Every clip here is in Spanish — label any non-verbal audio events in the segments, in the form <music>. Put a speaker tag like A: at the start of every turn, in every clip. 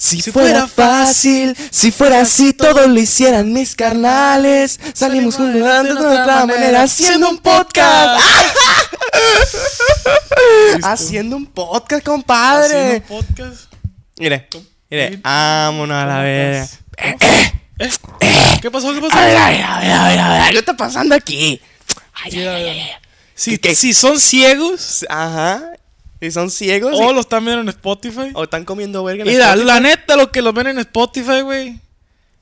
A: Si fuera fácil, si fuera así, todo lo hicieran mis carnales. Salimos jugando de otra manera, haciendo un podcast. <laughs> Haciendo un podcast, compadre.
B: Haciendo un podcast.
A: Mire, mire, vámonos a la verga.
B: ¿Eh? ¿Qué pasó? ¿Qué pasó?
A: eh. A ver, a ver, a ver, a ver, a ver, ¿qué está pasando aquí? Ay, ay, ay, ay, ay.
B: Si,
A: ¿Qué- qué?
B: si son ciegos
A: Ajá. Y son ciegos y-
B: o los están viendo en Spotify.
A: o están comiendo verga. en
B: Mira,
A: Spotify.
B: la neta, los que los ven en Spotify, güey.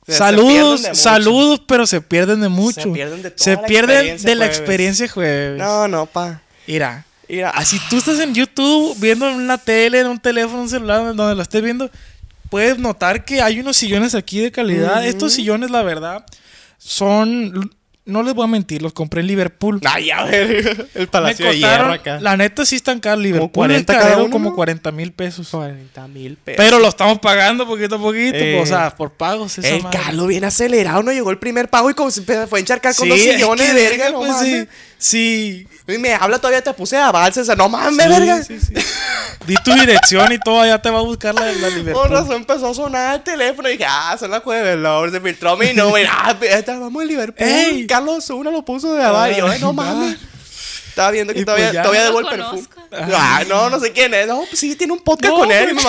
A: O sea, se pierden
B: saludos,
A: de mucho.
B: saludos, pero se pierden de mucho.
A: pierden de toda
B: Se
A: la
B: pierden
A: experiencia
B: de la
A: jueves.
B: experiencia jueves.
A: No, no, pa.
B: Mira,
A: Mira,
B: así tú estás en YouTube viendo en una tele, en un teléfono, un celular, donde lo estés viendo, puedes notar que hay unos sillones aquí de calidad. Estos sillones, la verdad, son. No les voy a mentir, los compré en Liverpool.
A: Ay, Ah, a ver, <laughs> el
B: Me
A: palacio de hierro
B: costaron,
A: acá.
B: la neta sí están caros. Liverpool,
A: 40
B: el
A: cada
B: carero
A: uno,
B: como
A: ¿no?
B: 40 mil pesos.
A: 40 mil pesos.
B: Pero lo estamos pagando poquito a poquito,
A: Eh.
B: o sea, por pagos. esa
A: El
B: madre. Ah,
A: Carlos bien acelerado, no llegó el primer pago y como se empe- fue a encharcar con
B: Sí,
A: dos
B: es
A: sillones
B: que
A: de verga, ¿eh? no
B: pues,
A: mames.
B: sí, sí,
A: Y me habla todavía, te puse avance, o sea, no mames,
B: sí,
A: verga.
B: sí, sí. Di tu dirección y todo, allá te va a buscar la, la
A: Por
B: Liverpool.
A: razón empezó a sonar el teléfono y dije, ah, son las jueves, Lord, se filtró mi número. <laughs> Ah, esta, vamos en Liverpool.
B: Ey.
A: Carlos Una lo puso de abajo. Y yo, "Ay, no mames. Estaba viendo que
B: Y
A: todavía,
B: pues ya.
A: todavía
B: No
A: debo
C: lo
A: el perfume.
C: conozco.
A: Ah, no, no sé quién es. No, pues sí, tiene un podcast
B: No,
A: con él. Y me
B: pues.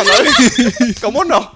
B: <laughs>
A: mandó. ¿Cómo no?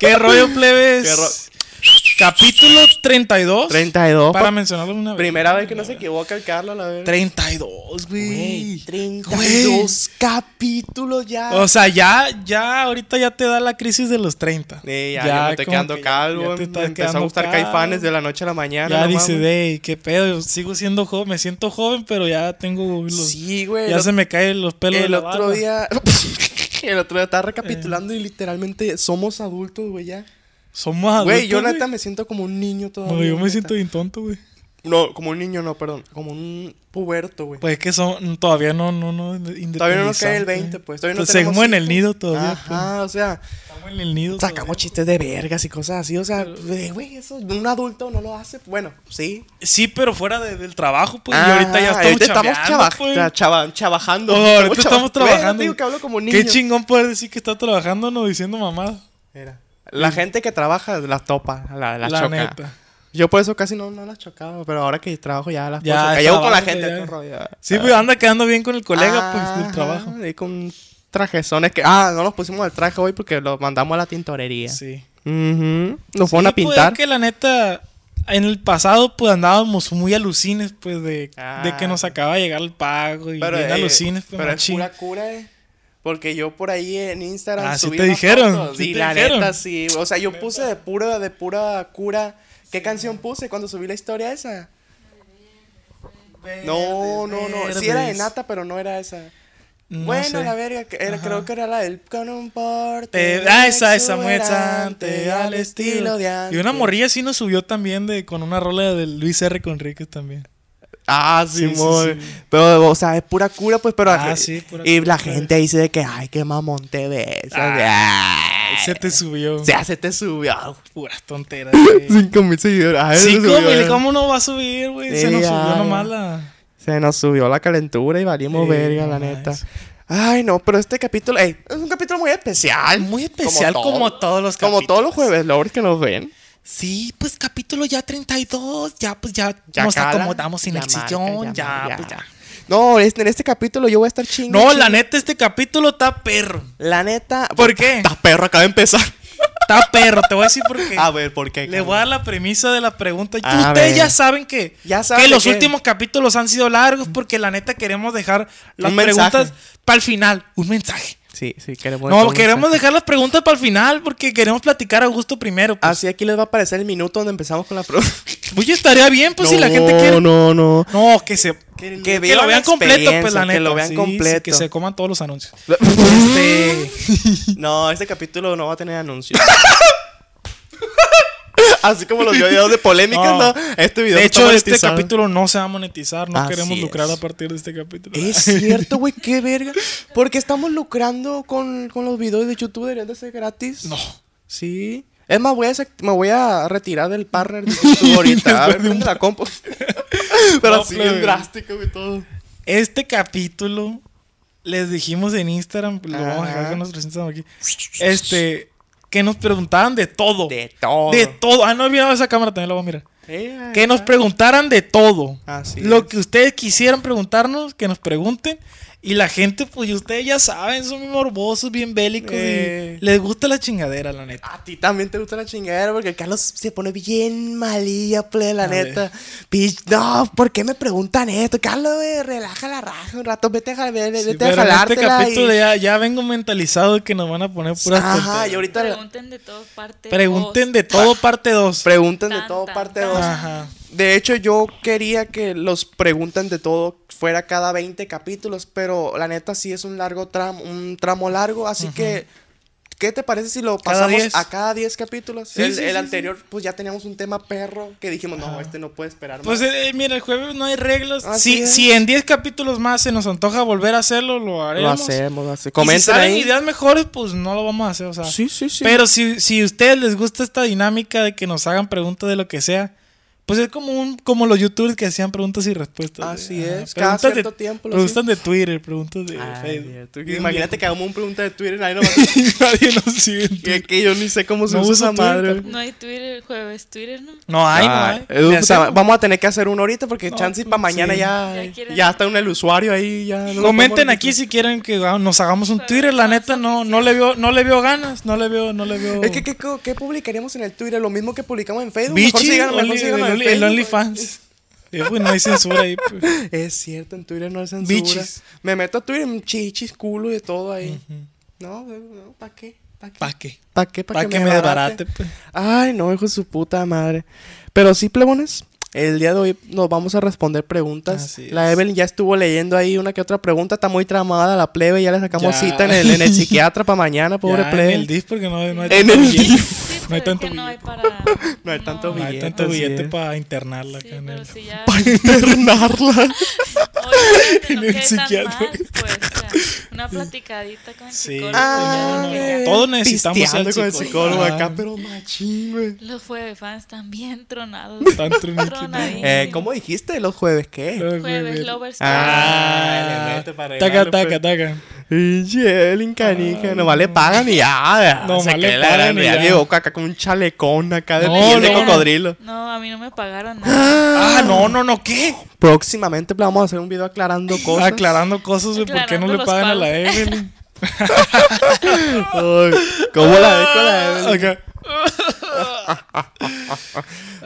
B: ¿Qué rollo, plebes?
A: Qué ro-
B: Capítulo 32.
A: 32.
B: Para mencionarlo una vez.
A: Primera vez que no se equivoca el Carlos, la verdad.
B: 32, güey.
A: 32 capítulos ya.
B: O sea, ya, ya, ahorita ya te da la crisis de los 30.
A: Sí, ya, yo me estoy
B: como
A: quedando
B: que ya-
A: calvo.
B: ya te estás
A: me empezó a
B: quedando
A: gustar
B: calvo.
A: caifanes de la noche a la mañana.
B: Ya
A: no
B: dice,
A: mames.
B: "Ey, qué pedo, yo sigo siendo joven, me siento joven, pero ya tengo los-
A: Sí, güey.
B: ya
A: el
B: se me caen los pelos de
A: el
B: la
A: otro
B: barba".
A: día. <laughs> el otro día estaba recapitulando y literalmente somos adultos, güey, ya.
B: Somos adultos.
A: Güey, yo neta
B: güey.
A: me siento como un niño todavía.
B: No, yo me
A: neta.
B: siento bien tonto, güey.
A: No, como un niño, no, perdón. Como un puberto, güey.
B: Pues es que son todavía no no no
A: Todavía no nos cae
B: independizante.
A: el 20, pues. Todavía no
B: Pues
A: tenemos
B: seguimos en el
A: hijos.
B: nido todavía. pues.
A: Ajá, o sea,
B: Estamos en el nido.
A: sacamos chistes de vergas y cosas así. O sea, eh, güey, eso un adulto no lo hace. Bueno, sí.
B: Sí, pero fuera de- del trabajo, pues. y
A: Ah,
B: ahorita ya estamos,
A: ahorita
B: chaveando,
A: chava-
B: pues.
A: tra- chava- trabajando.
B: No, ahorita estamos
A: chava- Güey,
B: trabajando.
A: te digo que hablo como niño.
B: Qué chingón poder decir que está trabajando no diciendo mamada.
A: Mira, La gente que trabaja la topa, la, la,
B: Mm. La
A: choca.
B: neta.
A: Yo por eso casi no, no la chocaba, pero ahora que trabajo ya las
B: Ya,
A: puedo chocar.
B: es
A: Llego con la
B: trabajo,
A: gente.
B: ya.
A: todo rodeado.
B: Sí, pues anda quedando bien con el colega, pues,
A: Ajá,
B: del trabajo.
A: Y con trajezones que... Ah, no los pusimos al traje hoy porque los mandamos a la tintorería.
B: Sí.
A: Ujú, Nos fueron
B: Sí,
A: a pintar.
B: Pues, es que la neta, en el pasado, pues andábamos muy alucines, pues, de,
A: Ah.
B: de que nos acaba de llegar el pago y bien
A: eh,
B: alucines, pues,
A: pero es
B: machín.
A: pura cura, eh. Porque yo por ahí en Instagram
B: Ah, sí
A: subí
B: te
A: unas
B: dijeron,
A: fotos
B: sí
A: y
B: te
A: la
B: dijeron.
A: neta sí, o sea, yo puse de pura de pura cura. ¿Qué canción puse cuando subí la historia esa?
B: Eh,
A: No, no, no, sí era de
B: Verdes.
A: Nata, pero no era esa.
B: No
A: bueno,
B: sé.
A: la verga, que era- creo que era la del con un porte.
B: Te- ah, esa, esa
A: exuberante
B: muerte al estilo.
A: de antes.
B: Y una morrilla sí nos subió también de con una rola de Luis R. Conríquez también.
A: Ah,
B: Sí, sí,
A: Simón.
B: sí.
A: Pero, o sea, es pura cura, pues, pero.
B: Ah, sí, pura
A: y
B: cura, Ah,
A: la
B: pues.
A: gente dice de que, ay, qué mamón te ves. o ah. sea,
B: Se te subió.
A: <laughs> o sea, se te subió. <laughs>
B: Puras tonteras. güey.
A: 5 mil seguidores. Ay, se
B: Sí,
A: subió,
B: ¿cómo,
A: eh.
B: ¿cómo no va a subir, güey? Se
A: Sí,
B: nos
A: ya,
B: subió
A: ya.
B: nomás la...
A: Se nos subió la calentura y valimos
B: Sí,
A: verga, la
B: no
A: neta.
B: más.
A: Ay, no, pero este capítulo, ey, es un capítulo muy especial.
B: Muy especial
A: todo-
B: como todos los
A: Como todos los
B: capítulos.
A: jueves, Lord, que nos ven.
B: Sí, pues capítulo ya 32, ya pues ya,
A: Ya
B: nos
A: cala,
B: acomodamos en
A: ya
B: el
A: marca,
B: sillón,
A: ya
B: ya,
A: marca,
B: pues
A: ya.
B: ya.
A: No, este- en este capítulo yo voy a estar chingando.
B: No, la neta, este capítulo está perro.
A: La neta.
B: ¿Por qué?
A: Estás perro, acaba de empezar.
B: Está perro, te voy a decir por qué.
A: <laughs> A ver, ¿por qué?
B: Le
A: Carlos?
B: voy a dar la premisa de la pregunta.
A: A
B: Ustedes
A: ver.
B: ya saben que,
A: Ya saben
B: que los
A: que-
B: últimos capítulos han sido largos porque la neta queremos dejar las
A: Un mensaje.
B: preguntas para el final. Un mensaje.
A: Sí, sí, queremos.
B: No,
A: entonces-
B: queremos dejar las preguntas para el final porque queremos platicar a gusto primero. Pues.
A: Así Ah, aquí les va a aparecer el minuto donde empezamos con la prueba.
B: Oye, estaría bien, pues si la gente quiere. No,
A: No, no,
B: que se.
A: Que
B: Que,
A: vean
B: lo
A: la
B: vean completo, pues
A: experiencia,
B: la neta.
A: que lo vean
B: Sí, sí,
A: completo.
B: que se coman todos los anuncios.
A: Este.
B: <laughs>
A: No, este capítulo no va a tener anuncios. <laughs> Así como los videos de polémicas, no.
B: No.
A: Este video
B: De
A: no está
B: hecho, este
A: monetizado.
B: capítulo no se va a monetizar. No
A: Así
B: queremos lucrar
A: es.
B: a partir de este capítulo.
A: Es cierto, güey, qué verga. Porque estamos lucrando con, con los videos de YouTube, deberían de ser gratis.
B: <laughs> No.
A: Sí. Es más, voy a sac- me voy a retirar del partner
B: <laughs>
A: de YouTube ahorita. A ver, prende la compu. Pero
B: No,
A: así
B: plebe.
A: bien drástico, güey, todo.
B: Este capítulo les dijimos en Instagram, lo vamos a
A: Ajá.
B: dejar con nuestros Instagram aquí. Este que nos preguntaban de todo.
A: De todo.
B: De todo. Ah, no he olvidado esa cámara, también la voy a mirar.
A: Eh,
B: Que nos preguntaran de todo.
A: Así
B: Lo
A: es.
B: que ustedes quisieran preguntarnos, que nos pregunten. Y la gente, pues y ustedes ya saben, son bien morbosos, bien bélicos.
A: Eh.
B: Y les gusta la chingadera, la neta.
A: A ti también te gusta la chingadera porque el Carlos se pone bien malilla, ple, la
B: A ver.
A: neta. Pich- no, ¿por qué me preguntan esto? Carlos, güey, relaja la raja un rato, vete a, ja- ve- vete
B: Sí,
A: a
B: pero en este
A: jalártela
B: capítulo
A: y-
B: ya, ya vengo mentalizado de que nos van a poner puras
A: Ajá,
B: tonterías.
A: y ahorita le-
C: Pregunten de todas partes.
B: Pregunten de todo parte 2.
A: preguntan de
C: Tan,
A: todo
C: tan,
A: parte
C: tan.
A: 2.
B: Ajá.
A: De hecho, yo quería que los preguntan de todo fuera cada 20 capítulos, pero la neta sí es un largo tramo, un tramo largo, así que ¿qué te parece si lo
B: Cada
A: pasamos
B: 10.
A: a cada 10 capítulos?
B: Sí,
A: el
B: sí,
A: el
B: sí,
A: anterior pues ya teníamos un tema perro que dijimos, "No, este no puede esperar más."
B: Pues eh, mira, el jueves no hay reglas.
A: Así
B: Si,
A: es.
B: si en 10 capítulos más se nos antoja volver a hacerlo, lo
A: lo
B: haremos.
A: hacemos, lo hacemos.
B: Y si
A: Comenten
B: salen
A: ahí. Ah.
B: ideas mejores, pues no lo vamos a hacer. O sea,
A: Sí, sí, sí.
B: Pero si, si a ustedes les gusta esta dinámica de que nos hagan preguntas de lo que sea, pues es como un, como los youtubers que hacían preguntas y respuestas.
A: Así
B: Ajá,
A: es, cada
B: preguntas
A: cierto tiempo lo
B: Preguntas de Twitter, preguntas de Facebook.
A: Imagínate que hagamos un pregunta de Twitter <laughs> ahí nomás.
B: Y <laughs> nadie nos sigue en
A: que,
B: Twitter.
A: que yo ni sé cómo se
B: No
A: usa
B: uso
A: esa
B: Twitter,
A: madre.
B: Carlos.
C: No hay Twitter, jueves Twitter, ¿no?
B: No hay,
A: Ay, eh,
B: no hay.
A: Edu, puta,
B: Le hacemos-
A: vamos a tener que hacer uno ahorita porque
B: No,
A: chance y
B: pues,
A: para mañana
B: sí.
A: ya
C: Ya quieren-
A: ya está un el usuario ahí ya. no lo
B: Comenten
A: podemos-
B: aquí si quieren que ah, nos hagamos un Twitter, la neta no no le veo no le veo ganas, no le veo no le veo.
A: Es que ¿qué, co- qué publicaríamos en el Twitter, lo mismo que publicamos en Facebook, <laughs> mejor
B: Bichi,
A: síganos, mejor
B: only-
A: síganos en
B: el, el
A: Facebook.
B: OnlyFans. Eh, pues, no hay censura ahí. pues.
A: Es cierto, en Twitter no hay censura.
B: Bichis.
A: Me meto a Twitter, chichis, culo y de todo ahí. No, no, ¿para qué? ¿Para qué?
B: ¿Para qué?
A: ¿Para qué?
B: ¿Para que me desbarate? pues?
A: Ay, no, hijo de su puta madre. Pero sí, plebones, el día de hoy nos vamos a responder preguntas.
B: Así
A: la
B: es.
A: Evelyn ya estuvo leyendo ahí una que otra pregunta. Está muy tramada la plebe. Ya le sacamos
B: Ya.
A: cita en el, en el psiquiatra para mañana, pobre
B: Ya,
A: plebe.
B: En el DIF porque no, no hay
A: En
B: tanto
A: el
B: billete.
A: DIF.
C: Sí,
B: No hay
C: pero es
B: tanto
C: que no hay
B: billete.
C: para.
A: <laughs> No hay tanto ¿eh?
B: No hay
A: billete,
B: tanto
A: así
B: billete
A: es.
B: para internarla acá
C: Sí,
B: en
C: pero
B: el-
C: si <laughs> ya.
A: Para internarla.
B: <laughs>
C: Obviamente
B: En
C: no
B: el
C: quede tan
B: psiquiatra.
C: mal, pues. o sea,
B: <laughs>
C: una platicadita con el
B: Sí,
C: psicólogo.
B: Ah,
C: ya, que ya.
B: todos necesitamos
A: pisteando
B: al
A: con el
B: psicólogo.
A: psicólogo
B: Ah.
A: acá, pero machín, güey.
C: Los jueves fans están bien tronados.
B: Tan truniqui-
C: Tronadísimos.
A: Eh, ¿Cómo dijiste los jueves? ¿Qué?
B: Ay, güey,
C: Jueves
B: güey.
C: lovers.
A: Ah, le
B: Ah,
A: mete para
B: Taca,
A: arreglarle,
B: taca, taca.
A: Pinche Evelyn canija. Nomás le pagan y ya.
B: Nomás
A: se
B: le
A: cree la gran-
B: pagan y
A: ya
B: ya.
A: llegó acá con un chalecón acá de
B: No,
A: piel de
B: no, no.
A: cocodrilo.
C: No, a mí no me pagaron nada.
B: <laughs> Ah, no, no, no, ¿qué?
A: Próximamente pues, vamos a hacer un video aclarando
B: <coughs>
A: cosas.
B: Aclarando cosas de por qué no
C: Aclarando
B: le
C: los
B: pagan a la
A: <laughs>
C: palos.
B: Evelyn.
A: Ay, ¿Cómo la ves con la Evelyn?
B: Acá.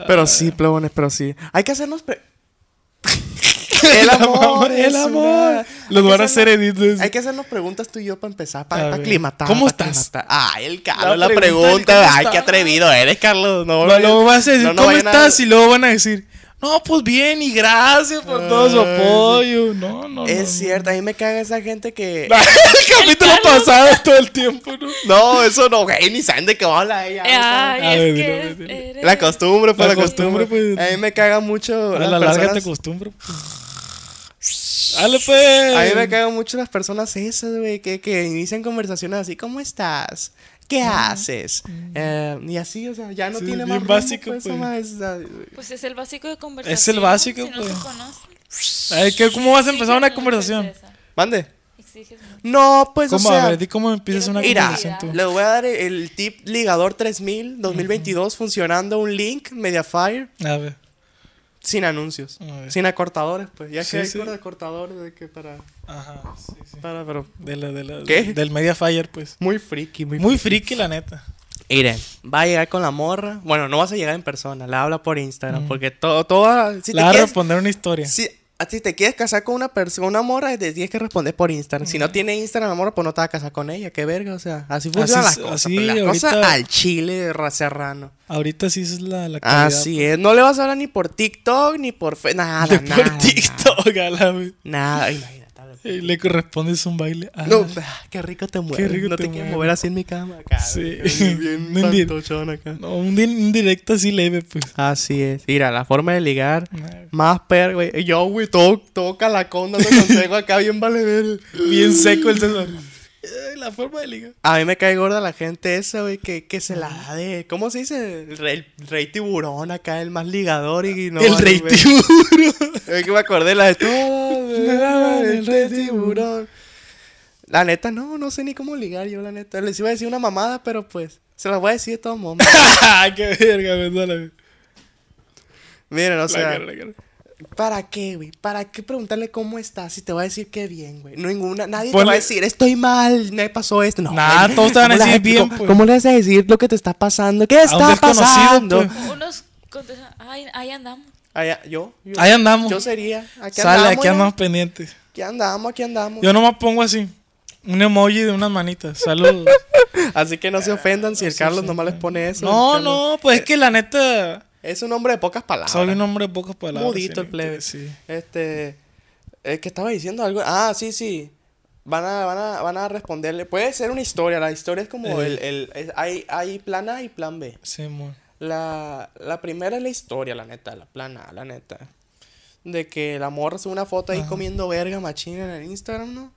A: Pero sí, plebones, pero sí. Hay que hacernos. pre- <laughs> el amor,
B: el amor.
A: Hay
B: Los
A: que
B: van a hacer edit. de eso.
A: Hay que hacernos preguntas tú y yo para empezar,
B: A
A: para
B: ver.
A: aclimatar.
B: ¿Cómo
A: pa'
B: estás?
A: aclimatar. Ay, el Carlos, la,
B: La pregunta
A: pregunta.
B: del cómo
A: Ay, qué
B: estás.
A: atrevido eres, Carlos. No,
B: No, luego vas a decir,
A: no, no
B: ¿cómo
A: vayan a-
B: estás? Y luego van a decir, no, pues bien, y gracias por todo su apoyo. No, no, no, no.
A: Ah, Es cierto, a mí me caga esa gente <laughs> que.
B: el capítulo pasado todo el tiempo, ¿no?
A: No, eso no, güey, ni saben de qué habla ella.
C: Eh, Ay,
B: A
C: es
B: ver,
C: que
B: dilo, dilo.
C: eres-
A: La costumbre, pues la,
B: La
A: costumbre.
B: costumbre, pues.
A: A mí me caga mucho.
B: A
A: las
B: la larga te
A: personas-
B: acostumbro. <sighs> Dale, pues.
A: A mí me cagan mucho las personas esas, güey, que, que inician conversaciones así, ¿cómo estás? ¿Qué haces? Eh, y así, o sea, ya no
B: Sí,
A: tiene
B: bien
A: más rumbo,
B: básico,
A: pues,
B: pues.
A: nomás, o sea,
C: Pues es el básico de conversación.
B: Es el básico,
C: si no
B: pues.
C: se conocen.
B: Ay, ¿qué- ¿Cómo vas a empezar una
C: Exiges mucho,
B: conversación?
C: César.
A: Mande.
C: Exiges mucho.
A: No, pues,
B: ¿Cómo?
A: o sea,
B: a ver, di cómo empiezas una
A: mira,
B: conversación tú.
A: le voy a dar el tip ligador 3000 2022 funcionando un link Mediafire
B: A ver.
A: sin anuncios,
B: A ver.
A: sin acortadores, pues, ya
B: Sí,
A: que hay
B: sí.
A: acortadores de que para,
B: Ajá, sí, sí.
A: para, pero
B: De la, de la,
A: ¿Qué?
B: Del Media Fire, pues.
A: muy friki, muy,
B: Muy friki, la neta.
A: Miren, va a llegar con la morra. Bueno, no vas a llegar en persona, la habla por Instagram. Porque todo, toda. Si te,
B: Mm. la va a
A: quieres,
B: responder una historia.
A: si, a- si te quieres casar con una persona, una morra, te tienes que responder por Instagram. Si no tiene Instagram la morra, pues no te vas a casar con ella. Qué verga, o sea, así funcionan las
B: es-
A: cosas.
B: Mm. así
A: pues, las
B: ahorita-
A: cosas al chile ra- serrano.
B: Ahorita sí esa es la, la calidad.
A: Así es, no le vas a hablar ni por TikTok, ni por fe- nada,
B: De
A: nada.
B: pues. por TikTok, Ah. a la vez.
A: Nada, imagínate. a ver.
B: Y le correspondes un baile. Ah,
A: No, ah, qué rico te mueves.
B: rico
A: no te,
B: te
A: quieres
B: mueves.
A: mover así en mi cama acá.
B: Sí.
A: güey, Bien
B: <laughs> No entiendo.
A: pantochón acá.
B: no, un, di- un directo así leve, pues.
A: Así es. Mira, la forma de ligar más per, güey. Yo, güey, todo, todo calacón dando <laughs> consejo acá, bien vale ver.
B: Bien seco el César. Eh, La forma de ligar.
A: A mí me cae gorda la gente esa, güey, que, que se la da de. ¿Cómo se dice? El rey, el rey tiburón acá, el más ligador y no.
B: el
A: vale
B: rey
A: ver.
B: <laughs> tiburón.
A: <laughs> Es que me acordé la de
B: <laughs>
A: todo, el
B: el rey
A: rey tiburón. La neta, no, no sé ni cómo ligar yo, la neta. Les iba a decir una mamada, pero pues. Se las voy a decir de todos
B: <laughs>
A: modos.
B: Ah, ¡Qué verga, me duele.
A: Miren, o
B: La
A: sea,
B: cara, la cara.
A: ¿para qué, güey? ¿Para qué preguntarle cómo estás si te va a decir que bien, güey? Ninguna, nadie te
B: Ponle-
A: va a decir, estoy mal, me pasó esto. No,
B: Nah,
A: güey.
B: Pues todos te van
A: <laughs>
B: a
A: ¿Cómo le
B: decir
A: vas-
B: bien,
A: ¿Cómo,
B: pues.
A: cómo le vas a decir lo que te está pasando? ¿Qué
B: un
A: está
B: desconocido,
A: pasando?
B: pues.
C: Unos contestan, ay, ahí andamos.
A: Allá, ah, yo, yo,
B: Ahí andamos.
A: yo sería. Aquí
B: Sale,
A: andamos,
B: aquí
A: ya.
B: andamos pendientes.
A: Aquí andamos, aquí andamos.
B: Yo nomás pongo así. Un emoji de unas manitas. Saludos.
A: Así que no se ofendan si el Carlos nomás les pone <laughs> eso.
B: Ah, No,
A: Carlos. eh,
B: no, pues es que la neta.
A: Es un hombre de pocas palabras.
B: Soy un hombre de pocas palabras.
A: Ah, Mudito el
B: sí,
A: plebe.
B: Sí.
A: Este. eh, que estaba diciendo algo. Ah, sí, sí. Van a, van a, van a responderle. Puede ser una historia. La historia es como
B: Eh.
A: el. el- es- hay, hay plan A y plan B.
B: Sí, mon.
A: La, la primera es la historia, la neta. La plan A, la neta. De que la morra sube una foto ahí comiendo verga machina en el Instagram, ¿no?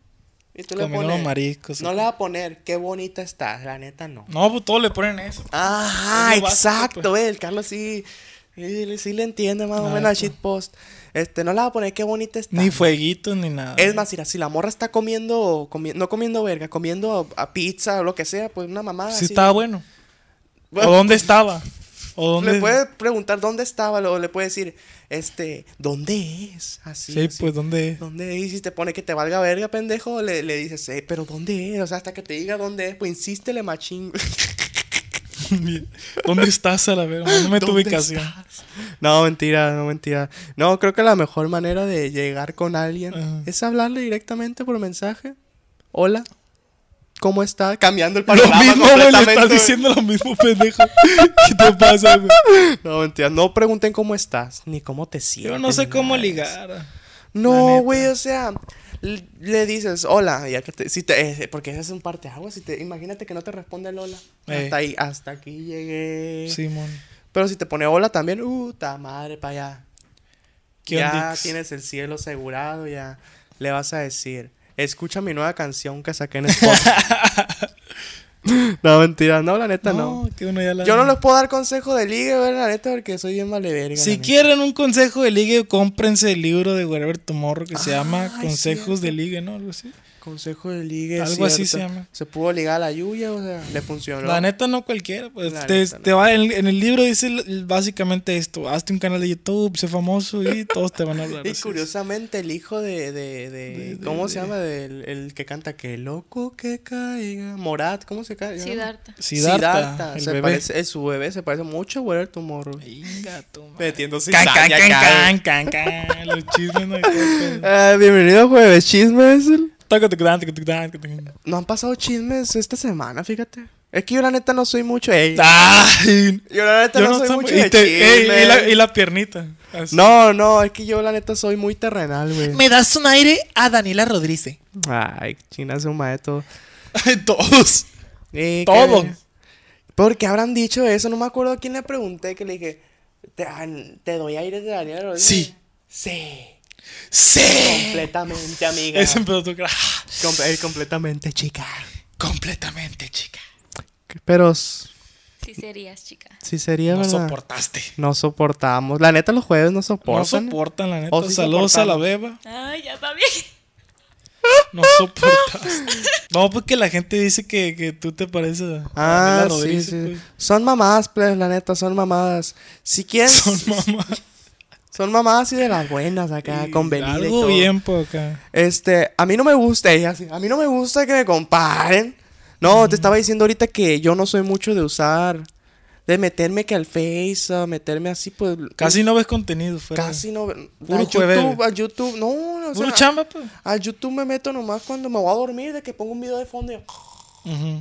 A: Y tú le
B: Comiendo
A: pones.
B: los mariscos.
A: No le va a poner. Qué bonita estás. La neta, no.
B: No, pues todos le ponen eso.
A: Ajá,
B: Es lo básico, pues.
A: exacto, eh, el Carlos sí, sí, sí le entiende más o
B: Ah,
A: menos al
B: está.
A: shitpost. Este, no la va a poner qué bonita está.
B: Ni fueguitos ni nada.
A: Ah, Es más, mira, si la morra está comiendo, comi- no comiendo verga, comiendo a, a pizza o lo que sea, pues una mamada.
B: Si
A: así.
B: estaba bueno.
A: <laughs> Bueno,
B: o dónde estaba. O dónde.
A: Le puede preguntar dónde estaba, o le puede decir, este, ¿dónde es? Así.
B: Sí,
A: así.
B: pues dónde es.
A: ¿Dónde es? Y si te pone que te valga verga, pendejo, le, le dices, eh, pero ¿dónde es? O sea, hasta que te diga dónde es, pues insístele, machín.
B: <laughs>
A: <laughs>
B: ¿Dónde estás a la
A: <laughs>
B: verga? Mándame tu
A: ¿Dónde
B: ubicación.
A: estás? No, mentira, no, mentira. No, creo que la mejor manera de llegar con alguien
B: Ajá.
A: es hablarle directamente por mensaje. Hola, ¿cómo está? Cambiando el
B: Lo
A: panorama
B: mismo, güey, le
A: completamente,
B: estás
A: güey.
B: diciendo lo mismo, <laughs> pendejo. ¿Qué te pasa, güey?
A: No, mentira, no pregunten cómo estás, ni cómo te sientes.
B: Yo no sé
A: ni
B: cómo
A: nada de eso.
B: ligar. La
A: No,
B: neta.
A: güey, o sea, l- le dices hola, y ya que te, si te, eh, porque ese es un parte agua, si te, imagínate que no te responde el hola.
B: Eh.
A: Hasta ahí, hasta aquí llegué.
B: Simón.
A: Pero si te pone hola también, uh, ta madre para allá.
B: ¿Qué
A: ya
B: ondix?
A: tienes el cielo asegurado, ya le vas a decir, escucha mi nueva canción que saqué
B: <laughs>
A: en Spotify. no, mentira, no, la neta no.
B: No, que uno ya la-
A: Yo no les puedo dar consejo de ligue, güey, la neta, porque soy bien vale verga.
B: Si quieren un consejo de ligue, cómprense el libro de Wherever Tomorrow que se llama
A: Ay,
B: Consejos
A: Ah, cierto.
B: de Ligue, ¿no? Algo así.
A: Consejo de ligue,
B: Algo
A: es
B: así se
A: cierto.
B: llama.
A: Se pudo ligar a la Yuya, o sea, le funcionó.
B: La neta no cualquiera. Pues
A: La
B: te,
A: neta,
B: te va, en, en el libro dice l- básicamente esto. Hazte un canal de YouTube, sé famoso y todos te van
A: <laughs>
B: a hablar.
A: Y
B: así.
A: curiosamente el hijo de, de, de-
B: De- de-
A: ¿cómo se
B: de-
A: llama? Del el que canta que loco que caiga. Morat, ¿cómo se caiga?
C: Siddhartha.
B: Siddhartha, el
A: se
B: bebé.
A: parece, es su bebé se parece mucho a Wherever Tomorrow.
B: Inga, tu madre.
A: Metiendo
B: Can,
A: cizaña
B: can, can,
A: acá.
B: can, can, can. Los chismes no hay cosa.
A: Eh, bienvenido a Jueves Chismes.
B: Taca, taca, taca, taca, taca, taca.
A: No han pasado chismes esta semana, fíjate. Es que yo la neta no soy mucho. ey.
B: Ay,
A: Yo la neta
B: Ah, yo
A: no,
B: no
A: soy
B: estoy-
A: mucho
B: y
A: de
B: te- ey, y, la,
A: chismes.
B: y la piernita. así.
A: No, no, es que yo la neta soy muy terrenal, güey.
B: das un aire a Daniela Rodríguez.
A: Ay, China se un maestro.
B: Todos.
A: Eh,
B: Todo.
A: que- ¿Por qué habrán dicho eso? No me acuerdo a quién le pregunté que le dije, te, dan- te doy aire de Daniel Rodríguez.
B: Sí.
A: Sí.
B: Sí.
A: Completamente, amiga.
B: Ese empezó a tocar. Ah,
A: Com- eh, completamente, chica.
B: Completamente, chica.
A: Pero s-
C: Sí serías, chica.
A: sí sería,
B: No
A: ¿verdad?
B: soportaste.
A: no soportamos. La neta, los jueves no
B: No
A: soportan.
B: soportan, la neta.
A: O sí
B: Saludos
A: soportan.
B: a la beba.
C: Ay, ya está bien.
B: No soportaste.
A: <laughs>
B: no, porque la gente dice que, que tú te pareces a
A: ah,
B: Daniela
A: sí,
B: Rodríguez.
A: sí.
B: pues.
A: Son mamadas, plebes, la neta, son mamadas. Si quieres,
B: Son
A: son,
B: mamá.
A: mamadas y de las buenas acá,
B: Y
A: convenidas. y
B: Algo
A: todo.
B: bien por acá.
A: Este, a mí no me gusta, ella así, a mí no me gusta que me comparen. No, te estaba diciendo ahorita que yo no soy mucho de usar, de meterme que al Face, a meterme así, pues.
B: Casi no ves contenido. Fuera.
A: Casi no.
B: Puro
A: a
B: jueves.
A: YouTube, a YouTube, no, no, o
B: Puro
A: sea,
B: chamba, pues.
A: a YouTube me meto nomás cuando me voy a dormir, de que pongo un video de fondo y.
B: Ujú.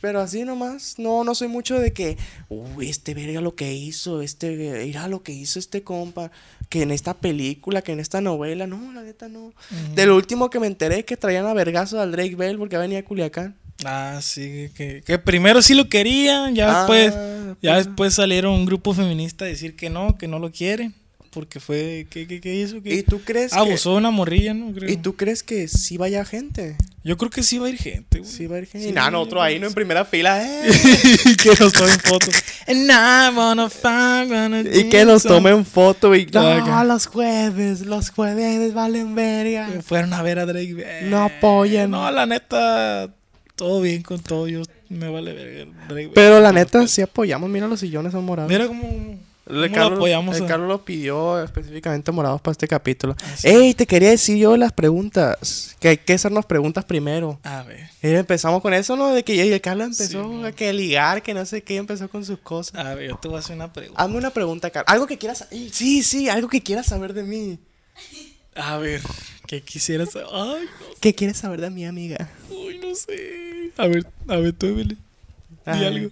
A: Pero así nomás, no, no soy mucho de que, uy, este verga lo que hizo, este, mira lo que hizo este compa, que en esta película, que en esta novela, no, la neta no. Del último que me enteré que traían a vergazo al Drake Bell porque venía a Culiacán.
B: Ah, sí, que, que primero sí lo querían, ya
A: Ah,
B: después, ya
A: pues.
B: después salieron un grupo feminista a decir que no, que no lo quieren, porque fue, ¿qué, qué, qué hizo? ¿Qué? Ah,
A: ¿Y tú crees
B: Abusó de una morrilla, ¿no?
A: que
B: Creo.
A: ¿Y tú crees que sí vaya gente?
B: Yo creo que sí va a ir gente, güey.
A: Sí va a ir gente.
B: Sí,
A: Y nada, nosotros ahí, Ah, ¿no? En primera fila, eh.
B: y <laughs> que nos tomen fotos. And I wanna find- wanna
A: Y que nos
B: dance.
A: tomen foto y...
B: Ah, acá.
A: No, los jueves, los jueves valen verga.
B: Fueron a ver a Drake. Bell.
A: No apoyen.
B: No, la neta, todo bien con todo. Yo, Me vale verga el Drake, güey.
A: Pero la neta, sí apoyamos. Mira, los sillones son morados.
B: Mira cómo,
A: El
B: cómo
A: Carlos,
B: lo apoyamos. eh?
A: el
B: a-
A: Carlos lo pidió específicamente morados para este capítulo.
B: Así.
A: Ey, te quería decir yo las preguntas. Que hay que hacernos preguntas primero.
B: A ver,
A: Eh, empezamos con eso, ¿no? De que y el Carlos empezó
B: Sí,
A: a que ligar, que no sé qué, empezó con sus cosas.
B: a ver, yo te voy a hacer una pregunta.
A: Hazme una pregunta, Carlos. Algo que quieras. Ey, Sí, sí, algo que quieras saber de mí.
B: A ver, ¿qué quisieras? Ay, no,
A: ¿Qué quieres saber de mi amiga?
B: uy, no sé. A ver, a ver, tú, Emily. Di
A: Ay.
B: algo.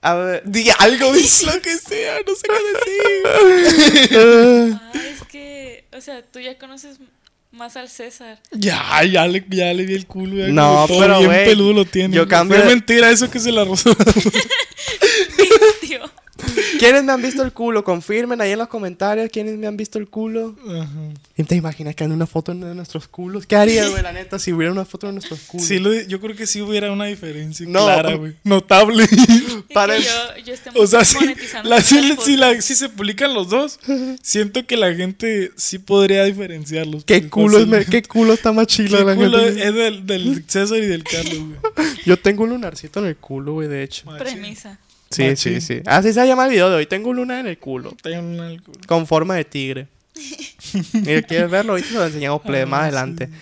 A: A ver, di
B: <laughs>
A: algo, dice.
B: Lo que sea, no sé
A: <laughs>
B: qué decir.
C: Ay, Ah, es que, o sea, tú ya conoces m- más al César. <laughs>
B: Ya, ya le, ya le vi el culo. ya
A: No,
B: como todo
A: pero,
B: bien
A: güey,
B: peludo lo tiene.
A: yo cambio
B: Fue
A: de-
B: mentira eso que se
A: <laughs>
B: la rozó.
C: Tío.
A: ¿Quiénes me han visto el culo? Confirmen ahí en los comentarios quiénes me han visto el culo.
B: Ajá.
A: ¿Y te imaginas que anda una foto de nuestros culos? ¿Qué haría, güey, la neta, si hubiera una foto de nuestros culos?
B: Sí, lo- yo creo que sí hubiera una diferencia
A: No.
B: clara, güey. Notable. <laughs>
C: Y
A: Para
C: que
A: el-
C: yo, yo esté
B: O sea, si,
C: monetizando
B: la-
C: con
B: si-
C: las
B: si
C: fotos.
B: la- si se publican los dos, siento que la gente sí podría diferenciarlos.
A: ¿Qué
B: pues,
A: culo, es me-
B: fácilmente.
A: ¿Qué culo está más
B: ¿Qué
A: chilo de la
B: culo es,
A: gente?
B: del, del César y del Carlos, güey?
A: Yo tengo un lunarcito en el culo, güey, de
C: Ah,
A: hecho.
B: Machín.
C: premisa.
A: Sí, sí,
B: Machín.
A: sí. Así se llama el video de hoy. Tengo luna en el culo.
B: Tengo un alcohol.
A: Con forma de
B: <laughs>
A: tigre. Mira, ¿quieres verlo? Ahorita se lo enseñamos plebe, más adelante.
B: Ah,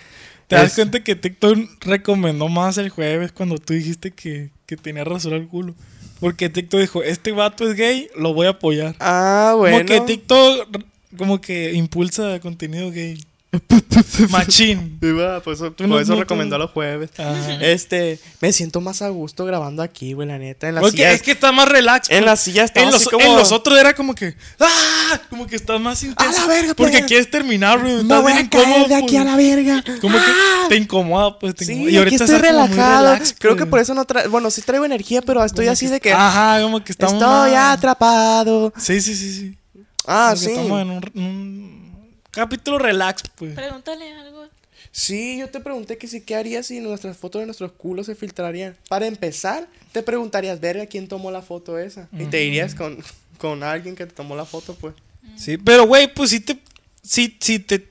B: ¿Te das
A: Es-
B: cuenta que TikTok recomendó más el jueves cuando tú dijiste que, que tenía razón el culo? Porque TikTok dijo, este vato es gay, lo voy a apoyar.
A: Ah,
B: Como que
A: bueno.
B: TikTok r- como que impulsa
A: <laughs>
B: contenido gay. Machín.
A: Y va, por eso,
B: Tú no-
A: por eso
B: no-
A: recomendó los jueves.
B: Ajá.
A: Este, me siento más a gusto grabando aquí, güey, la neta. En la
B: Porque
A: silla.
B: es que está más relax.
A: En
B: pues.
A: la silla está
B: en los,
A: así como.
B: en los otros era como que. ¡Ah! Como que estás más intenso.
A: la verga,
B: Porque
A: pues.
B: quieres terminar, bro.
A: Me
B: Estás
A: voy
B: bien
A: a caer
B: incómodo.
A: de aquí
B: pues.
A: a la verga.
B: Como que
A: ¡Ah!
B: te incomoda, pues. Te
A: Sí,
B: incomoda. Y ahorita
A: aquí estoy
B: estás como muy
A: relajado.
B: relax,
A: Creo
B: pues.
A: que por eso no traigo. Bueno, sí traigo energía, pero estoy así de que.
B: Ajá, como que estamos.
A: estoy
B: más-
A: atrapado.
B: Sí, sí, sí, sí.
A: Ah,
B: Como que
A: sí.
B: Estamos en un, un capítulo relax, pues.
C: Pregúntale algo.
A: Sí, yo te pregunté que sí, ¿qué harías si nuestras fotos de nuestros culos se filtrarían? Para empezar, te preguntarías, verga, ¿quién tomó la foto esa? Y te irías con, con alguien que te tomó la foto, pues.
B: Sí, pero güey, pues si te. Si, si te.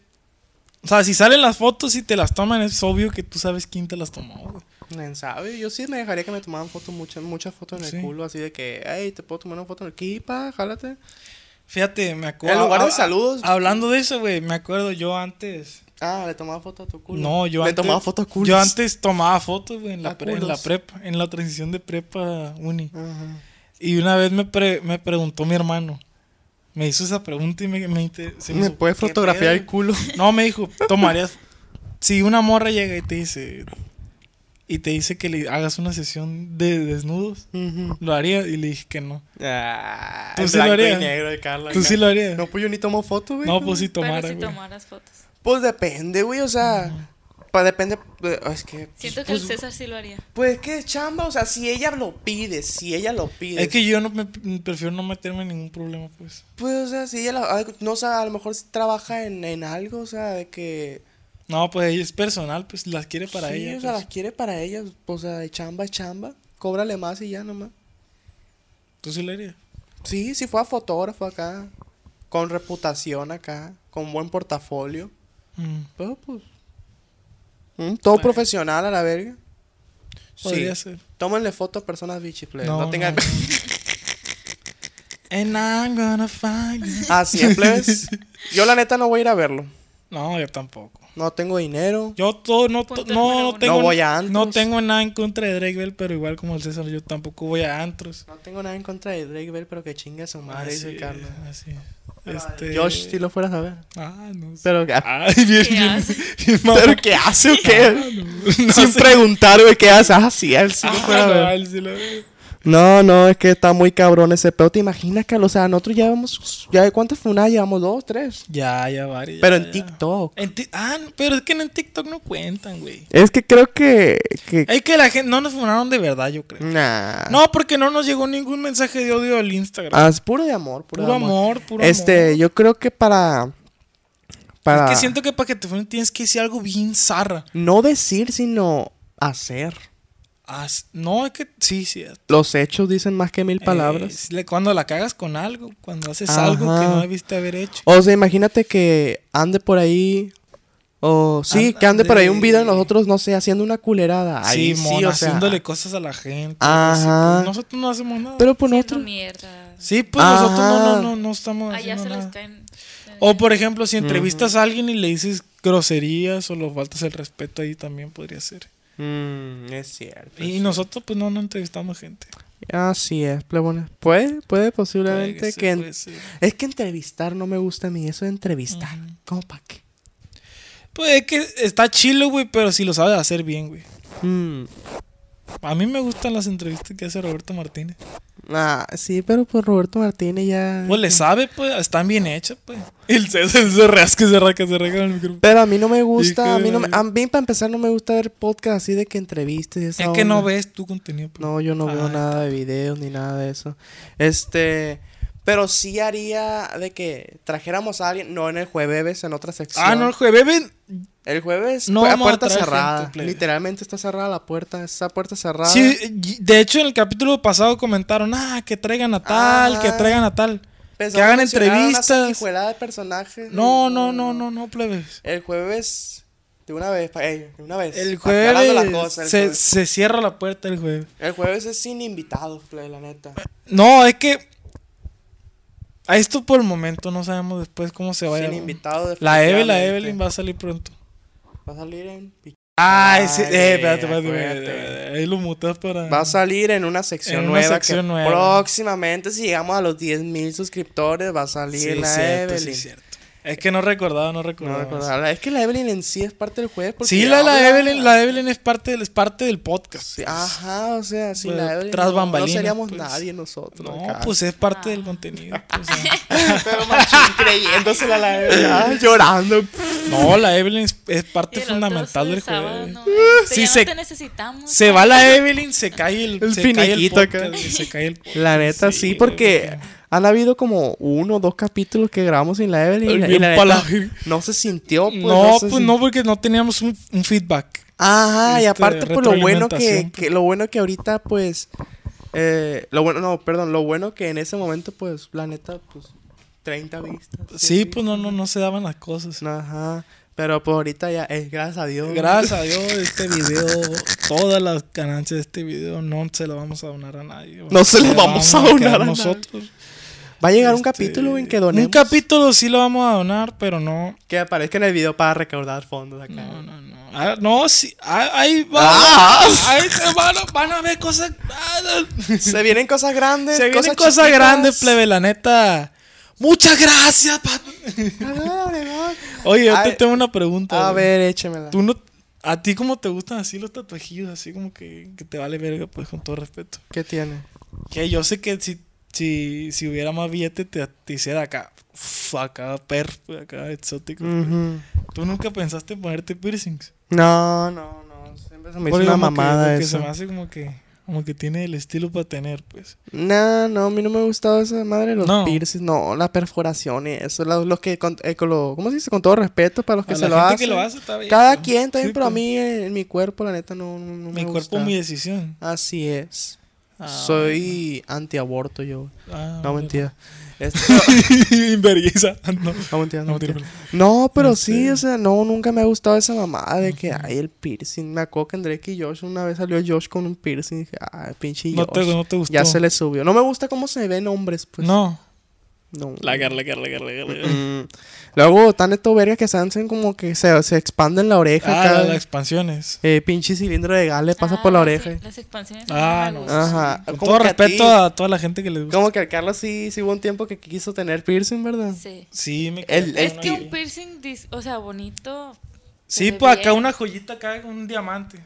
B: O sea, si salen las fotos y te las toman, es obvio que tú sabes quién te las tomó, güey.
A: Quién sabe, yo sí me dejaría que me tomaran fotos, muchas muchas fotos en el
B: Sí.
A: culo, así de que, hey, te puedo tomar una foto en el kipa, jálate.
B: Fíjate, me acuerdo.
A: En lugar de
B: ah, ah,
A: saludos.
B: Hablando de eso, güey, me acuerdo yo antes.
A: Ah, le tomaba foto a tu culo.
B: No, yo
A: le
B: antes.
A: tomaba foto a culos.
B: Yo antes tomaba fotos, güey, en, la
A: A
B: pre- en la
A: culos.
B: prepa. En la transición de prepa uni.
A: Ajá.
B: Y una vez me, pre- me preguntó mi hermano. Me hizo esa pregunta y me, me, inter- se me
A: ¿Me
B: hizo,
A: puedes
B: ¿qué
A: fotografiar
B: pedo,
A: el
B: güey? <laughs>
A: culo?
B: No, me dijo, tomarías. si una morra llega y te dice. Y te dice que le hagas una sesión de desnudos,
A: Ujú.
B: lo haría. Y le dije que no.
A: Ah,
B: ¿Tú
A: en
B: sí lo
A: blanco y
B: harías?
A: negro de Carla.
B: ¿Tú sí lo harías?
A: No,
B: No,
A: pues yo ni tomo foto, güey.
B: pues si tomara,
C: pero si
B: güey.
C: tomaras fotos.
A: Pues depende, güey, o sea, pa- depende, eh, es que...
C: Siento que
A: pues,
C: el César sí lo haría.
A: Pues es que es chamba, o sea, si ella lo pide, si ella lo pide.
B: Es que yo no me, prefiero no meterme en ningún problema, pues.
A: Pues, o sea, si ella, la- ay, no, o sea, a lo mejor sí trabaja en, en algo, o sea, de que...
B: No, pues ella es personal, pues las quiere para
A: sí,
B: ella.
A: o sea,
B: pues.
A: las quiere para ella, o sea, de chamba, es chamba, cóbrale más y ya nomás.
B: ¿Tú sí lo harías?
A: Sí, si fue a fotógrafo acá, con reputación acá, con buen portafolio,
B: Mm.
A: pero pues... mm, todo profesional a la verga.
B: Podría
A: sí.
B: ser.
A: Tómenle foto a personas bichiples. No,
B: No,
A: tengan...
B: no, And I'm gonna find you.
A: <laughs> Así es,
B: <laughs>
A: plebes. Yo la neta no voy a ir a verlo.
B: No, yo tampoco.
A: No tengo dinero.
B: Yo todo, no, to-
C: Punto número
B: no, no
C: uno.
B: tengo.
A: No voy a antros.
B: no tengo nada en contra de Drake Bell, pero igual como el César, yo tampoco voy a antros.
A: No tengo nada en contra de Drake Bell, pero que chingue a su madre,
B: Así
A: dice
B: es,
A: Carlos.
B: así es.
A: Este...
B: Este-
A: Josh, si lo fueras a ver.
B: Ah, no sé.
A: <laughs> Pero,
B: Ay, bien,
C: ¿Qué
B: bien,
C: hace?
B: bien mamá.
A: ¿Pero qué hace o
B: <laughs>
A: qué?
B: No
A: Sin
B: sé.
A: preguntar, güey, ¿qué hace? Ah, sí, él sí lo
B: Ah,
A: fuera a
B: no,
A: ver.
B: él sí lo ve.
A: No, no, es que está muy cabrón ese pedo. ¿Te imaginas, Carlos? O sea, nosotros ya vamos... ¿Ya de cuántas funadas llevamos? ¿Dos, tres?
B: Ya, ya, varios. ya,
A: Pero en
B: ya.
A: TikTok.
B: En ti- ah, no, pero es que en TikTok no cuentan, güey.
A: Es que creo que... que...
B: Es que la gente no nos funaron de verdad, yo creo.
A: Nah.
B: No, porque no nos llegó ningún mensaje de odio al Instagram.
A: Mm. Ah, es puro de amor, puro,
B: puro
A: de amor.
B: amor, puro
A: este,
B: amor.
A: yo creo que para... Para...
B: Es que siento que para que te funen tienes que decir algo bien zarra.
A: No decir, sino hacer.
B: Ah, s- no, es que sí, sí. es-
A: Los hechos dicen más que mil
B: eh,
A: palabras.
B: es le- cuando la cagas con algo, cuando haces
A: Ajá.
B: algo que no debiste haber hecho.
A: O sea, imagínate que ande por ahí O sí, que ande por ahí un video de nosotros, no sé, haciendo una culerada. Ahí
B: sí,
A: sí,
B: mon,
A: o sea,
B: haciéndole cosas a la gente.
A: Ajá.
B: Sí, pues, nosotros no hacemos nada.
A: Pero pues
C: Haciendo
A: nosotros.
C: mierda.
B: sí, pues
A: Ajá.
B: nosotros no, no, no, no estamos
C: Allá
B: haciendo
C: Ah, se les
B: nada. Oh,
C: caen. eh, se les
B: O por ejemplo, si entrevistas a alguien y le dices groserías o le faltas el respeto ahí también podría ser.
A: Mm, es cierto.
B: Y nosotros pues no, no entrevistamos gente.
A: Así es, plebones. Puede, puede posiblemente
B: Puede ser,
A: que. en-
B: puede ser.
A: Es que entrevistar no me gusta a mí, eso de entrevistar. ¿Cómo pa' qué?
B: Pues es que está chilo, güey, pero si lo sabes hacer bien, güey.
A: Mm,
B: A mí me gustan las entrevistas que hace Roberto Martínez.
A: Ah, sí, pero pues Roberto Martínez ya.
B: Pues le sabe, pues, están bien hechas, pues. El César se rasca, se rasca, se rasca en el micrófono.
A: Pero a mí no me gusta,
B: Hijo
A: a mí, no me-
B: de-
A: a mí para empezar no me gusta ver podcast así de que entrevistas. y esa
B: Es que no
A: onda.
B: ves tu contenido. pues.
A: No, yo no veo
B: Ay,
A: nada de videos ni nada de eso. Este, pero sí haría de que trajéramos a alguien, no en el jueves, en otra sección.
B: Ah, no, el jueves. ven.
A: El jueves
B: No
A: no a
B: vamos a
A: puerta
B: traer
A: cerrada.
B: gente, plebe.
A: Literalmente está cerrada la puerta, esa puerta cerrada.
B: Sí, y- de hecho, en el capítulo pasado comentaron, ah, que traigan a tal,
A: Ah.
B: que traigan a tal.
A: Pensamos
B: que hagan
A: mencionar una
B: entrevistas.
A: sanguijuelada de personajes.
B: No, no, no, no, no, plebes.
A: El jueves de una vez, pa- ey, de una vez.
B: El
A: aclarando
B: jueves,
A: la cosa, el,
B: se,
A: jueves.
B: se cierra la puerta el jueves.
A: El jueves es sin invitados, plebe, la neta.
B: No, es que. A esto por el momento, no sabemos después cómo se vaya.
A: Sin invitados.
B: La Evelyn, la
A: definitivamente.
B: Evelyn va a salir pronto.
A: Va a salir en pi-
B: Ah, ese,
A: Ay,
B: eh, espérate, espérate,
A: acuérdate.
B: espérate. Ahí lo mutas para.
A: Va a salir en una sección
B: En una
A: nueva.
B: sección
A: que
B: nueva.
A: Próximamente, si llegamos a los 10.000 suscriptores, va a salir
B: Sí,
A: la
B: cierto, sí,
A: Evelyn.
B: cierto. Es que no recordaba, no
A: No
B: recordaba.
A: recuerdo. La- Es que la Evelyn en sí es parte del jueves. porque
B: sí, la, la
A: habla-
B: Evelyn, la Evelyn es parte del, es parte del podcast.
A: Sí, ah, ajá, o sea, sin
B: Bueno,
A: la Evelyn.
B: Pues, tras
A: no- no,
B: bambalinas,
A: seríamos
B: pues.
A: nadie nosotros.
B: No,
A: acá.
B: pues es parte
A: <laughs>
B: del contenido. pues, o sea.
A: Pero machín, creyéndosela a la
B: <laughs>
A: Evelyn. ah, llorando.
B: no, la Evelyn es, es
C: Y
B: parte
C: el otro
B: fundamental del juego.
C: sábado,
B: güey.
C: no, este,
B: Sí,
C: ya
B: se-
C: no te necesitamos.
B: Se va la Evelyn, se cae el,
A: El
B: se cae
A: finiquito acá.
B: podcast, güey, se cae el
A: <laughs>
B: podcast.
A: La neta, sí,
B: Sí,
A: porque
B: güey.
A: han habido como uno o dos capítulos que grabamos sin la Evelyn. y la- y
B: Bien
A: la
B: pa'
A: neta,
B: la-
A: no se sintió. Pues,
B: no,
A: se
B: pues
A: sintió.
B: no, porque no teníamos un, un feedback.
A: Ajá, y
B: Este,
A: aparte, pues lo bueno que,
B: retroalimentación,
A: que- lo bueno que ahorita, pues, eh, lo bueno, no, perdón, lo bueno que en ese momento, pues, la neta, pues, 30 vistas.
B: Sí,
A: 100
B: pues no, no, no se daban las cosas.
A: vistas. Ajá, pero pues ahorita ya, eh, gracias a Dios.
B: Gracias a Dios, este video, todas las ganancias de este video no se las vamos a donar a nadie.
A: No se las vamos a
B: quedar
A: donar a
B: nosotros.
A: <laughs> Va a llegar un
B: Este,
A: capítulo en que donemos.
B: Un capítulo sí lo vamos a donar, pero no.
A: Que aparezca en el video para recaudar fondos acá.
B: No, no, no. Ah, no, sí. ah, ahí va.
A: Ah.
B: Ahí se van, a- van a
A: <laughs>
B: ver cosas. ah,
A: <laughs>
B: no.
A: Se vienen cosas grandes.
B: se vienen
A: chiquitas.
B: cosas grandes,
A: <laughs>
B: plebe, la neta. Muchas gracias, pa-
A: A ver, a ver, a ver.
B: <laughs> Oye, yo te
A: Ay,
B: tengo una pregunta.
A: Ah, A
B: güey.
A: ver, échemela.
B: ¿Tú no, ¿A ti cómo te gustan así los tatuajillos? Así como que, que te vale verga, pues, con todo respeto.
A: ¿Qué tiene?
B: Que yo sé que si, si, si hubiera más billete te, te hiciera acá. uf, acá perro, pues, acá exótico.
A: Ujú.
B: ¿Tú nunca pensaste en ponerte piercings?
A: No, no, no. Siempre se me hizo
B: Porque
A: una
B: como que-
A: mamada
B: porque
A: eso.
B: se me hace como que, como que tiene el estilo para tener, pues.
A: No, no, a mí no me ha gustado esa madre de los
B: No.
A: piercings, no, las perforaciones, eso, los, los que, con, eh, con lo- ¿cómo se dice? Con todo respeto para los que
B: A
A: se
B: la
A: lo
B: gente
A: hacen.
B: que lo hace está bien.
A: Cada
B: ¿no?
A: quien también,
B: Sí,
A: pero a
B: pues.
A: mí eh, en mi cuerpo, la neta, no, no, no me
B: Mi cuerpo,
A: gusta.
B: mi decisión.
A: Así es.
B: Ah,
A: Soy antiaborto yo.
B: ah,
A: No,
B: bueno. <laughs>
A: mentira. Este,
B: Vergüenza. <laughs> No.
A: no, mentira, no,
B: No,
A: mentira.
B: <laughs> mentira.
A: No, pero sí,
B: Este-
A: o sea, no, nunca me ha gustado esa mamada de que hay el piercing. Me acuerdo que en Drake y Josh, una vez salió Josh con un piercing y dije, ah, pinche
B: No te,
A: Josh.
B: no te gustó.
A: ya se le subió. No me gusta cómo se ven hombres, pues.
B: No.
A: No.
B: La garla, garla, garla, garla.
A: Mm. Luego están estos vergas que se hacen como que se, se expanden la oreja.
B: Ah,
A: acá,
B: la- las expansiones.
A: eh, pinche cilindro de gas le pasa
C: Ah,
A: por la
C: sí,
A: oreja.
C: las expansiones.
B: Ah,
C: no me
B: no.
C: gustan.
A: Ajá.
B: Con
A: Como
B: todo
A: que a
B: respeto
A: ti-
B: a, toda la gente que les gusta.
A: Como que al Carlos sí, sí hubo un tiempo que quiso tener piercing, ¿verdad?
C: Sí.
B: Sí, me
A: El-
B: quedé
A: el
C: Es
B: con
C: que
B: una
C: un
B: idea.
C: piercing, dis- o sea, bonito. se
B: Sí,
C: ve
B: pues acá
C: bien.
B: una joyita acá con un diamante.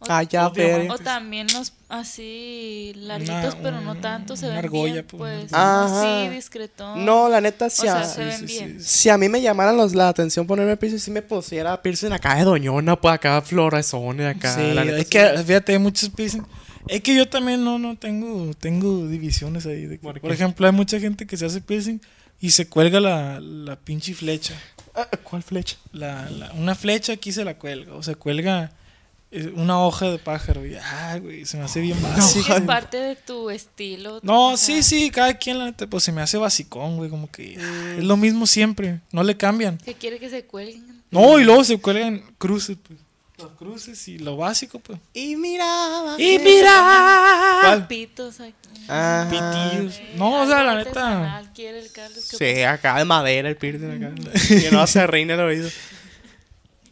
C: O,
A: Ah, ya,
B: obvio,
A: verga.
C: o también los así larguitos,
B: Una-
C: pero no
B: un-
C: tanto. Se
B: una
C: ven
B: argolla,
C: bien,
B: pues, una
C: pues.
A: argolla.
C: Sí, discretón.
A: No, la neta,
C: O
A: si a,
C: sea, se ven
B: sí, sí,
C: bien.
B: sí.
A: si a mí me llamaran los, la atención ponerme piercing, si me pusiera piercing acá de doñona, pues acá florezones, acá.
B: sí,
A: la neta,
B: es
A: sí.
B: que fíjate, hay muchos piercing. Es que yo también no, no tengo, tengo divisiones ahí. de que-
A: ¿Por
B: ¿Por,
A: qué?
B: ejemplo, hay mucha gente que se hace piercing y se cuelga la, la pinche flecha.
A: Ah, ¿Cuál flecha?
B: La, la- una flecha aquí se la cuelga. O se cuelga eh, una hoja de pájaro. Y, ah, güey, se me hace bien
C: Sí,
B: básico.
C: es parte de tu estilo.
B: No,
C: o
B: sí,
C: sea,
B: sí, cada quien, la neta, pues se me hace basicón, güey, como que es lo mismo siempre, no le cambian.
C: Que quiere que se cuelguen.
B: No, y luego se cuelgan cruces, pues. Los cruces y lo básico, pues.
A: Y miraba.
B: ¡Y mira!
C: Pitos aquí.
A: Ajá.
B: Pitillos.
C: Ah.
B: No, o sea, la neta.
C: Quiere el Carlos que
A: Sí, Mm. acá de madera el piercing acá. que no se reina el oído. <laughs>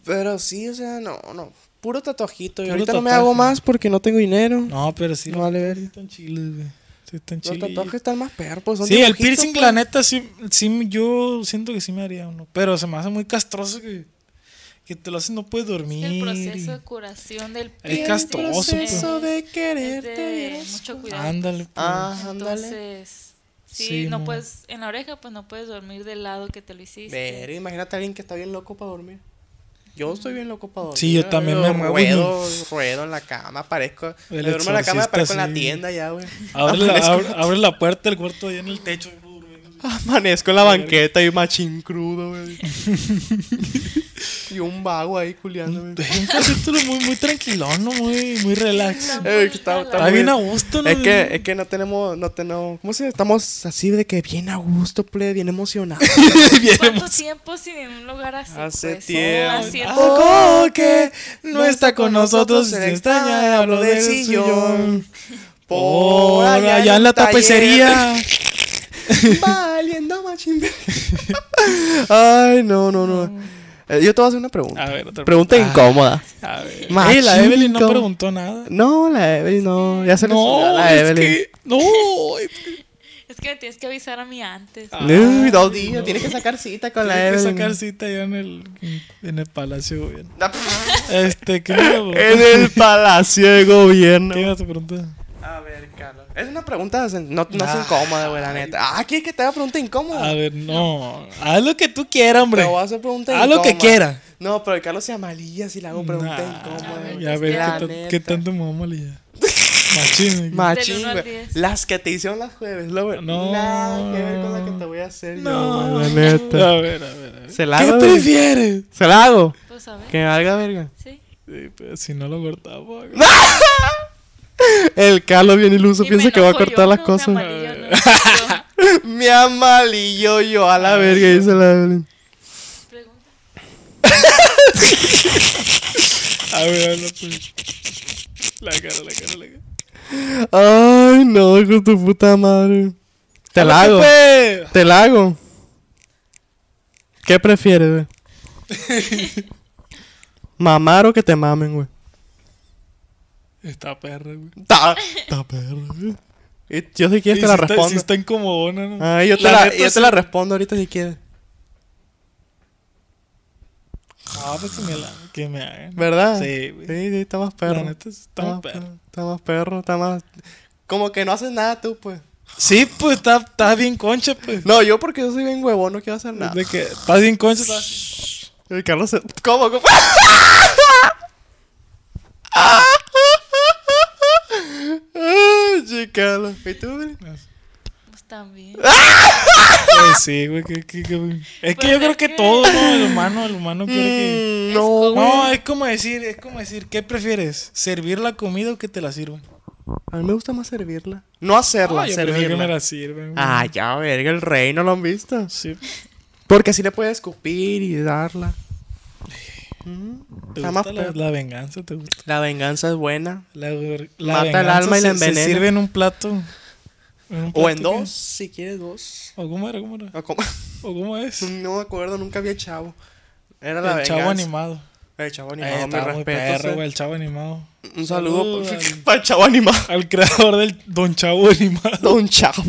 A: Pero sí, o sea, no, no. Puro tatuajito. Y
B: Puro
A: ahorita no me
B: tatuaje.
A: hago más porque no tengo dinero. No,
B: No, pero sí.
A: vale ver.
B: sí Están chiles, güey. Sí, están
A: Los
B: chiles.
A: tatuajes están más perros. pues, son
B: Sí, el
A: dibujitos,
B: piercing,
A: pues.
B: la neta, sí, sí, yo siento que sí me haría uno. Pero se me hace muy castroso que, que te lo hacen, no puedes dormir.
C: pues, el
B: y-
C: proceso de curación del
B: Es
C: piercing
B: castroso,
A: El proceso
B: pues.
A: de
C: es
A: quererte.
C: de
A: eres-
C: mucho cuidado.
B: Ándale, pues.
A: Ah, ándale.
C: Entonces, sí,
B: Sí,
C: no
B: no.
C: puedes, en la oreja, pues no puedes dormir del lado que te lo hiciste.
A: Ver, imagínate a alguien que está bien loco para dormir. Yo estoy bien loco para dormir.
B: Sí, yo también me muevo y-
A: ruedo, ruedo en la cama, parezco. Me
B: El
A: duermo en la cama,
B: exorcista,
A: parezco en la
B: sí.
A: tienda ya, güey.
B: Abre la,
A: Aparezco-
B: abre, abre la puerta del cuarto ahí en el techo.
A: Amanezco en la banqueta y machín crudo, güey. <laughs> y un vago ahí culiándome.
B: Un capítulo muy, muy tranquilón, ¿no? muy, muy relax.
C: Está
A: Eh, que está-
C: bonita
A: está
B: Está
A: muy-
B: bien a gusto, ¿no?
A: Es que, es que no tenemos, no tenemos, ¿cómo se Estamos así de que bien a gusto, ple, bien emocionados. <laughs>
C: la- ¿Cuánto tiempo sin en un lugar así?
A: Hace
C: pues?
A: tiempo.
C: Así es.
A: Ah. Oh,
B: Algo que no está con nosotros, se extraña, hablo del sillón. Por allá en la
A: taller.
B: tapecería.
A: <laughs> Valiendo machín. <laughs> Ay, no, no, no. Eh, yo te voy a hacer una pregunta.
B: A ver, otra
A: Pregunta
B: pregunta.
A: incómoda.
B: A ver.
A: Machín,
B: Ey, la Evelyn no
A: ¿cómo?
B: preguntó nada.
A: No, la Evelyn, no. Ya se
B: No,
A: nos la
B: es
A: Evelyn.
B: que. No, es que-
C: Es que me tienes que avisar a mí antes.
B: Ah,
A: Uy, dos días. Tienes que sacar cita con la
B: Tiene que
A: Evelyn.
B: sacar cita allá en el, en el palacio. güey.
A: La-
B: Este, ¿qué
A: <laughs>
B: me <laughs>
A: en el Palacio de Gobierno.
B: ¿Qué era tu pregunta?
A: A ver, Carlos. Es una pregunta, sen- no, no
B: Ay.
A: es incómoda, güey, la neta. Ah, ¿quieres que te haga pregunta incómoda?
B: A ver, no. Haz lo que tú quieras, Ah, hombre.
A: Te voy a hacer pregunta
B: Haz lo que
A: incómoda.
B: quiera.
A: No, pero el Carlos se amalilla si le hago pregunta
B: Nah,
A: incómoda, güey.
B: Ya ver
A: La
B: qué, tan-
A: neta.
B: qué tanto me va
A: <laughs>
B: a molestar. Machín. ¿eh? güey.
A: Machín,
C: Del uno al
A: güey.
C: diez.
A: Las que te hicieron las jueves, lo güey.
B: No.
A: Nada que ver con la que te voy a hacer yo,
B: No,
A: güey,
B: A ver, a ver. a ver.
A: Se la
B: ¿Qué
A: hago. güey.
B: prefieres?
A: Se la hago.
C: Pues a ver,
A: Que valga verga.
C: sí.
B: Sí, pero si no lo cortamos.
A: <laughs>
B: güey.
A: El Carlos bien iluso
C: Y me
A: piensa que va a
C: enojo
A: cortar
C: yo,
A: las
C: no, me
A: cosas.
C: amarillo, no,
A: <laughs>
C: yo-
A: Me amalilló yo a la verga, dice la Evelyn.
C: Pregunta.
B: A ver, a ver, pues. La cara, la cara, la cara.
A: Ay, no, hijo de tu puta madre. Te la hago.
B: Pues.
A: Te la hago. ¿Qué prefieres, güey? <laughs> ¿Mamar o que te mamen, güey?
B: Está perra, güey.
A: Ta, ta perro, güey. Y Yo si quieres
B: Y
A: te la Ah.
B: si está-
A: respondo.
B: Si está incomodona, ¿no?
A: Ay, yo te la,
B: neta,
A: yo
B: sí.
A: te la respondo ahorita si quieres.
B: Ah, pues que me la que me hagan.
A: ¿Verdad?
B: Sí, güey.
A: Sí, sí, está más
B: La
A: perro. Ah, pues.
B: neta está más perra.
A: Está más perro, está más... Como que no haces nada tú, pues.
B: Sí, pues está, está bien concha, pues.
A: No, yo porque yo soy bien huevón, no quiero hacer
B: Es
A: nada.
B: De que estás bien concha, estás.
A: El Carlos se... ¿Cómo? ¿Cómo? Ay, sí, Carlos. ¿Y tú, Billy?
C: Pues también.
B: Pues sí, güey. Que, que- que- Es que
C: Pues
B: yo
C: es
B: creo que
C: que-
B: todo, ¿no? El humano, el humano quiere que.
A: Mm,
C: Es
A: no, güey.
B: No, es como decir, es como decir, ¿qué prefieres? ¿Servir la comida o que te la sirvan?
A: A mí me gusta más servirla. No hacerla,
B: Ah, yo prefiero que me
A: servirla.
B: la sirvan. güey.
A: Ah, ya, verga, el rey no lo han visto.
B: Sí.
A: Porque así le puedes escupir y darla. Mm,
B: ¿Te
A: está
B: gusta
A: más
B: la,
A: perro.
B: la venganza? ¿Te gusta?
A: La venganza es buena.
B: La, la
A: Mata el
B: venganza
A: alma y la
B: se- Se
A: envenena.
B: sirve en un plato. en un
A: O en
B: plato que-
A: dos, si quieres dos.
B: ¿O cómo era? ¿Cómo era?
A: O como-
B: ¿O cómo es?
A: <laughs> No me acuerdo, nunca vi el chavo. Era la
B: El chavo
A: venganza.
B: animado.
A: El chavo
B: Eh,
A: animado, mi
B: estaba muy
A: respeto,
B: perro,
A: sí.
B: güey, el chavo animado.
A: Un saludo
B: Saludo al-
A: <laughs> para el chavo animado.
B: Al creador del Don Chavo animado.
A: Don Chavo.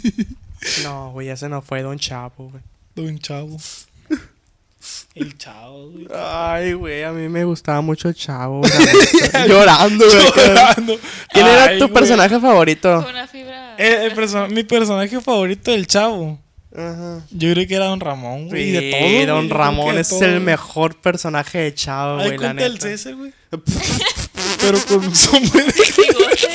A: <laughs> no, güey, ese no fue Don Chavo, güey.
B: Don Chavo. El Chavo, güey.
A: Ay, güey, a mí me gustaba mucho el Chavo. la neta. <laughs> Llorando, güey. <laughs>
B: Llorando.
A: ¿Quién
B: Ay,
A: era tu
B: güey.
A: personaje favorito?
C: Con una
A: <laughs>
C: fibra.
B: Eh, el perso- mi personaje favorito del Chavo.
A: Ajá.
B: Yo creo que era Don Ramón, güey. y de todo.
A: Sí,
B: güey, yo creo
A: Don
B: que
A: Ramón
B: de
A: es
B: todo.
A: el mejor personaje de Chavo,
B: Ay,
A: güey, la
B: cuenta el
A: <laughs> neta.
B: César, güey.
A: <laughs>
B: Pero con un sombrero.
C: bigote.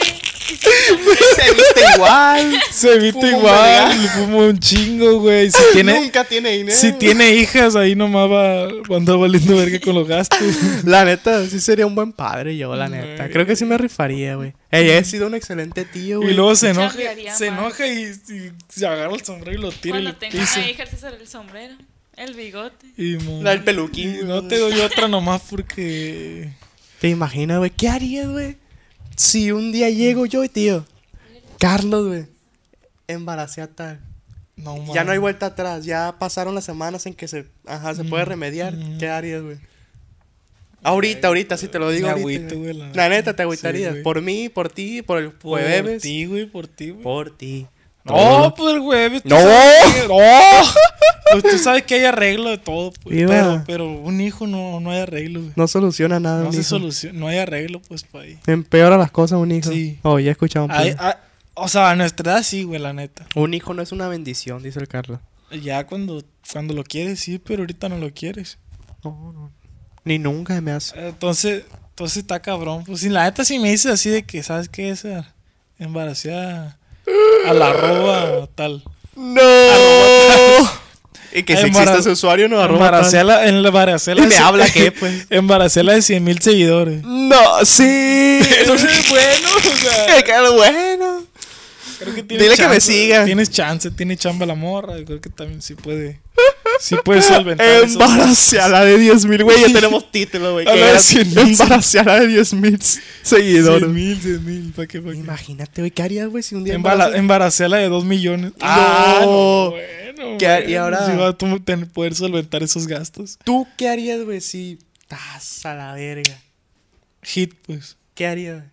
A: Se viste igual. <laughs>
B: Se se evita
A: Fumo un
B: igual,
A: vergal.
B: le fumo un chingo, güey.
A: <laughs>
B: Si tiene,
A: Nunca tiene dinero.
B: si tiene hijas, ahí nomás va, va a andar valiendo verga con
A: <laughs>
B: los gastos.
A: La neta, sí sería un buen padre yo, la neta. Creo que sí me rifaría, güey. Ey, he sido un excelente tío,
B: y
A: güey.
B: luego se enoja,
C: Chambearía
B: se
C: más.
B: enoja y, y se agarra el sombrero y lo tira y
C: Cuando
B: lo
C: tenga una
B: pisa.
C: hija, se sale el sombrero, el bigote. <laughs>
B: Y, mo-
A: La del peluquín,
B: y no
A: güey.
B: te doy otra nomás porque...
A: Mm. ¿Te imaginas, güey? ¿Qué harías, güey? Si un día llego yo y tío, Carlos, güey, embaracé a tal.
B: No,
A: Ya no hay
B: mames.
A: vuelta atrás, ya pasaron las semanas en que se, ajá, se puede remediar.
B: mm.
A: ¿Qué harías, güey? Ahorita, ahorita, sí te lo digo.
B: Me
A: ahorita,
B: agüito,
A: güey.
B: güey, la
A: La neta,
B: neta,
A: te agüitarías.
B: sí, güey.
A: por mí, por ti, por el
B: Por
A: jueves.
B: ti, güey, por ti, güey.
A: Por ti.
B: No, pues el jueves. tú
A: ¡No!
B: sabes que- ¡No! <laughs> Pues tú sabes que hay arreglo de todo, pues,
A: Viva.
B: pero, pero un hijo no, no hay arreglo, güey.
A: No soluciona nada.
B: No
A: un
B: se
A: hijo.
B: soluciona, no hay arreglo, pues, para ahí.
A: Empeora las cosas un hijo.
B: Sí.
A: Oh, ya escuchamos.
B: Ay, ah. ay, o sea, a nuestra edad sí, güey, la neta.
A: Un hijo no es una bendición, dice el Carlos.
B: Ya cuando, cuando lo quieres, sí, pero ahorita no lo quieres.
A: No, no. Ni nunca me hace.
B: Entonces, entonces está cabrón. Pues si la neta sí me dices así de que, ¿sabes qué? Esa embaracida a la roba tal. <laughs>
A: ¡No! y que si
B: Embara-
A: existe ese usuario, no arroba.
B: Embaracé a la, en la embaracé a la
A: ¿Y me
B: de-
A: habla qué, pues?
B: <laughs> Embaracé a la de 100 mil seguidores.
A: No,
B: <laughs>
A: sí. <laughs>
B: bueno, o sea,
A: Qué bueno.
B: creo que tiene
A: Dile que me
B: chance,
A: siga.
B: Tienes chance, tiene chamba la morra. Creo que también sí puede. Sí puede solventar. eso.
A: Embaraciala de 10 mil,
B: <laughs>
A: güey. Ya tenemos título, güey.
B: A
A: que
B: la de
A: era
B: 100,000.
A: Embaraciala de 10 mil seguidores.
B: 100 mil, 100 mil. ¿Para qué? ¿Para qué?
A: Imagínate, güey. ¿Qué harías, güey, si un día
B: Embala- em- embaracé a la de 2 millones.
A: Ah, no.
B: Bueno,
A: ¿Qué har- y
B: bueno,
A: ahora?
B: sí va a tu- ten- poder solventar esos gastos.
A: ¿Tú qué harías, güey, si estás a la verga?
B: Hit, pues.
A: ¿Qué harías?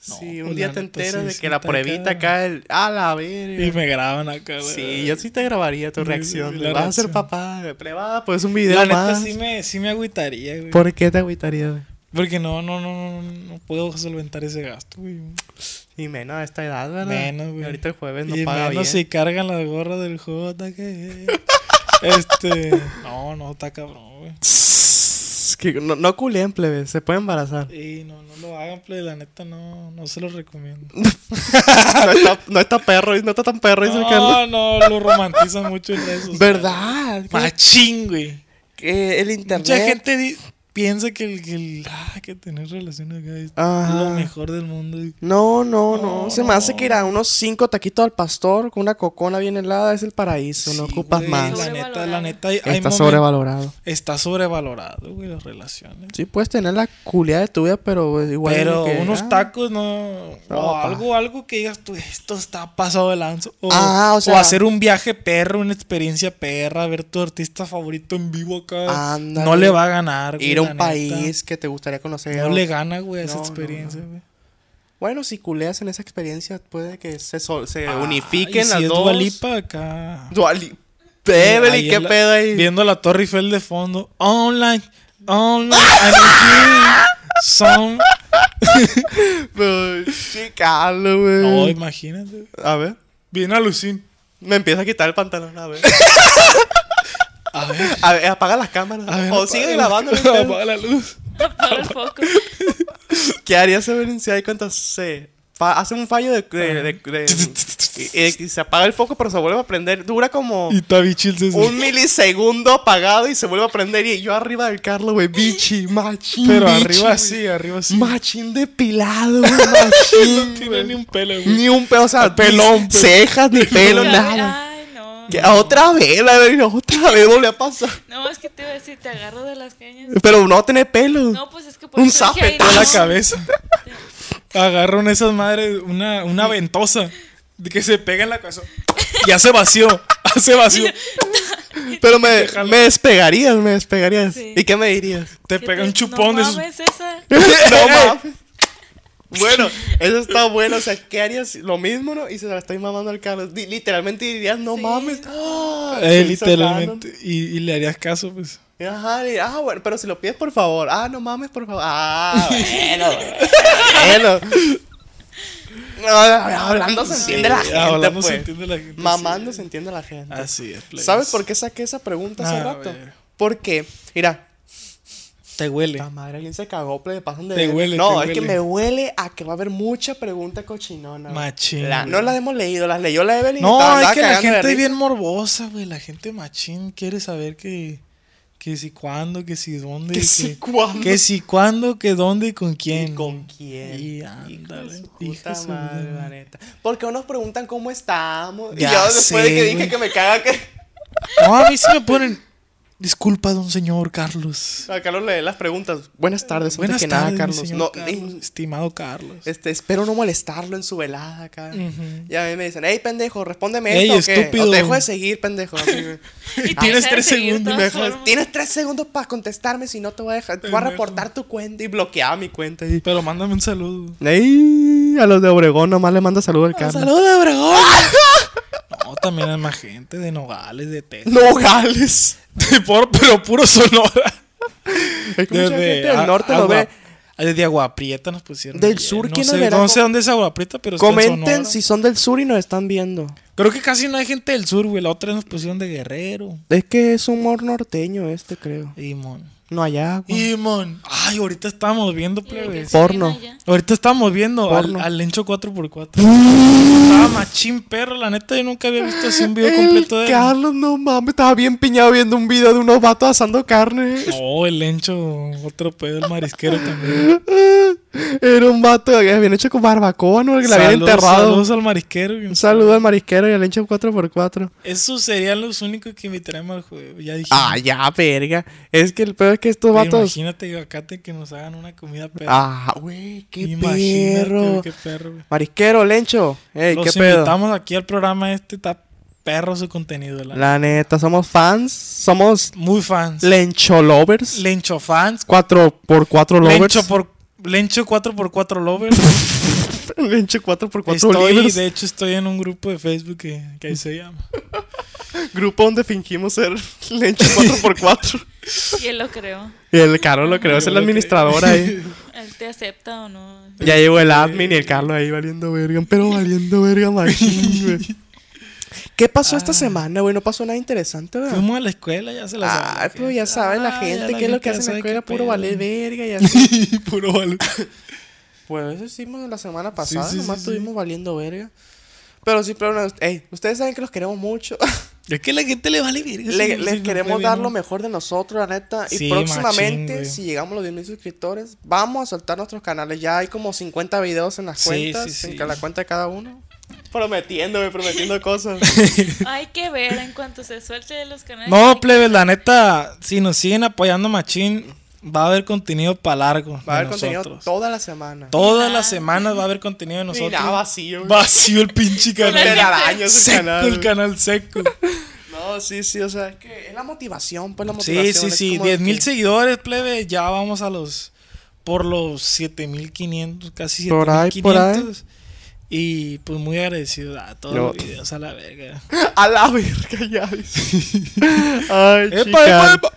A: Si
B: No,
A: un
B: pues,
A: día
B: la
A: te
B: neta,
A: enteras
B: sí,
A: de
B: sí
A: que la
B: está
A: pruebita
B: acá.
A: acá, el, a la
B: Y
A: verga.
B: me graban acá, güey.
A: Sí, yo sí te grabaría tu
B: Sí,
A: reacción.
B: sí,
A: güey.
B: la
A: Vas a ser
B: reacción.
A: papá, güey. Prueba, pues un video
B: La neta
A: más.
B: sí me, sí me agüitaría, güey.
A: ¿Por qué te agüitaría, güey?
B: Porque no, no, no, no, no puedo solventar ese gasto, güey.
A: Y menos a esta edad, ¿verdad?
B: Menos, güey.
A: Ahorita el jueves Pues no
B: y
A: paga
B: menos
A: bien.
B: si cargan la gorra del J que <laughs> este no no está cabrón güey
A: Tss, que no, no culen, plebe. Se puede
B: <laughs>
A: embarazar.
B: y no no lo hagan play la neta no no se los recomiendo
A: no, está, no está perro, no está tan perro, dice el Carlos.
B: no no lo romantizan mucho en redes sociales
A: ¿Verdad? Que-
B: machín güey
A: que el internet.
B: mucha gente di- piensa que el que el- ah, que tener relaciones acá es
A: Ajá.
B: lo mejor del mundo güey.
A: No, no, no.
B: No,
A: Se me hace
B: no.
A: que ir a unos cinco taquitos al pastor con una cocona bien helada es el paraíso. no
B: Sí,
A: ocupas
B: güey,
A: más.
B: la neta la neta hay, hay
A: Está
B: momen-
A: sobrevalorado.
B: está sobrevalorado güey las relaciones
A: Sí, puedes tener la culiada de tu vida, pero güey, igual.
B: Pero
A: de que,
B: unos
A: ah,
B: tacos no.
A: No,
B: o
A: pa.
B: algo, algo que digas tú, esto está pasado de lanza. O,
A: Ah, o
B: o
A: sea.
B: hacer un viaje perro, una experiencia perra, ver tu artista favorito en vivo acá.
A: Ándale.
B: No le va a ganar. güey,
A: Ir a
B: la
A: un
B: neta.
A: país que te gustaría conocer.
B: No le gana, güey, a esa
A: No, no,
B: experiencia,
A: no.
B: güey.
A: Bueno, si culeas en esa experiencia, puede que se, so- se
B: Ah,
A: unifiquen
B: y
A: las
B: si es
A: dos.
B: Dua Lipa acá.
A: Duali. Pébele,
B: Ahí
A: ¿qué
B: en la-
A: pedo ahí?
B: Viendo la Torre Eiffel de fondo. Online,
A: <laughs>
B: online, I need you, some.
A: <laughs> Ay, Sí, Carlos, güey.
B: No, oh, imagínate. güey.
A: A ver.
B: Bien alucin.
A: Me empieza a quitar el pantalón, a
B: <laughs>
A: ver.
B: A ver,
A: A ver, apaga las cámaras.
B: a ver.
A: o sigue
B: apaga-
A: grabando. no hay pedo.
B: Apaga la luz.
C: Tapar el foco.
A: ¿Qué haría Severin si hay cuántas se fa- hace un fallo de, de- de-
B: <laughs>
A: de- y, y se apaga el foco pero se vuelve a prender? Dura como
B: Y Tavi Chill se
A: un milisegundo apagado y se vuelve a prender y yo arriba del Carlos, güey, bichi, machín.
B: Pero
A: bichi,
B: arriba
A: güey.
B: sí, arriba sí.
A: Machín
B: <laughs>
A: depilado, güey, machín.
B: no tiene
A: güey.
B: ni un pelo, güey.
A: Ni un pelo, o sea,
B: Pelón,
A: ni cejas,
B: <laughs>
A: ni pelo,
C: Ya,
A: nada.
C: Ay, no.
A: Que- Otra vez, la verga, <laughs> otra vez volvió a pasar.
C: No, es que te iba a decir, te agarro de
A: <laughs>
C: las cañas.
A: Pero no tiene pelo.
C: No, pues es que por
A: Un
C: eso
A: zape,
C: dije, ay,
A: toda
B: A
C: no.
B: la cabeza. Agarra una de esas madres, una, una ventosa. De que se pega en la cabeza. Ya se <laughs> vació. Ya se vació.
A: Pero me, me despegarías, me despegarías.
C: Sí.
A: ¿Y qué me dirías?
B: Te
C: ¿Qué
B: pega
C: te-
B: un chupón
C: no
B: de esos.
C: mames
A: <laughs>
C: esa.
B: eh,
A: No mames. Bueno, eso está bueno. O sea, ¿qué harías? Lo mismo, ¿no? Y se la estoy mamando al Carlos. Di- literalmente dirías, no
C: Sí.
A: mames. Ah,
B: Eh,
A: se hizo
B: literalmente. Y, y le harías caso, pues.
A: canon. Ajá, y- ah, bueno, pero si lo pides, por favor. Ah, no mames, por favor. Ah, bueno. bueno. No, hablando se entiende la
B: Sí,
A: gente,
B: hablando
A: pues.
B: se entiende la gente.
A: Mamando
B: sí.
A: se entiende la gente.
B: Así es, Ah, plebes.
A: ¿Sabes por qué saqué esa pregunta hace
B: A
A: rato?
B: ver.
A: Porque, mira,
B: Te huele.
A: Puta madre, alguien se cagó, pero le pasan de
B: Te
A: ver-
B: huele,
A: No,
B: te
A: es que
B: huele.
A: me huele a que va a haber mucha pregunta cochinona. güey.
B: Machín,
A: La-
B: güey.
A: no las hemos leído, las leyó la Evelyn. y estaba-
B: No, es
A: estaba
B: que la
A: cagando de
B: gente es
A: risa.
B: bien morbosa, güey. La gente machín quiere saber que, que si cuándo, que si dónde.
A: Que si cuándo.
B: Que si cuándo, que dónde y con quién.
A: ¿Y con quién?
B: Y
A: Hijo de
B: ándale,
A: su
B: hijo
A: puta
B: de su
A: madre,
B: madre.
A: la neta. Porque unos preguntan cómo estamos.
B: Ya
A: y yo después de
B: sé,
A: que dije
B: güey.
A: que me caga que. <laughs>
B: No, a mí se me ponen. Disculpa, don señor Carlos.
A: A Carlos le dé las preguntas. Buenas tardes, antes
B: Eh, Buenas
A: que
B: tardes,
A: nada, Carlos.
B: Señor
A: No, eh.
B: Carlos,
A: ni-
B: Estimado Carlos.
A: este, espero no molestarlo en su velada acá.
B: Ujú.
A: Y a mí me dicen, hey pendejo, respóndeme
B: Ey,
A: esto. o qué?
B: estúpido.
A: O te dejo de seguir, pendejo. Así,
B: <laughs>
A: güey.
C: Y te
B: Tienes
C: deja de
B: tres
C: seguir
B: segundos,
C: todas
B: me dejas-
C: formas.
A: Tienes tres segundos para contestarme, si no te voy a dejar. Te voy a
B: Pendejo.
A: reportar tu cuenta y bloquear mi cuenta. Y...
B: Pero mándame un saludo.
A: Ey, a los de Obregón nomás le mando saludo al Carlos. <laughs>
B: de Obregón! No, también hay más gente de Nogales, de Texas.
A: Nogales.
B: De por- pero puro Sonora.
A: Hay mucha gente del
B: a-
A: norte lo
B: Agua-
A: ve.
B: Desde Aguaprieta nos pusieron.
A: Del
B: ayer.
A: sur,
B: no
A: ¿quién
B: sé,
A: nos verá?
B: No sé dónde es Aguaprieta, pero está en
A: Comenten
B: Sonora.
A: si son del sur y nos están viendo.
B: Creo que casi no hay gente del sur, güey. La otra nos pusieron de Guerrero.
A: Es que es humor norteño este, creo.
B: Imon.
A: No hay agua.
B: Imon. Ay, ahorita estamos viendo,
C: Y de que
B: plebes.
C: se
A: Porno.
C: ven allá.
B: Ahorita estamos viendo al,
A: Porno.
B: al Lencho 4x4. Estaba machín perro, la neta yo nunca había visto así un video completo de él.
A: Carlos, no mames, estaba bien piñado viendo un video de unos vatos asando carne.
B: No, el Lencho, otro pedo, el marisquero también.
A: <laughs> Era un vato que habían hecho con barbacoa, ¿no? Que la habían
B: Saludos-
A: enterrado.
B: Saludos al marisquero. güey.
A: Un saludo al marisquero y al hincha 4x4.
B: Esos serían los únicos que invitaremos al juego. Ya dije.
A: Ah, ya, verga. Es que el peor es que estos
B: Pero
A: vatos.
B: Imagínate acate que nos hagan una comida perro.
A: Ah, güey, qué
B: Imagínate,
A: perro.
B: güey, Qué perro. güey.
A: Marisquero, lencho. Ey,
B: los
A: qué pedo.
B: invitamos aquí al programa este, está perro su contenido. La...
A: La neta, somos fans. Somos
B: Muy fans.
A: lencho lovers.
B: Lencho fans.
A: 4x4 lovers.
B: Lencho por Lencho 4x4 Lover.
A: <laughs> Lencho 4x4
B: Estoy,
A: lovers.
B: de hecho, estoy en un grupo de Facebook que, que ahí se llama.
A: Grupo donde fingimos ser <laughs> lencho 4x4.
C: Y él lo creó.
A: y el Carlos lo creó, es
B: Yo
A: el
B: lo creo.
A: administrador ahí.
C: Él te acepta o no.
A: Ya llegó el admin y el Carlos ahí valiendo verga, pero valiendo
B: <laughs>
A: verga machín, güey. ¿Qué pasó esta semana, güey? No pasó nada interesante, ¿verdad?
B: Ah. Fuimos a la escuela, ya se la sabe
A: Ah,
B: la
A: pero
B: gente.
A: ya sabe la
B: Ah,
A: gente
B: ya
A: qué es lo
B: gente
A: que
B: ya
A: hacen en
B: sabe
A: la
B: qué
A: escuela, puro
B: pedo. <laughs>
A: valer verga y así.
B: Puro vale.
A: Pues eso hicimos la semana pasada,
B: sí, sí,
A: nomás
B: sí.
A: estuvimos valiendo verga. Pero sí, pero no, ey, ustedes saben que los queremos mucho. <laughs>
B: Es que la gente le vale verga.
A: Le-
B: sí,
A: les
B: sí, no
A: queremos
B: puede,
A: dar
B: ¿no?
A: lo mejor de nosotros, la neta. Y
B: Sí,
A: próximamente,
B: machín, güey.
A: si llegamos a los 10.000 suscriptores, vamos a soltar nuestros canales. Ya hay como 50 videos en las
B: Sí,
A: cuentas,
B: sí,
A: en
B: sí.
A: ca- la cuenta de cada uno. Prometiéndome, prometiendo cosas.
C: Hay que ver en cuanto se suelte de los canales.
B: No, plebes, la neta, si nos siguen apoyando machín, va a haber contenido para largo.
A: <laughs> Va a haber
B: de
A: contenido
B: nosotros.
A: toda la semana.
B: Todas
C: Ni
B: las
C: nada.
B: semanas va a haber contenido de
A: Y
B: nosotros.
A: nada vacío. güey.
B: Vacío el pinche canal.
A: Telarañas el
B: seco
A: canal,
B: el
A: güey.
B: canal seco.
A: No, sí, sí, o sea, es que es la motivación, pues la
B: Sí,
A: motivación.
B: sí,
A: es
B: sí.
A: como de
B: 10 mil
A: que-
B: seguidores, plebe. Ya vamos a los. Por los 7500, casi
A: Por ahí,
B: 7500.
A: por ahí.
B: Y pues muy agradecido a todos
A: No.
B: los videos, a la verga.
A: <laughs> A la verga, ya.
B: <laughs>
A: dice. Ay, chica.
B: ¡Epa, epa, epa!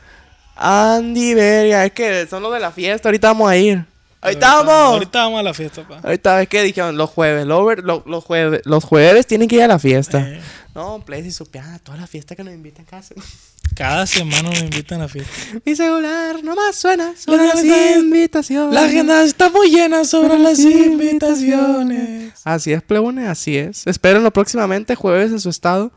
A: Andy, verga, es que son los de la fiesta, ahorita vamos a ir. Ahí
B: Ahorita-
A: estamos.
B: Ahorita vamos a la fiesta, pa.
A: Ahorita ves que dijeron los jueves, lover, lo- los jueves, los jueves tienen que ir a la fiesta.
B: Eh,
A: No, please, si supieran todas las fiestas que nos invitan casi.
B: cada semana nos invitan a fiesta.
A: <laughs> Mi celular nomás suena,
B: La
A: suena las
B: agenda-
A: invitaciones.
B: La agenda está muy llena sobre las invitaciones.
A: Así es, plebones, así es. Espérenlo próximamente, jueves en su estado.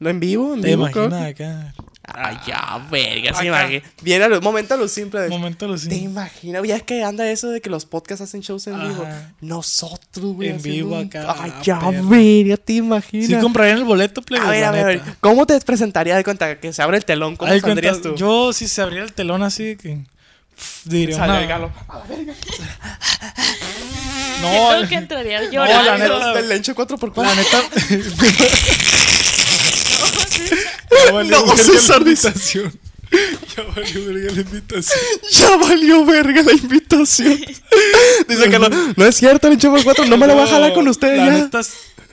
A: Lo en vivo, en
B: Te
A: vivo. creo
B: imaginas acá.
A: que- Ay, ya, verga, se
B: Acá.
A: imagina. Viene al momento a lo simple. de-
B: Momento lo
A: Te imagino, ya es que anda eso de que los podcasts hacen shows en
B: Ajá.
A: vivo. Nosotros, güey.
B: En
A: haciendo
B: vivo
A: un-
B: acá,
A: Ay,
B: ah,
A: ya,
B: perro.
A: verga, te imaginas.
B: Sí comprarían el boleto, plebe.
A: A ver,
B: la
A: a ver, a ver.
B: neta.
A: ¿Cómo te presentarías de cuenta que se abre el telón? ¿Cómo
B: Ay,
A: saldrías
B: cuenta,
A: tú?
B: Yo si se abría el telón así de que pff, diría
A: Sale
B: una-
A: el galo.
C: <laughs>
B: No,
C: Siento que
B: la,
C: entraría
B: la
C: llorando.
B: neta-
A: Del lencho 4x4.
B: la neta ya valió
A: No,
B: verga
A: César
B: la
A: dice-
B: invitación.
A: <laughs>
B: Ya valió verga la <laughs> invitación.
A: <laughs> Ya valió verga la
B: <laughs>
A: invitación. Dice Carlos, no es cierto, el lencho 4x4, no me lo voy a jalar con ustedes
B: la
A: ya.
B: neta,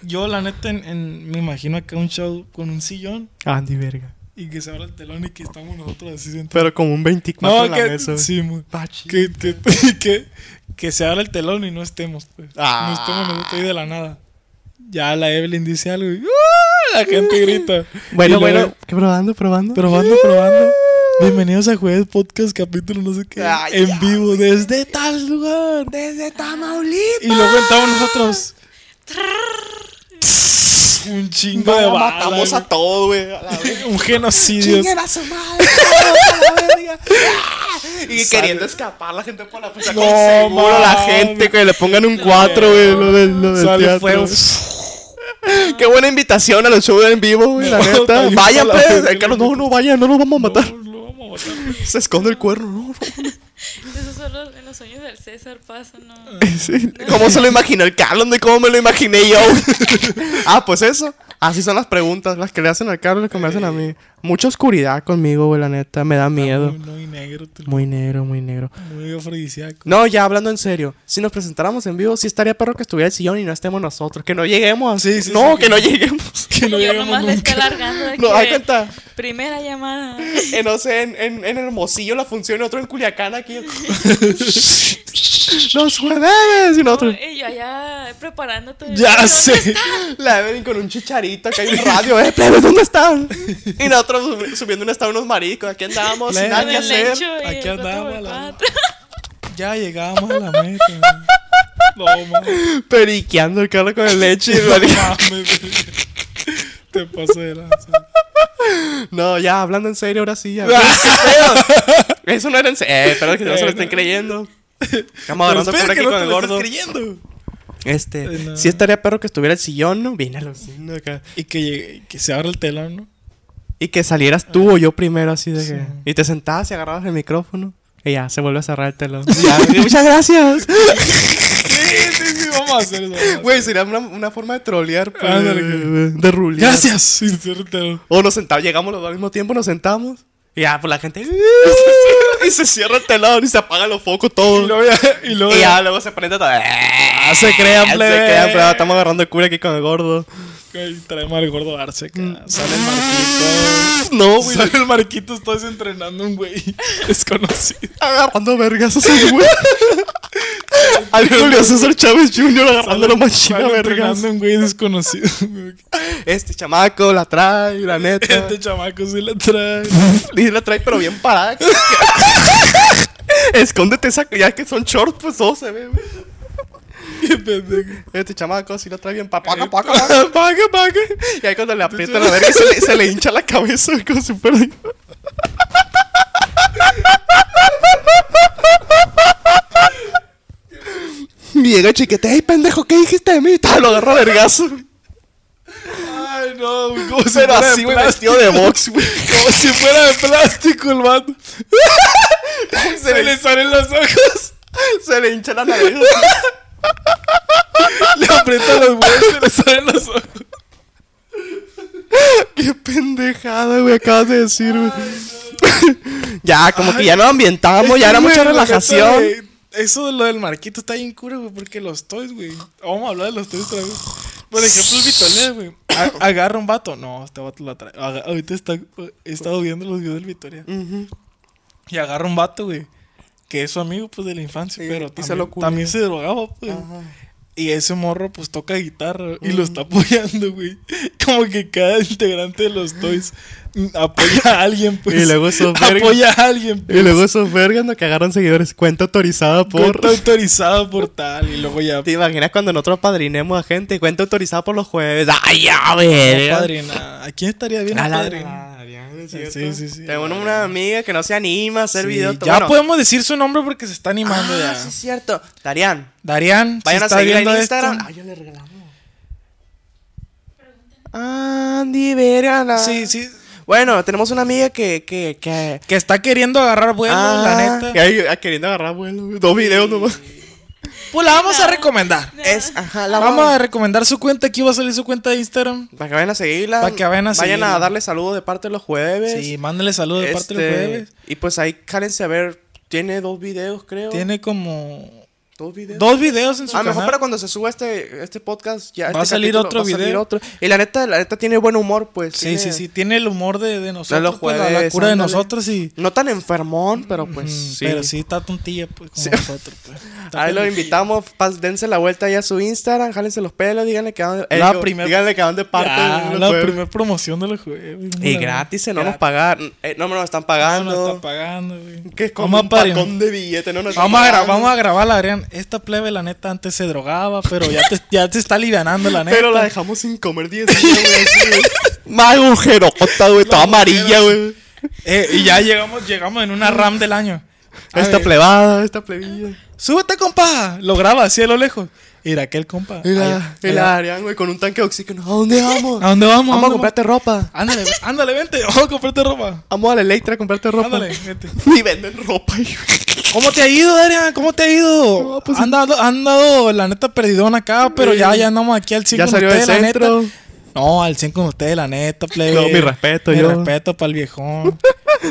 B: yo la neta en- en- me imagino acá un show con un sillón
A: Andy, verga.
B: y que se abra el telón y que estamos nosotros así sentados.
A: Pero como un 24
B: No,
A: en la
B: que,
A: mesa. güey.
B: sí, mo-
A: Pachi.
B: que, que, <laughs> que, que se abra el telón y no estemos, pues.
A: Ah.
B: No estemos nosotros ahí de la nada. Ya la Evelyn dice algo y ¡ah! la gente grita. Y
A: Bueno,
B: luego,
A: bueno, ¿qué probando, probando?
B: Probando, probando. Bienvenidos a Jueves Podcast, capítulo no sé qué.
A: Ay,
B: en
A: ya,
B: vivo, desde tal lugar.
A: Desde Tamaulipas.
B: Y luego entramos nosotros. Un chingo de
A: No,
B: bala,
A: matamos
B: güey.
A: a todo, güey. a la verga.
B: Un genocidio.
A: Chinguen a su madre. a la verga. Y
B: Sale.
A: queriendo escapar la gente por la presa.
B: No,
A: con seguro la
B: mames.
A: gente, que le pongan un 4, güey. Lo del, lo del
B: Sale
A: teatro.
B: fuego. <laughs>
A: Qué buena invitación a los shows en vivo, güey. La
B: No, está
A: neta.
B: bien
A: Vayan,
B: para la
A: pues.
B: verga.
A: Eh, Carlos, no, no, vayan, no nos vamos a
B: No,
A: matar.
B: lo <laughs> vamos a matar.
A: Se esconde el cuerno, no, no.
C: Eso solo en los sueños del César pasa, ¿no?
A: Sí. ¿Cómo se lo imaginó el Carlos? ¿De cómo me lo imaginé yo? <laughs> ah, pues eso. Así son las preguntas, las que le hacen al Carlos, las que me hacen a mí. Mucha oscuridad conmigo, güey, la neta. Me da miedo.
B: Muy, muy negro, te lo-
A: Muy negro, muy negro.
B: muy afrodisíaco.
A: No, ya hablando en serio, si nos presentáramos en vivo, sí estaría perro que estuviera el sillón y no estemos nosotros. Que no lleguemos así.
B: Sí, sí,
A: no,
B: sí,
A: que no lleguemos.
B: <laughs> Que no
C: Yo
B: llegamos
C: nomás le
B: nunca.
C: estoy alargando
B: <laughs>
C: de
A: No,
C: que
A: hay cuenta.
C: Primera llamada.
A: Eh, no sé, en, en, en Hermosillo la función y otro en Culiacán
C: <laughs>
A: aquí. Los jueves y
C: No,
A: nosotros.
C: y yo allá preparándote.
B: Ya sé.
C: eh.
A: La Evelyn con un chicharito que hay un radio, eh, plebes, ¿dónde están? Y nosotros subi- subiendo un estado unos maricos, aquí andamos, sin
B: Plebes.
A: nada que
C: En el
A: hacer.
C: lecho y
B: Aquí
C: el cuatro
B: andamos,
C: por
B: la-
C: cuatro.
B: Ya llegamos a la meta. güey. No mames.
A: Periqueando el carro con el
C: <laughs>
A: leche. y
B: No
A: el mar-
B: mames, güey. Te pasé de lanza.
A: No, ya, hablando en serio, ahora sí. ya.
B: <laughs>
A: Pero, Eso no era en serio. Eh, pero que no se lo estén creyendo. Estamos
B: Pero
A: agarrando
B: espera
A: por aquí
B: que no
A: con
B: te
A: el
B: lo estés
A: gordo.
B: creyendo.
A: Este,
B: Eh, no.
A: si estaría perro que estuviera el sillón, ¿no? Bien alucinando acá.
B: Y que, llegue- que se abra el telón, ¿no?
A: Y que salieras tú o yo primero, así de que.
B: Sí.
A: Y te sentabas y agarrabas el micrófono. Y ya, se vuelve a cerrar el telón.
B: <laughs>
A: Y ya, muchas gracias.
B: Sí, sí, sí, vamos a hacer eso. vamos a hacer
A: Güey, sería una, una forma de trolear, pues,
B: Ándale,
A: de, de rulear.
B: Gracias. Y cierra el telón.
A: O nos sentamos, llegamos los dos al mismo tiempo, nos sentamos. Y ya, pues la gente. "Uh".
B: <laughs>
A: y se cierra el telón y se apagan los focos
B: Y
A: todos.
B: luego ya- y luego
A: Y
B: ya-
A: ya luego se prende todo. Ah,
B: se crean, plebe.
A: Se crean, plebe. Estamos agarrando el cura aquí con el gordo.
B: Güey, traemos al gordo Arce. acá.
A: Mm.
B: Sale el marquito.
A: No, güey.
B: Sale el marquito. Estás entrenando un güey desconocido.
A: <laughs> Agarrando vergas esos <laughs> güey. Al Julio César Chávez Jr. agarrando la machina
B: Sale
A: vergas.
B: entrenando un güey desconocido.
A: <laughs>
B: güey.
A: Este chamaco la trae,
B: <laughs>
A: la neta.
B: Este chamaco sí la
A: <laughs>
B: trae.
A: Y la trae, pero bien
B: <laughs>
A: parada. <laughs> Escóndete esa, ya que son shorts, pues todo se ve, güey.
B: Qué pendejo.
A: Este chamaco sí la trae bien papaca, <laughs> papaca, papaca.
B: Paga, paga.
A: Y ahí cuando le aprieta la verga se le, se le hincha la cabeza <laughs> güey, como si fuera. <laughs> Y llega el chiquete, ¡ey pendejo! ¿Qué dijiste de mí? Ta, <laughs> Lo agarra a vergazo.
B: Ay, no, güey. Como si
A: Pero
B: fuera de
A: así, güey,
B: plástico.
A: vestido de box, <laughs> güey.
B: Como si fuera de plástico el vato. Se le salen los ojos.
A: Se le hincha la nariz.
B: Le aprieta los huevos y se le salen los ojos.
A: <laughs> Qué pendejada, güey, acabas de decir, güey. <laughs> ya, como que ya nos ambientamos, ya era
B: Güey,
A: mucha
B: la neta,
A: relajación.
B: güey, Eso de lo del marquito está bien cura, güey, porque los toys, güey. Vamos a hablar de los toys otra vez. Por ejemplo, el Vitoria, güey. A- Agarra un vato. No, este vato lo trae. Aga- Ahorita está, he estado viendo los videos del Vitoria.
A: Ujú.
B: Y agarra un vato, güey. Que es su amigo, pues, de la infancia.
A: Sí,
B: pero
A: y se
B: también,
A: lo
B: también se
A: culea.
B: drogaba, pues.
A: Ajá. Mm.
B: Y ese morro, pues, toca guitarra y lo está apoyando, güey. <laughs> Como que cada integrante de los Toys mm, apoya a alguien, pues.
A: Y luego
B: <laughs>
A: esos vergas-
B: Apoya a alguien, pues.
A: Y luego esos vergas no que agarran seguidores. Cuenta autorizada por.
B: Cuenta autorizado por tal. Y luego ya...
A: ¿Te imaginas cuando nosotros padrinemos a gente? Cuenta autorizada por los jueves. ¡Ay, ya, güey!
B: Padrina. ¿A quién estaría bien
A: A
B: un
A: la-
B: padrino?
A: Ah, Sí,
B: Sí, sí, sí.
A: Tengo una amiga que no se anima a hacer
B: Sí,
A: video.
B: ya podemos decir su nombre porque se está animando
A: Ah,
B: ya.
A: sí, es cierto. Darían,
B: Darian,
A: vayan
B: si
A: a
B: está
A: seguir en
B: viendo esto,
A: Instagram. Ah, yo le regalamos. Andy, verga.
B: Sí, sí.
A: Bueno, tenemos una amiga que. que, que
B: Que está queriendo agarrar vuelo,
A: Ah,
B: la neta.
A: que ahí- ah, queriendo agarrar vuelo. güey. Dos videos nomás.
B: Pues la vamos a recomendar.
A: Es, ajá, la
B: Vamos a recomendar su cuenta. Aquí va a salir su cuenta de Instagram.
A: Para que vayan a seguirla.
B: Para que vayan a seguirla.
A: darle saludos de parte de los jueves.
B: Sí, Pues, mándale saludos de
A: Este,
B: parte del jueves.
A: Y pues ahí cálense a ver. Tiene dos videos, creo.
B: Tiene como
A: Dos videos.
B: Dos videos en su
A: a lo Ah, mejor
B: canal.
A: para cuando se suba este, este podcast ya
B: Va
A: este
B: a salir
A: capítulo,
B: otro
A: va a salir
B: video.
A: otro. Y la neta, la neta tiene buen humor, pues.
B: Sí,
A: tiene-
B: sí, sí. Tiene el humor de, de nosotros.
A: lo
B: pues, la
A: juegues,
B: locura de
A: ándale.
B: nosotros y.
A: No tan enfermón, pero pues
B: Mm,
A: sí.
B: Pero sí está tontilla, pues, como
A: Sí.
B: nosotros. pues.
A: <laughs>
B: Está
A: Ahí lo
B: pendejo. <laughs>
A: invitamos, pas- dense la vuelta ya a su Instagram, jálense los pelos, díganle que van
B: La primer-
A: díganle que van de parte.
B: Ah,
A: del
B: la
A: juego.
B: primera promoción de los juegos.
A: y gratis, se no nos pagan, eh, no me lo están pagando.
B: No, no está pagando, güey.
A: Que con
B: Vamos a
A: un
B: pare-
A: pacón de billete, no nos están
B: Vamos a, gra-
A: pagando.
B: vamos a grabarla, Adrián. Esta plebe, la neta, antes se drogaba, pero ya te, ya te está alivianando, la neta.
A: <laughs> Pero la dejamos sin comer 10 días, güey, así, güey. <laughs> Más agujerota, güey, toda amarilla, güey.
B: Eh, y ya llegamos, llegamos en una RAM del año.
A: <laughs>
B: A
A: Esta
B: ver,
A: plebada, esta plebilla.
B: Súbete, compa. Lo graba así a lo lejos. Mira, aquel compa.
A: Y
B: Allá,
A: la, y
B: allá.
A: la Arián, güey, con un tanque de oxígeno. ¿A dónde vamos?
B: ¿A dónde vamos?
A: Vamos a
B: ¿Dónde
A: comprarte ropa.
B: Ándale, ve- ándale, vente. <laughs> Vamos a comprarte ropa.
A: Vamos a la Electra a comprarte ropa.
B: Ándale, vente.
A: <laughs> Y venden ropa. y-
B: ¿Cómo te ha ido, Adrián? ¿Cómo te ha ido?
A: No, pues-
B: han, dado, han dado, la neta, perdidón acá, pero ya, ya andamos aquí al 100
A: Ya
B: con
A: salió del
B: ustedes, la
A: centro.
B: neta. No, al 100 con ustedes, la neta, plebe.
A: <laughs> No, mi respeto,
B: Mi
A: yo.
B: respeto para el
A: <laughs>
B: viejón.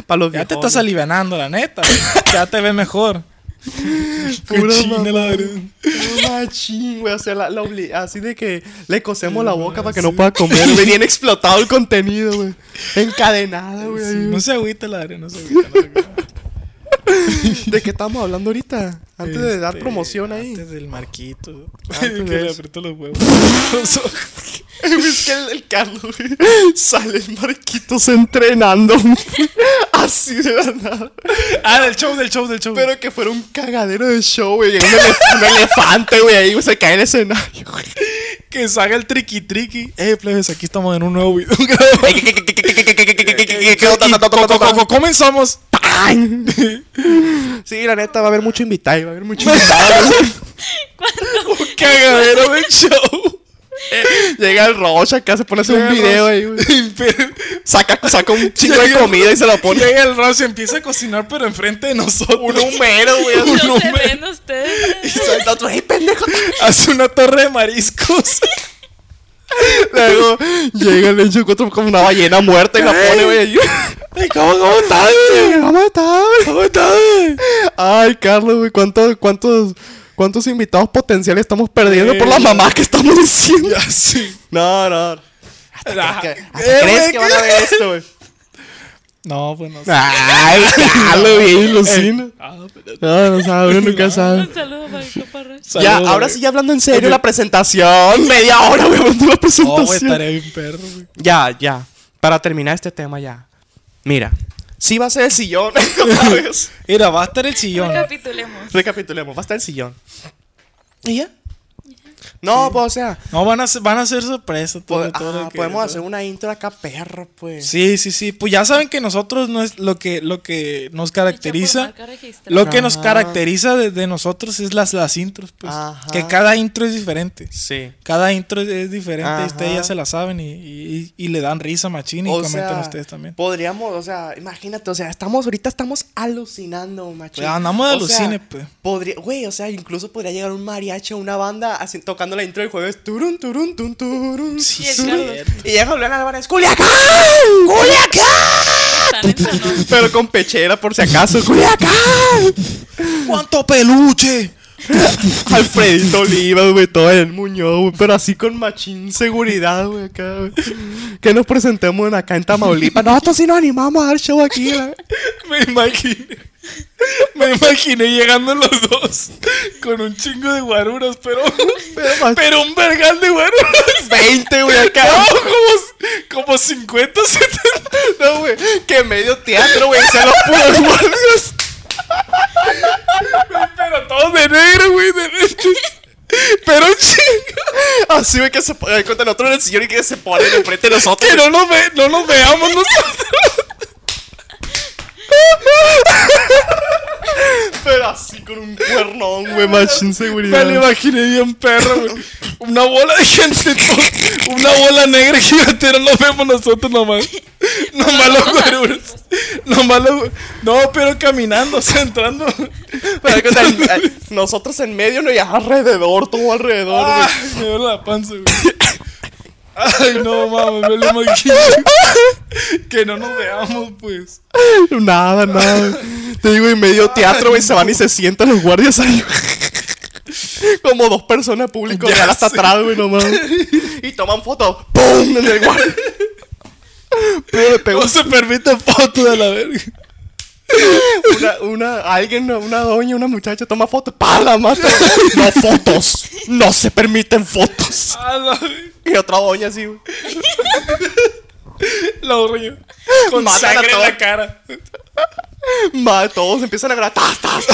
A: Para los
B: Ya te
A: viejones.
B: estás alivianando, la neta. ya te
A: <laughs>
B: ves mejor.
A: Pura
B: Cochina,
A: mamá.
B: la verdad.
A: No machín, güey. O sea, la, la obli- así de que le cosemos la boca para que no pueda comer. güey.
B: <laughs>
A: Bien explotado el contenido, güey. Encadenado, güey.
B: Sí, no se agüite, la Adrián, no se agüite. la Adrián.
A: ¿De qué estamos hablando ahorita? Antes de dar
B: Este,
A: promoción ahí.
B: Antes del marquito.
A: Antes de
B: <laughs> que le
A: eso.
B: apretó los huevos.
A: <laughs>
B: <laughs>
A: Es que el, el Carlos, güey, Sale el Marquitos entrenando. güey. <laughs> Así de la nada.
B: ah, del show, del show, del show.
A: Pero que fuera un cagadero de show, güey. Llega un, elef- un elefante, güey. Ahí güey, se cae el escenario, güey.
B: que salga el triqui triqui. Eh, plebes, aquí estamos en un nuevo
A: <laughs>
B: video. Co- <laughs>
A: <laughs>
B: Comenzamos.
A: Sí, la neta, va a haber mucho invitado. Va a haber
B: <laughs>
A: mucho invitado.
C: <laughs>
B: Un cagadero de show.
A: <laughs> Llega el Rocha acá, se pone a hacer un
B: Llega el
A: video
B: Rocha.
A: ahí, güey.
B: Pero-
A: Saca, saca un chingo de
B: Llega el-
A: comida y se la pone.
B: Llega el Ross y empieza a cocinar, pero enfrente de nosotros.
A: Un número, güey.
C: No
A: así.
C: se ven
A: Y
B: <laughs>
C: ustedes.
A: sale el otro, ¡Ey, pendejo!
B: Hace una torre de mariscos.
A: Luego llega el hecho otro como una ballena muerta y la pone, güey. ahí.
B: Ay, ¿Cómo, cómo estás, güey?
A: ¿Cómo está, güey?
B: ¿Cómo estás, güey?
A: Ay, Carlos, güey, ¿cuántos, cuántos, cuántos invitados potenciales estamos perdiendo por
B: Eh.
A: las mamás que estamos diciendo?
B: <laughs> Ya, sí.
A: No, no.
B: Ah,
A: ¿Qué- hasta
B: eh,
A: ¿Crees
B: güey,
A: que van a ver esto, güey?
B: No, pues no
A: <laughs>
B: sé.
A: Ay, Eh, Carlos, bien, lucina.
B: Ah, pero-
A: No, no sabe, uno <laughs> nunca sabe.
C: Un saludo para el coparra.
A: Ya,
B: Saludos,
A: ahora
B: güey.
A: sí, ya hablando en serio, la <laughs> presentación. Media hora, güey, hablando de la
B: Oh, güey,
A: presentación.
B: estaré bien perro, güey.
A: ya, ya. Para terminar este tema, ya. Mira, sí va a ser el sillón. <laughs> otra vez.
B: Mira, va a estar el sillón.
C: Recapitulemos.
A: Recapitulemos, va a estar el sillón. ¿Y ya? No, pues, o sea,
B: No, van a ser, van a ser sorpresa. todo-
A: po-
B: todo lo
A: ajá,
B: que-
A: podemos
B: todo.
A: hacer una intro acá, perro, pues.
B: Sí, sí, sí. Pues ya saben que nosotros no es lo que, lo que nos
C: Hecha
B: caracteriza.
C: por marca registrada.
B: Lo que nos
A: Ajá.
B: caracteriza de, de nosotros es las, las intros, pues.
A: Ajá.
B: Que cada intro es diferente.
A: Sí.
B: Cada intro es, es diferente.
A: Ajá.
B: Ustedes ya se la saben y, y- y le dan risa machín y
A: O
B: comentan
A: sea,
B: ustedes también.
A: podríamos, o sea, imagínate, o sea, estamos ahorita estamos alucinando, macho.
B: Pues, andamos de
A: O sea,
B: alucine, pues.
A: Podría, güey, o sea, incluso podría llegar un mariachi o una banda así, tocando la intro del jueves. Turun, turun, tun, turun,
B: Sí,
C: es
A: turun.
C: cierto.
A: y llega Julián Álvarez, ¡Culiacán! ¡Culiacán!
C: Están entonados.
A: Pero con pechera, por si acaso, ¡Culiacán!
B: ¡Cuánto peluche!
A: Alfredito Oliva, güey, todo el Muñoz, güey, pero así con machín seguridad, güey, acá, güey. Que nos presentemos en- acá en Tamaulipas. Nosotros sí nos animamos a dar show aquí, güey.
B: Me imaginé. Me imaginé llegando los dos con un chingo de guaruras, pero.
A: Pero más-
B: Pero un vergal de guaruras.
A: 20, güey,
B: No,
A: acá.
B: como, como 50, 70.
A: No, güey, que medio teatro, güey, sean los puros guardias.
B: Pero todos de negro, güey, de negro. Pero un chingo.
A: Así, güey, que se pone contra el otro en el sillón y que se pone enfrente de nosotros.
B: Que no nos, ve, no nos veamos nosotros.
A: Pero así con un cuernón, güey, machín
B: Me lo
A: seguridad.
B: imaginé bien perro, güey. Una bola de gente, <laughs> to- una bola negra gigante, no nos vemos nosotros nomás. Nomás los güeros. Nomás los güe- No, pero caminando, <laughs> o sea, entrando.
A: Pero con el- eh, nosotros en medio, no, y alrededor, todo alrededor, güey.
B: Ah, me duele la panza, güey. Ay, no mames, me lo imaginé. Que no nos veamos, pues.
A: Nada, nada. Te digo, en medio teatro, güey, se van y se sientan los guardias ahí. Como dos personas públicas de hasta atrás, güey, <laughs> nomás. Y toman fotos. ¡Pum! En el guardia. Pero le pegó
B: No se permite foto de la verga.
A: una, una, alguien, una doña, una muchacha toma fotos. ¡Pala, mata! No fotos. No se permiten fotos.
B: Ah, la verga.
A: Y otra doña así, güey.
B: La borraña. Con
A: Mátala
B: sangre en
A: toda.
B: la cara.
A: Ma, todos empiezan a grabar. ¡Tas, tas!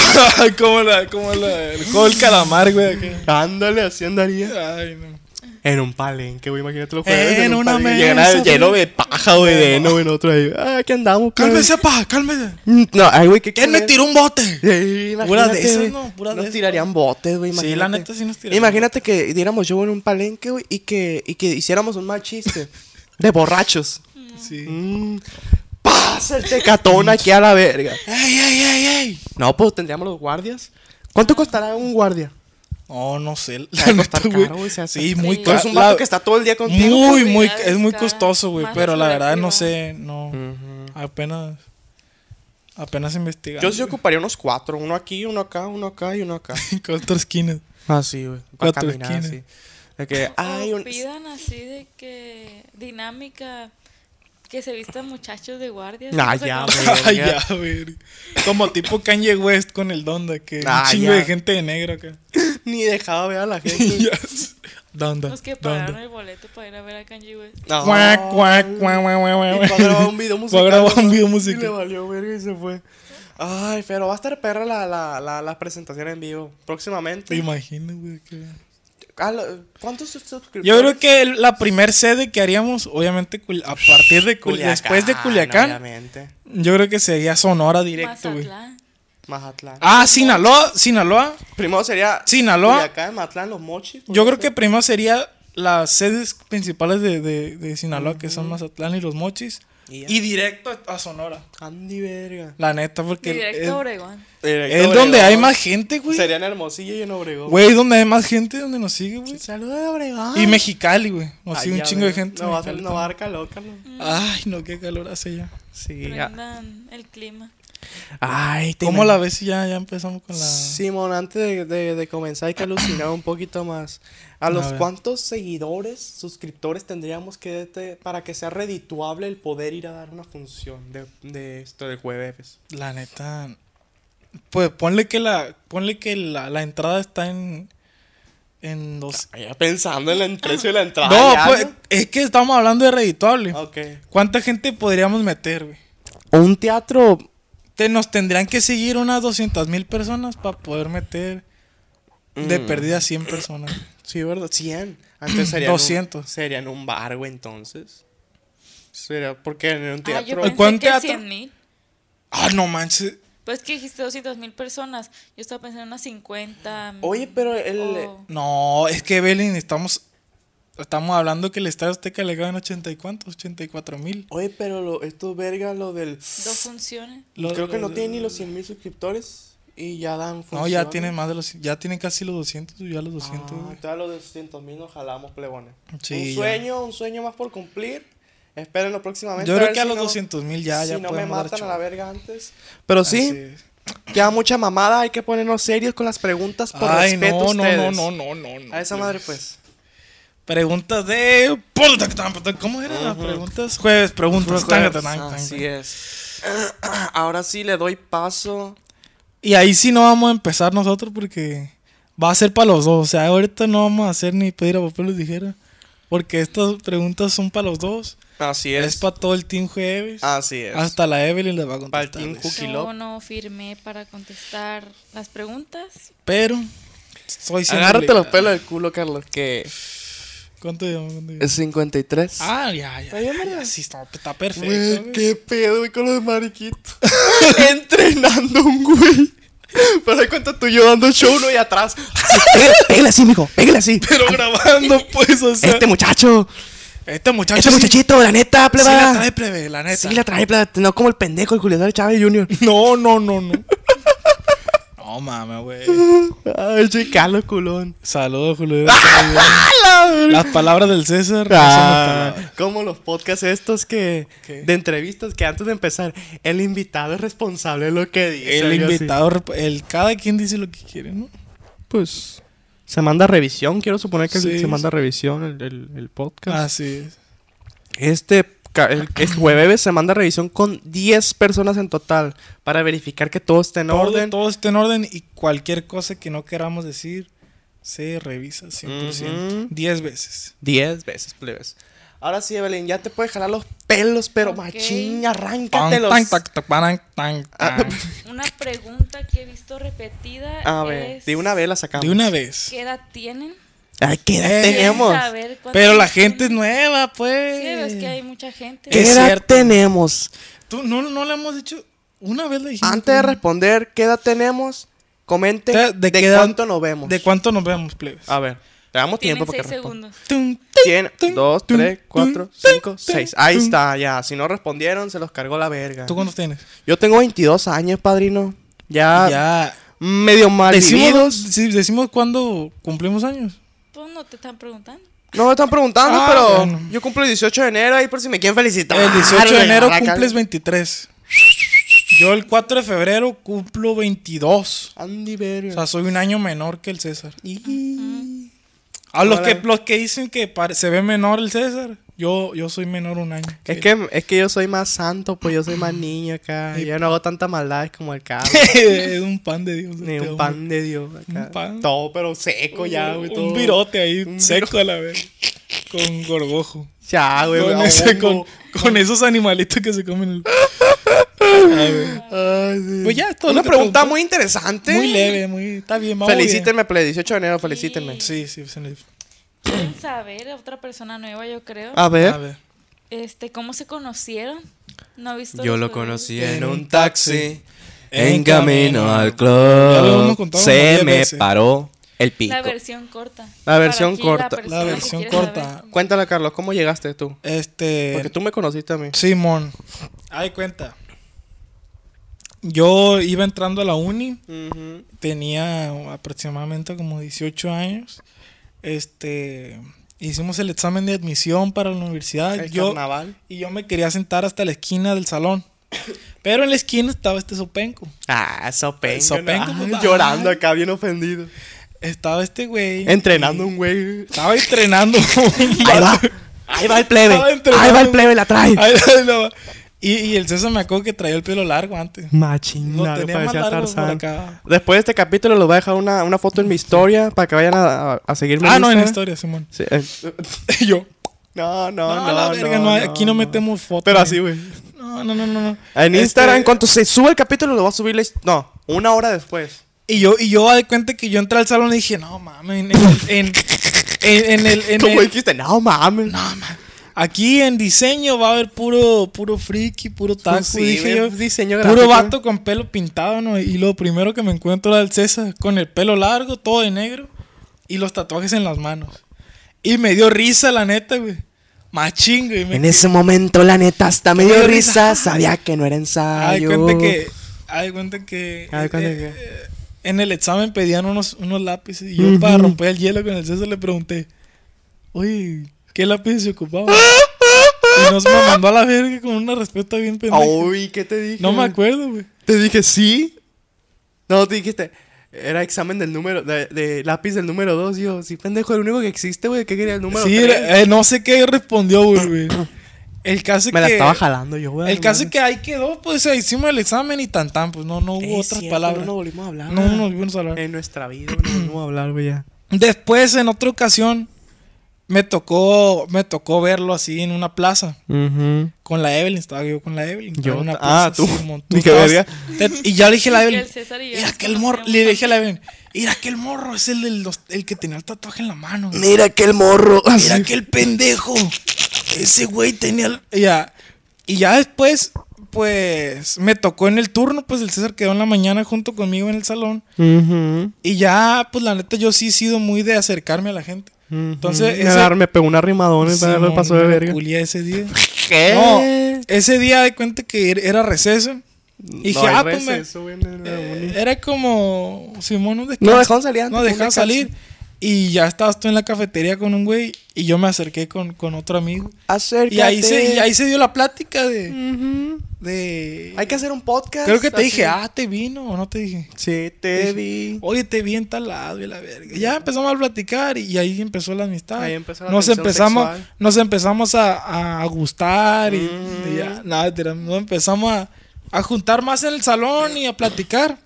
B: como la, como la, el juego del calamar, güey. acá.
A: Ándale, así andaría.
B: Ay, no.
A: En un palenque, güey, imagínate los
B: En
A: jueves.
B: una
A: palenque. Llena-
B: mesa, güey.
A: Lleno de paja, güey, de heno, güey, en otro ahí. Ah, aquí andamos, plebe.
B: Cálmese, pa, cálmese.
A: Mm, No, ay, güey, ¿qué
B: ¿Quién me
A: comer?
B: tiró un bote?
A: Sí, imagínate,
B: Pura de esas,
A: güey.
B: ¿no? Pura de
A: nos
B: esas.
A: tirarían botes, güey.
B: Sí,
A: Imagínate.
B: la neta sí nos tirarían
A: Imagínate que diéramos yo en un palenque, güey, y que, y que hiciéramos un mal chiste de borrachos.
B: Sí.
A: Mm, pasa el tecatón aquí a la verga.
B: ¡Ey, ey, ey, ey!
A: No, pues tendríamos los guardias. ¿Cuánto costará un guardia?
B: Oh, no sé.
A: Ha de
B: <laughs> La neta,
A: costar
B: güey.
A: caro, güey, se hace.
B: Sí, muy
A: Tú
C: Sí.
B: caro.
A: eres Pues un vato
B: La-
A: que está todo el día contigo.
B: Muy,
C: pues,
B: muy,
C: ya
B: es muy
C: está
B: costoso, güey.
C: más
B: Pero la verdad, no
C: atractivo.
B: sé, no. Apenas. Apenas investigando.
A: Yo
B: <laughs>
A: sí ocuparía unos cuatro. Uno aquí, uno acá, uno acá y uno acá.
B: Con otras esquinas.
A: Así, güey. Para
B: Cuatro
A: caminar
B: esquinas.
A: así. De que, ay,
C: O
A: un-
C: pidan así de que dinámica que se vistan muchachos de guardia.
A: Nah,
C: no sé
A: ya,
C: cómo.
A: güey.
B: <laughs> Ay, ya, güey. Como tipo Kanye West con el Donda, que
A: Ah,
B: un chingo
A: ya.
B: de gente de
A: <laughs>
B: negro acá.
A: <laughs> Ni dejaba ver a
B: <laughs>
A: la gente.
B: Ya. Donda.
C: Los que pagaron
B: Donda.
C: el boleto para ir a ver a Kanye West.
A: No.
B: Cuac, cuac, cuac, cuac, cuac,
A: Oh. Y
B: cuac.
A: fue a grabar un video musical.
B: Fue a grabar un
A: ¿no?
B: video
A: Y le
B: musical.
A: valió verga y se fue. Ay, pero va a estar perra la, la, la, la presentación en vivo
B: <laughs> Te
A: próximamente.
B: imagino, güey.
A: <laughs>
B: que-
A: Ah, lo- ¿Cuántos sus- suscriptores?
B: Yo creo que el- la primer sede que haríamos, obviamente, Cul- a partir de Culiacán, después de Culiacán,
A: Obviamente.
B: yo creo que sería Sonora directo, güey.
C: Mazatlán.
A: Mazatlán.
B: Ah, Sinaloa, Sinaloa.
A: Primero sería.
B: Sinaloa.
A: Culiacán, Mazatlán, los mochis.
B: Yo creo que primero sería las sedes principales de, de- de Sinaloa, que son Mazatlán y los Mochis.
A: Y ya.
B: Y directo a Sonora.
A: Andy, verga.
B: La neta, porque el-
C: Directo
B: el-
C: a Obregón.
B: es donde hay más gente, güey.
A: Sería en Hermosillo y en Obregón.
B: Güey, donde hay más gente, donde nos sigue, güey.
A: Saludos de Obregón.
B: Y Mexicali, güey. Nos
A: Ah. Ay,
B: sigue un
A: ya,
B: chingo de
A: verga.
B: gente.
A: No
B: en
A: va a ser,
B: Mexicali
A: no va a dar calor, Carlos.
B: también. Ay, no, qué calor hace ya.
A: Sí,
C: Prendan el clima.
A: Ay, te
B: ¿Cómo la ves si ya, ya empezamos con la.
A: Simón, antes de, de- de comenzar hay que alucinar un poquito más. ¿A los
B: ver.
A: cuántos seguidores, suscriptores tendríamos que darte para que sea redituable el poder ir a dar una función de, de esto de jueves?
B: La neta. Pues ponle que la. Ponle que la, la entrada está en. En dos.
A: Ya pensando en la- el precio de la entrada.
B: No,
A: ya,
B: pues es que estamos hablando de redituable.
A: ¿no? Ok.
B: ¿Cuánta gente podríamos meter, güey?
A: Un teatro.
B: Te, nos tendrían que seguir unas 200 mil personas para poder meter de
A: Mm.
B: perdida 100 personas.
A: Sí, ¿verdad? 100. Antes sería.
B: 200.
A: sería en un bar, güey, entonces. Sería porque en un
C: Ah, yo
A: teatro.
B: ¿cuál
C: pensé que
B: teatro?
C: 100 mil.
B: Ah, no manches.
C: Pues que dijiste 200 mil personas. Yo estaba pensando en unas 50.
A: Oye, pero el.
C: o-
B: No, es que Belén, estamos. Estamos hablando que el Estadio Azteca le ganan 80 y cuántos, 84 mil.
A: Oye, pero lo, esto verga lo del.
C: Dos funciones.
B: Lo-
A: Creo que
B: lo-
A: no tienen ni los 100 mil suscriptores y ya dan
B: No, ya
A: funciones.
B: tienen más de los. Ya tienen casi los 200, ya los 200.
A: Ah,
B: güey.
A: todos los 200 mil nos jalamos, plebones.
B: Sí,
A: un
B: ya.
A: sueño, un sueño más por cumplir. Espérenlo próximamente.
B: Yo creo
A: ver
B: que a
A: si
B: los
A: no-
B: 200 mil ya, ya
A: Si no me
B: podemos dar
A: matan a la
B: show.
A: verga antes. Pero sí,
B: Así es.
A: ya mucha mamada. Hay que ponernos serios con las preguntas por
B: Ay,
A: respeto a
B: no, no,
A: ustedes.
B: no, no, no, no, no.
A: A esa madre, pues.
B: Preguntas de. ¿Cómo eran las preguntas? Jueves, preguntas.
A: Así es. <clears throat> Ahora sí le doy paso.
B: Y ahí sí no vamos a empezar nosotros porque va a ser para los dos. O sea, ahorita no vamos a hacer ni pedir a papel los dijera. Porque estas preguntas son para los dos.
A: Así
B: Es para todo el team jueves.
A: Así es.
B: Hasta la Evelyn les va a
A: Para el
B: contestar.
A: team
B: eso.
A: Cookie
C: Yo
A: Love.
C: no firmé para contestar las preguntas.
B: Pero. Soy siendo
A: Agárrate los
B: obligado.
A: pelos del culo, Carlos, que
B: ¿Cuánto llevamos? ¿Cuánto llevamos?
A: es 53.
B: Ah, ya, ya.
A: Ay, ya,
B: ya,
A: María.
B: sí, está, está perfecto.
A: Güey,
B: güey.
A: qué pedo, güey, con los de mariquito. <laughs> Entrenando un güey. Pero hay cuenta tú y yo dando show, uno y atrás. Pégale, pégale así, mijo, pégale así. <laughs>
B: Pero grabando, pues, o sea.
A: Este muchacho,
B: Este muchacho.
A: este
B: sí-
A: muchachito, la neta,
B: sí la
A: pleba.
B: trae plebe, la neta.
A: Sí la trae, pleba. No como el pendejo, el Julio Chávez Jr.
B: No, no, no, no. <laughs> no mames, güey.
A: <laughs> Ay, chicalo, culón. <laughs>
B: Saludos, Julio.
A: Ah,
B: Las palabras del César. no son las palabras.
A: como los podcasts estos que
B: ¿Qué?
A: de entrevistas que antes de empezar el invitado es responsable de lo que dice
B: El
A: algo así.
B: invitado, rep- el cada quien dice lo que quiere, ¿no?
A: pues Se manda a revisión, quiero suponer que
B: Sí,
A: se
B: sí.
A: manda a revisión el, el- el podcast.
B: Así es.
A: Este, ca- el, este jueves se manda a revisión con 10 personas en total para verificar que todo esté en
B: Todo-
A: orden.
B: Todo, esté en orden y cualquier cosa que no queramos decir se revisa 100%.
A: Ujú.
B: 10 veces.
A: 10 veces, plebes. Ahora sí, Evelyn, ya te puedes jalar los pelos, pero
C: Ok.
A: machín,
B: Pan,
A: arráncatelos.
B: tan, tac, tac, paran, tan,
A: Ah,
B: tan.
C: Una pregunta que he visto repetida
A: A ver,
C: es...
A: de una vez la sacamos.
B: De una vez.
C: ¿Qué edad tienen?
A: Ay, ¿qué edad
B: Eh.
A: pues. tenemos?
C: Quiero saber cuántos
B: Pero la
C: años
B: gente es
C: tienen.
B: nueva, pues.
C: Sí, es que hay mucha gente.
A: ¿Qué
B: Es
A: edad
B: cierto.
A: tenemos?
B: Tú no, no le hemos dicho. Una vez le dijimos.
A: Antes de responder qué edad tenemos, comente
B: Te-
A: de,
B: ¿de qué edad-
A: cuánto nos vemos.
B: ¿De cuánto nos vemos, plebes?
A: A ver, te damos tiempo
C: Tienen
A: porque
C: seis
A: responda.
C: segundos.
B: Tum,
A: Tiene
B: tum,
A: 2,
B: tum,
A: 3,
B: tum,
A: 4,
B: tum,
A: 5,
B: tum,
A: 6.
B: tum.
A: Ahí está, ya. Si no respondieron, se los cargó la verga.
B: ¿Tú cuántos tienes?
A: Yo tengo 22 años, padrino. Ya,
B: ya.
A: medio mal
B: Decimos,
A: vividos.
B: sí, decimos cuándo cumplimos años.
C: Pues no te están preguntando.
A: No me están preguntando,
B: Ah,
A: pero
B: bueno.
A: yo cumplo el 18 de enero ahí por si me quieren felicitar.
B: El 18 de enero
A: Arraca-
B: cumples 23. Yo el 4 de febrero cumplo 22.
A: Andy
B: O
A: verga.
B: sea, soy un año menor que el César.
A: Y-
B: A los
A: Ahora-
B: que, los que dicen que pare- se ve menor el César, yo, yo soy menor un año.
A: Es que, es que yo soy más santo, pues yo soy más niño acá.
B: Y-
A: Yo no hago tantas maldades como el
B: <laughs>
A: Carlos.
B: es un pan de Dios.
A: Ni
B: este
A: un
B: hombre.
A: pan de Dios acá.
B: Un pan.
A: Todo, pero seco ya, güey. todo.
B: Un virote ahí,
A: Un
B: seco a la vez. Con gorgojo.
A: Ya, güey.
B: Con,
A: a
B: ese-
A: hongo.
B: con- con esos animalitos que se comen. el-
A: Ay, sí.
B: Pues ya, es todo
A: Una
B: lo que
A: pregunta
B: preguntó.
A: muy interesante.
B: Muy leve, muy. Está bien, vamos. bien.
A: Felicítenme, play. 18 de enero, felicítenme.
B: Sí, sí, se le- <clears throat>
C: Quieren saber, a otra persona nueva, yo creo.
A: A ver.
B: A ver.
C: Este, ¿cómo se conocieron? No he visto.
A: Yo
C: los
A: lo
C: juegos.
A: conocí
B: En
A: en
B: un
A: un taxi, en
B: en
A: camino
B: camino
A: al
B: al Ya lo hemos
A: club.
B: contado como
A: Se
B: 10
A: me
B: veces.
A: paró el pico.
C: La versión corta.
A: La versión
C: Para aquí,
A: corta.
B: La
C: persona que
B: versión
C: quiere
B: corta.
C: saber.
A: Cuéntala, Carlos, ¿cómo llegaste tú? Porque
B: Este.
A: tú me conociste a mí.
B: Simón. Ay, cuenta. Yo iba entrando a la uni.
A: Ujú.
B: Tenía aproximadamente como 18 años. Este. Hicimos el examen de admisión para la universidad.
A: El
B: yo,
A: carnaval.
B: y yo me quería sentar hasta la esquina del salón. Pero en la esquina estaba este sopenco.
A: Ah, sopenco.
B: Sopenco,
A: ¿no?
B: pues,
A: Ay, llorando
B: ay.
A: acá, bien ofendido.
B: Estaba este güey.
A: Entrenando
B: y-
A: un güey. <laughs>
B: Estaba entrenando. un
A: Ahí va.
B: vato.
A: Ahí va el plebe.
B: Estaba entrenando.
A: Ahí va el plebe, la trae.
B: Ay, no, no. Y, y el César me acuerdo que traía el pelo largo antes. Lo
A: Machina,
B: tenía más
A: parecía
B: largo por
A: Tarzán.
B: acá.
A: Después de este capítulo les voy a dejar una, una foto en mi historia para que vayan a, a- a seguirme.
B: Ah, no, en
A: Instagram.
B: historia, Simón. <laughs>
A: Sí, eh,
B: Y yo.
A: No, no,
B: No,
A: no.
B: la verga, no, aquí no metemos fotos.
A: Pero así, güey.
B: No, no, no, no. no.
A: En
B: Este,
A: Instagram, en cuanto se sube el capítulo, lo va a subir. la his- No, una hora después.
B: Y yo, y yo de cuenta que yo entré al salón y dije, no mames, en, en, en, en el. en
A: Como
B: el-
A: dijiste, no mames.
B: no, ma- Aquí en diseño va a haber puro, puro friki, puro taco.
A: sí,
B: dije
A: güey,
B: yo.
A: diseño
B: Puro
A: gráfico.
B: vato con pelo pintado, ¿no? Y lo primero que me encuentro era el César, con el pelo largo, todo de negro, y los tatuajes en las manos. Y me dio risa, la neta, güey. Machín, güey. Me
A: En ese momento, la neta, hasta me
B: Me
A: dio
B: dio
A: risa.
B: risa.
A: Sabía que no era
B: Ay,
A: ensayo.
B: cuenta que. Ay, cuenta que.
A: oh. Ay, cuenta
B: eh,
A: que-
B: eh, en el examen pedían unos, unos lápices. Y yo, para
A: Ujú.
B: romper el hielo con el César, le pregunté, oye, ¿qué lápiz se ocupaba? y nos me mandó a la verga con una respuesta bien pendeja.
A: Uy, ¿qué te dije?
B: no me acuerdo, güey.
A: Te dije, sí. No, te dijiste. Era examen del número, de, de lápiz del número 2. Yo, sí, pendejo, el único que existe, güey, que quería el número
B: Sí,
A: 3.
B: era- eh, no sé qué respondió, güey, güey. El caso
A: Me la
B: que.
A: estaba jalando yo, güey.
B: el caso que ahí quedó, pues eh, hicimos el examen y tan tan, pues no, no hubo otras palabras.
A: No
B: No,
A: volvimos a hablar.
B: no nos volvimos a hablar.
A: En nuestra vida no volvimos a hablar, güey, ya.
B: Después, en otra ocasión, me tocó, me tocó verlo así en una plaza. Con la Evelyn, estaba yo con la Evelyn. estaba
A: Yo-
B: en una
A: ah, tú.
B: Simón,
A: <laughs> Dije,
B: estabas-
A: verga.
B: te- y ya le dije a la
C: <laughs> Y el
B: Evelyn.
C: César y yo
B: Mira
C: nos
B: aquel morro.
C: conocíamos
B: Le dije a la Evelyn. Mira aquel morro. Es el, del- los- el que tenía el tatuaje en la mano. güey".
A: Mira aquel morro.
B: Mira aquel pendejo. Ese güey tenía. el- Y Ya. Y ya después, pues me tocó en el turno. Pues el César quedó en la mañana junto conmigo en el salón. Y ya, pues la neta, yo sí he sido muy de acercarme a la gente. Entonces, ese-
A: me pegó una rimadona y para
B: Simón,
A: me pasó de
B: me la
A: verga.
B: culié ese día.
A: ¿Qué?
B: No, ese día de cuenta que er- era receso. Y dije, ah, pues me-
A: Eso, güey, en la uni.
B: Era como Simón un descanso.
A: No dejaron salir antes,
B: No
A: un
B: dejaron
A: descanso.
B: salir. Y ya estabas tú en la cafetería con un güey y yo me acerqué con, con otro amigo.
A: Acércate.
B: Y ahí, se, y ahí se dio la plática de...
A: Ujú.
B: de
A: Mm. Hay que hacer un podcast.
B: Creo que te
A: así.
B: dije, ah, te vino o no te dije.
A: Sí, te vi.
B: Oye, te vi en tal lado y la verga. Ya empezamos a platicar y ahí empezó la amistad.
A: Ahí empezó la
B: nos
A: tensión
B: empezamos,
A: sexual.
B: nos empezamos a, a gustar y,
A: Mm.
B: y ya, nada, tira, nos empezamos a, a juntar más en el salón y a platicar.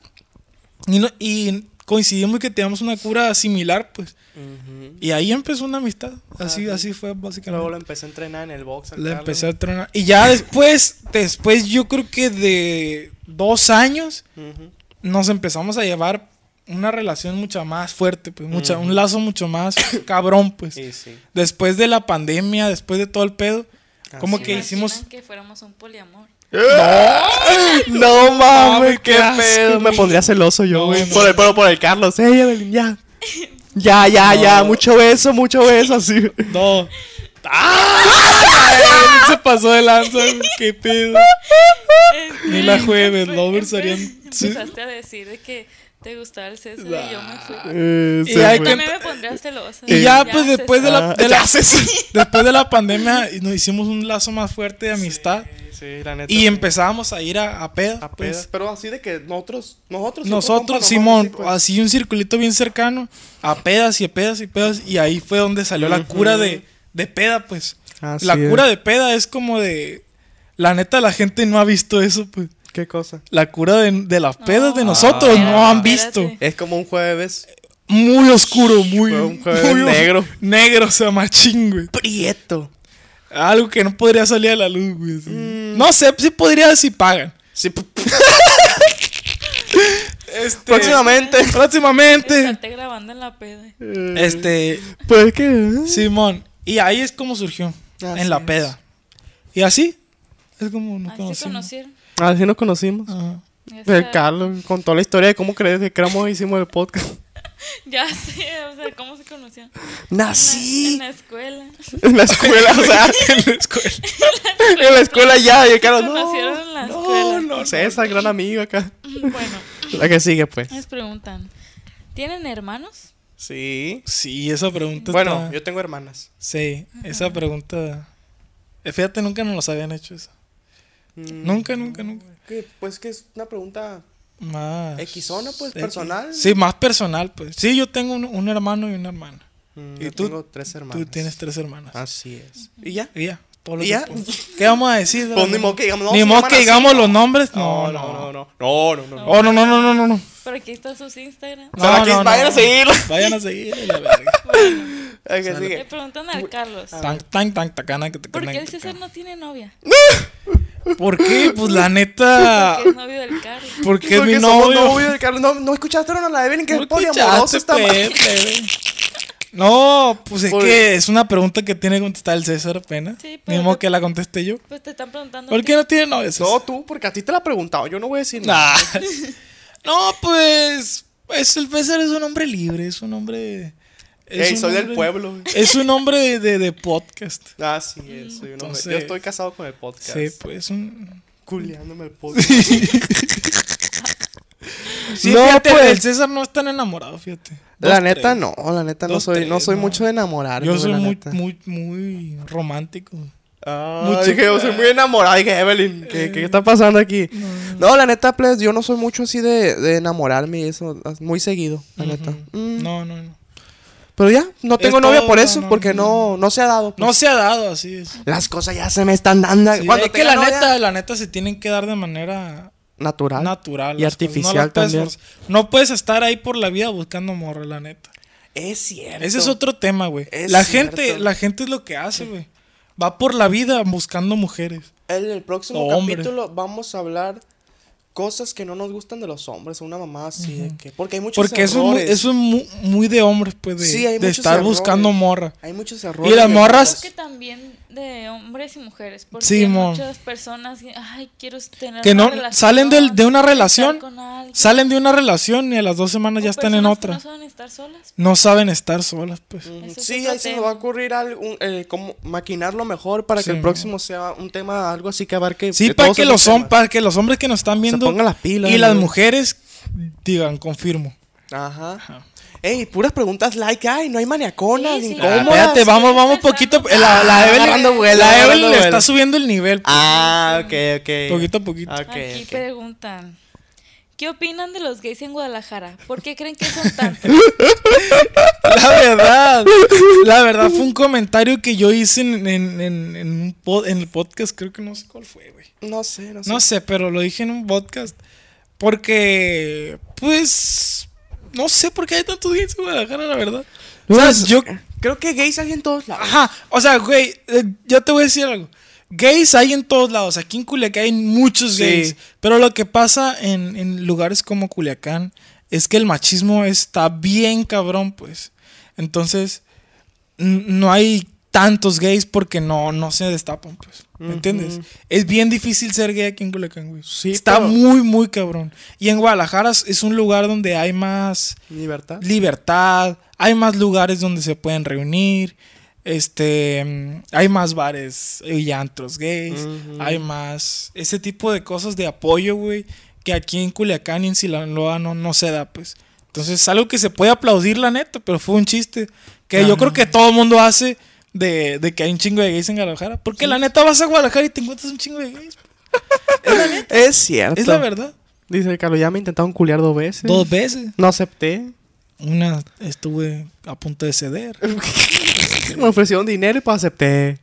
B: Y, no- y coincidimos que teníamos una cura similar, pues.
A: Ujú.
B: Y ahí empezó una amistad. Así,
A: Ah,
B: así fue
A: Luego lo
B: básicamente.
A: empecé a entrenar en el box. al
B: La
A: Carlos.
B: empecé a tronar. Y ya después, después yo creo que de dos años
A: Ujú.
B: nos empezamos a llevar una relación mucho más fuerte, pues, mucha, un lazo mucho más <coughs> cabrón, pues.
A: Y sí.
B: Después de la pandemia, después de todo el pedo, como
A: Así
B: que
C: ¿Imaginan
B: hicimos...
C: que fuéramos un poliamor.
A: No mames,
B: mames,
A: qué
B: qué
A: pedo.
B: asco,
A: Me
B: güey.
A: pudría celoso yo,
B: No,
A: güey.
B: no.
A: Por el, pero por el Carlos. Eh, Evelyn, ya. Ya, ya, ya. Mucho beso, mucho beso, así.
B: No. ¡Ah! <laughs> Se pasó de lanza, güey, qué pedo. <laughs> Ni la
C: <laughs>
B: jueves, lovers harían... sí.
C: Empezaste a decir de que te gustaba el César y yo me fui.
A: Eh,
B: Y
A: se
B: ahí
A: fue.
B: que-
C: También me pondría celosa.
B: Y ya, pues
C: César.
B: después de la,
A: Ah,
B: de
A: ya
B: la-
A: haces.
B: <laughs> después de la pandemia y nos hicimos un lazo más fuerte de amistad
A: Sí, la neta.
B: y empezábamos a ir a, a pedas,
A: A
B: pues.
A: pedas. Pues, Pero así de que nosotros, nosotros.
B: Nosotros,
A: compa,
B: Simón,
A: nomás así,
B: así un circulito bien cercano, a pedas y a pedas y pedas, y ahí fue donde salió la cura de, de peda, pues.
A: Así
B: la
A: es.
B: cura de peda es como de... La neta, la gente no ha visto eso, pues.
A: pues. ¿Qué cosa?
B: La cura de, de las pedas de
C: No, Ah,
B: nosotros no han
C: espérate.
B: visto.
A: Es como un jueves
B: Muy oscuro, muy...
A: Fue un jueves
B: muy os-
A: negro.
B: Negro, o sea, machín, güey.
A: prieto.
B: Algo que no podría salir a la luz, güey. así.
A: Mm.
B: No sé, sí podría si pagan.
A: Sí, p-
B: Este,
A: próximamente.
B: Próximamente.
C: Estarte grabando en la peda.
B: Este...
A: Pues que.
B: Simón. Y ahí es como surgió.
A: Así
B: en la
A: es.
B: peda. Y así. Es como nos
C: Así se
B: conocimos.
C: conocieron.
A: Así nos conocimos.
B: Ajá.
C: Ya
A: El
C: sea-
A: Carlos contó la historia de cómo crees que creamos hicimos el podcast.
C: Ya sé, o sea, ¿cómo se conocían? En
A: Nací
C: la escuela.
A: en la escuela, o sea,
B: <laughs> En la escuela.
A: en la escuela ya. Y el Carlos,
C: Se
A: no.
C: conocieron en la
A: No,
C: escuela.
A: no, esa gran amiga acá.
C: Mm, Bueno,
A: La que sigue, pues.
C: les preguntan, ¿tienen hermanos?
A: Sí.
B: Sí, esa pregunta.
A: Bueno,
B: está-
A: yo tengo hermanas.
B: Sí, esa pregunta. eh, Fíjate, nunca nos los habían hecho eso. Nunca, nunca, nunca.
A: Mm, Que, Pues que es una pregunta.
B: Más.
A: Xona, pues,
B: X.
A: personal.
B: Sí, más personal, pues. Sí, yo tengo un, un hermano y una hermana.
A: Mm,
B: ¿Y
A: yo
B: tú?
A: tengo tres hermanas.
B: Tú tienes tres hermanas.
A: Así es. ¿Y ya?
B: Y ya. todo lo
A: ¿Y
B: que
A: ya?
B: puedo. ¿Qué vamos a decir? de
A: Pues
B: las
A: ni
B: demás?
A: modo que digamos, no,
B: Ni
A: se
B: modo
A: llaman
B: que
A: así,
B: digamos
A: no.
B: los nombres.
A: No,
B: No,
A: no, Oh, no, no. No, no,
B: no.
A: no.
B: Oh, no, no, no, no, no, no.
C: Por aquí están sus Instagram.
A: O sea,
B: No,
A: aquí
B: no, no,
A: vayan a <laughs>
B: no.
A: seguirla.
B: Vayan a seguir.
A: <laughs>
B: la verga.
A: Ay, que
C: Le
A: sigue.
C: preguntan al Carlos,
A: Ah,
B: Tan, tan, tan, tacana, que te
C: ¿por qué
B: canan, que
C: el
B: Ah, te
C: César
B: canan.
C: no tiene novia?
B: ¿Por qué?
A: <laughs>
B: Pues la neta.
C: Porque es novio del Carlos.
B: Porque es
A: Porque
B: mi
A: somos
B: novio.
A: novios de Carlos. No, no escucharon a la Evelyn que
B: No
A: es poliamorosa
B: escuchaste,
A: esta <laughs> madre.
B: pues, pero- No, pues es
A: Por-
B: que es una pregunta que tiene que contestar el César apenas.
C: Sí, pero
B: Ni modo
C: te-
B: que la conteste yo.
C: Pues te están preguntando. a
B: ¿Por
C: ti.
B: qué no tiene novio? César?
A: No, tú, porque a ti te la he preguntado. Yo no voy a decir nada.
B: Nah. <laughs> No, pues. es- el César es un hombre libre, es un hombre. es
A: Ey,
B: un
A: soy del
B: hombre-
A: pueblo. güey.
B: Es un hombre de, de- de podcast.
A: Así es. soy un hombre.
B: Entonces-
A: Yo estoy casado con el podcast.
B: Sí, pues un.
A: Culeándome
B: <laughs>
A: el podcast.
B: Sí,
A: No,
B: fíjate,
A: pues.
B: el César no es tan enamorado, fíjate.
A: La
B: Dos,
A: neta
B: tres.
A: no, la neta no
B: Dos,
A: soy, no
B: tres,
A: soy
B: no.
A: mucho de enamorar.
B: Yo soy muy, muy, muy romántico.
A: Ah,
B: Mucho. Eh.
A: dije, yo soy muy enamorado. Dije, Evelyn, ¿qué, qué está pasando aquí? No, la neta, plebes, yo no soy mucho así de, de enamorarme y eso, as- muy seguido, la neta. Mm,
B: No, no, no.
A: Pero ya, no tengo
B: Es
A: novia
B: todo,
A: por
B: no,
A: eso,
B: no,
A: porque no, no se ha dado. pues.
B: No se ha dado, así es.
A: Las cosas ya se me están dando.
B: Sí,
A: Ah, Cuando
B: es que la
A: tenga novia,
B: neta, la neta se tienen que dar de manera
A: natural.
B: natural.
A: Y
B: las cosas.
A: artificial
B: No las puedes
A: también.
B: forzar. No puedes estar ahí por la vida buscando morro, la neta.
A: es cierto.
B: Ese es otro tema, güey.
A: Es
B: La
A: cierto.
B: gente, la gente es lo que hace, güey. Va por la vida buscando mujeres.
A: En el próximo
B: No, Oh, hombre.
A: capítulo vamos a hablar cosas que no nos gustan de los hombres, una mamá así de que porque hay muchos
B: Porque eso es, muy,
A: errores.
B: eso es mu- muy, de hombres, pues, de,
A: Sí, hay
B: de
A: muchos
B: estar
A: errores.
B: buscando morra.
A: Hay muchos errores.
B: Y las
A: de-
C: Creo
B: morras,
C: que también de hombres y mujeres. Porque
B: Sí,
C: hay
B: mo.
C: muchas personas que, ay, quiero tener
B: Que
C: una
B: no-
C: relación,
B: salen del- de una
C: estar
B: relación,
C: con alguien.
B: salen de una relación y a las dos semanas ya
C: O
B: están en
C: personas que
B: otra.
C: No saben estar solas.
B: No saben estar solas, pues.
A: Mm,
C: Ese es
A: Sí,
C: otro
A: ahí se nos
C: tema.
A: va a ocurrir algún, eh, cómo maquinarlo mejor para
B: Sí,
A: que el
B: ¿no?
A: próximo sea un tema, algo así que abarque.
B: Sí,
A: de
B: para
A: todos
B: que
A: esos
B: los hom-
A: temas.
B: para que los hombres que nos están viendo
A: pongan las pilas,
B: y las
A: güey.
B: mujeres digan, confirmo.
A: Ajá. Ey, puras preguntas like hay, no hay maniaconas,
C: Sí, sí.
B: Ah,
A: incómodas.
B: espérate, vamos, vamos poquito. eh, La, la Evelyn,
A: Ah, agarrando vuelo,
B: la
A: agarrando
B: Evelyn le
A: vuelo.
B: está subiendo el nivel. pues,
A: Ah, ok, ok.
B: Poquito a poquito.
A: Ok,
C: Aquí
A: ok.
C: preguntan. ¿Qué opinan de los gays en Guadalajara? ¿Por qué creen
A: <laughs>
C: que son tantos?
B: La verdad, <laughs> la verdad fue un comentario que yo hice en, en- en- en un pod- en el podcast, creo que no sé cuál fue, güey.
A: No sé, no sé.
B: No sé, pero lo dije en un podcast. Porque, pues, no sé por qué hay tantos gays en Guadalajara, la verdad. O sea, yo,
A: Creo que gays hay en todos lados.
B: ajá, o sea, güey, eh, yo te voy a decir algo. Gays hay en todos lados. Aquí en Culiacán hay muchos
A: Sí.
B: gays. Pero lo que pasa en, en lugares como Culiacán es que el machismo está bien cabrón, pues. Entonces, n- no hay tantos gays porque no, no se destapan, pues. ¿Me entiendes? Es bien difícil ser gay aquí en Culiacán, güey.
A: Sí,
B: está
A: pero-
B: muy, muy cabrón. Y en Guadalajara es- es un lugar donde hay más
A: Libertad.
B: libertad, hay más lugares donde se pueden reunir, este, mm, hay más bares y antros gays,
A: Ujú.
B: hay más ese tipo de cosas de apoyo, güey, que aquí en Culiacán y en Sinaloa no, no se da, pues. Entonces es algo que se puede aplaudir, la neta, pero fue un chiste que yo creo que todo el mundo hace de, de que hay un chingo de gays en Guadalajara, porque la neta vas a Guadalajara y te encuentras un chingo de gays.
A: Es cierto.
B: Es la verdad.
A: Dice Carlos, ya me intentaron culiar dos veces.
B: Dos veces.
A: No acepté. <laughs>
B: Una estuve a punto de ceder.
A: Me ofrecieron dinero y pues acepté.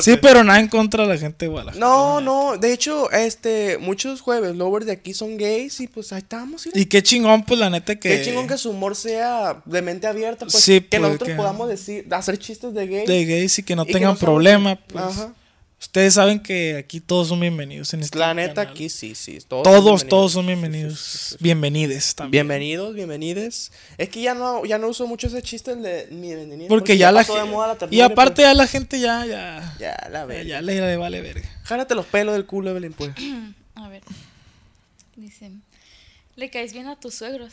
B: Sí, pero nada en contra de la gente de Guadalajara.
A: No, no, de hecho, este, muchos jueves lovers de aquí son gays y pues ahí estamos. mira.
B: Y qué chingón, pues la neta que.
A: Qué chingón que su humor sea de mente abierta, pues
B: Sí,
A: que
B: pues,
A: nosotros
B: que-
A: podamos decir, hacer chistes de gays.
B: De gays y que no
A: ¿eh? Y que
B: tengan
A: no saben-
B: problema, pues.
A: Ajá.
B: Ustedes saben que aquí todos son bienvenidos en este
A: La neta
B: canal.
A: aquí sí, sí.
B: Todos,
A: bienvenidos.
B: todos son bienvenidos. Bienvenides también.
A: Bienvenidos, bienvenides. Es que ya no, ya no uso mucho ese chiste el de ni bienvenido.
B: Porque, ya la
A: pasó de
B: gen-
A: moda pues.
B: Y
A: ternura,
B: aparte ya la gente ya, ya.
A: pues, ya la
B: Ya,
A: ve.
B: ya le vale verga.
A: Jálate los pelos del culo, Evelyn, pues.
C: A ver. Dicen, ¿le caes bien a tus suegros?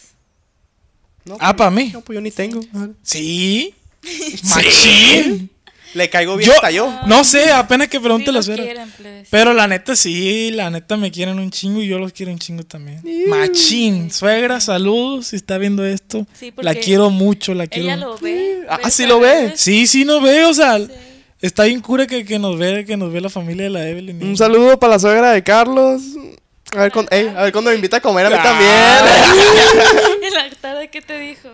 A: No,
B: Ah,
A: pues,
B: ¿pa' mí?
A: No, pues yo ni tengo. Ajá.
B: Sí.
A: <laughs>
B: Machín.
A: Le caigo bien
B: Yo,
A: hasta yo.
B: no sé, apenas que pregunte
C: Ah, Sí
B: las
C: los
B: veras.
C: quieren, plebes.
B: Pero la neta sí, la neta me quieren un chingo y yo los quiero un chingo también. Machín, suegra, saludos, si está viendo esto.
C: Sí, porque
B: la quiero mucho, la quiero.
C: Ella lo ve.
A: Ah,
C: pero
A: sí
C: a
A: lo ve.
C: veces-
B: Sí, sí nos ve, o sea,
C: <laughs>
B: está bien cura que, que nos ve, que nos ve la familia de la Evelyn.
A: Un saludo para la suegra de Carlos. A ver, cuando, ey, a ver cuando me invita a comer a mí
B: Ah.
A: también.
C: En la tarde, ¿qué te dijo?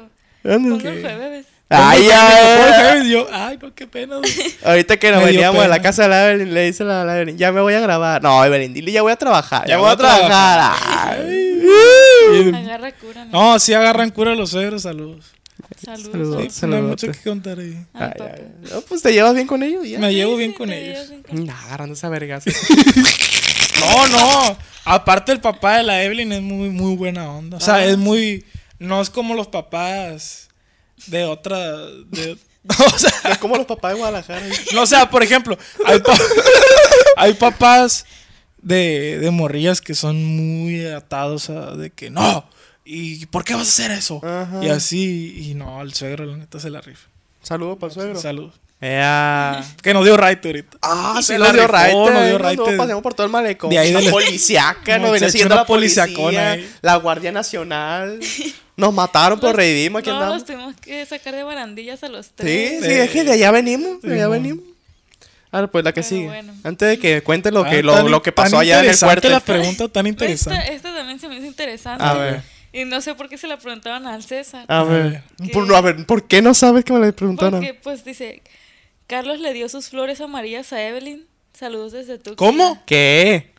A: Ándale.
C: Ponlo el jueves.
A: Ay, ay.
B: ay. Yo, ay, no, qué pena.
C: <laughs>
B: güey.
A: Ahorita que nos
B: Me dio
A: veníamos de la
B: pena.
A: casa de la Evelyn, le dice la, la Evelyn, ya me voy a grabar. No, Evelyn, dile, ya voy a trabajar. Ya, voy a trabajar. Ay.
C: Agarra cura. mi-
B: No, sí agarran cura los suegros, saludos.
C: Saludos.
A: Saludos.
B: Sí,
A: Saludote.
B: no hay mucho que contar ahí.
C: a mi
A: Ay,
C: papá.
A: ay, no, pues te llevas bien con ellos y ya.
B: Me llevo bien
C: Sí,
B: con
C: te
B: ellos.
C: llevas bien con-
A: Nah, agarrando esa verga.
B: No, no. Aparte el papá de la Evelyn es muy, muy buena onda. O sea, es muy... No es como los papás de otra... de- o sea,
A: Es como los papás de Guadalajara.
B: no, o sea, por ejemplo, hay, pa- <laughs> hay papás de, de morrillas que son muy atados a de que no. ¿Y por qué vas a hacer eso?
A: Ajá.
B: Y así, y no, el suegro la neta se la rifa.
A: Saludos para el suegro.
B: Salud. Eh,
A: Ea.
B: Que nos dio right ahorita.
A: Ah, sí,
B: Se
A: nos
B: la
A: dio
B: rifó,
A: raite.
B: nos dio
A: nos
B: raite.
A: paseamos por todo el malecón.
B: De ahí
A: la
B: del-
A: policíaca,
B: <laughs>
A: nos
B: Se
A: venía
B: echó
A: siguiendo
B: una
A: la policía,
B: policiacona ahí.
A: la Guardia Nacional. Nos mataron, pero
D: pues
C: Los-
A: revivimos. Aquí
C: no,
A: andamos.
C: los tuvimos que sacar de barandillas a los
A: Sí,
C: tres.
A: sí, es que de allá venimos, de allá venimos. Ahora pues la que
C: Pero
A: sigue.
C: bueno.
A: Antes de que cuente lo que,
B: Ah,
A: lo,
B: tan-
A: lo que
B: tan
A: pasó allá en el
B: interesante
A: fuerte. pues,
B: la pregunta tan
C: Esta,
B: interesante.
C: esta también se me hizo interesante.
A: A ver.
C: Y no sé por qué se la preguntaban al César.
B: Ah,
A: A ver. Por, no, a ver, ¿por qué no sabes que me la preguntaron? a mí?
C: Porque, pues dice, Carlos le dio sus flores amarillas a Evelyn. Saludos desde tu.
B: ¿Cómo?
A: ¿Qué?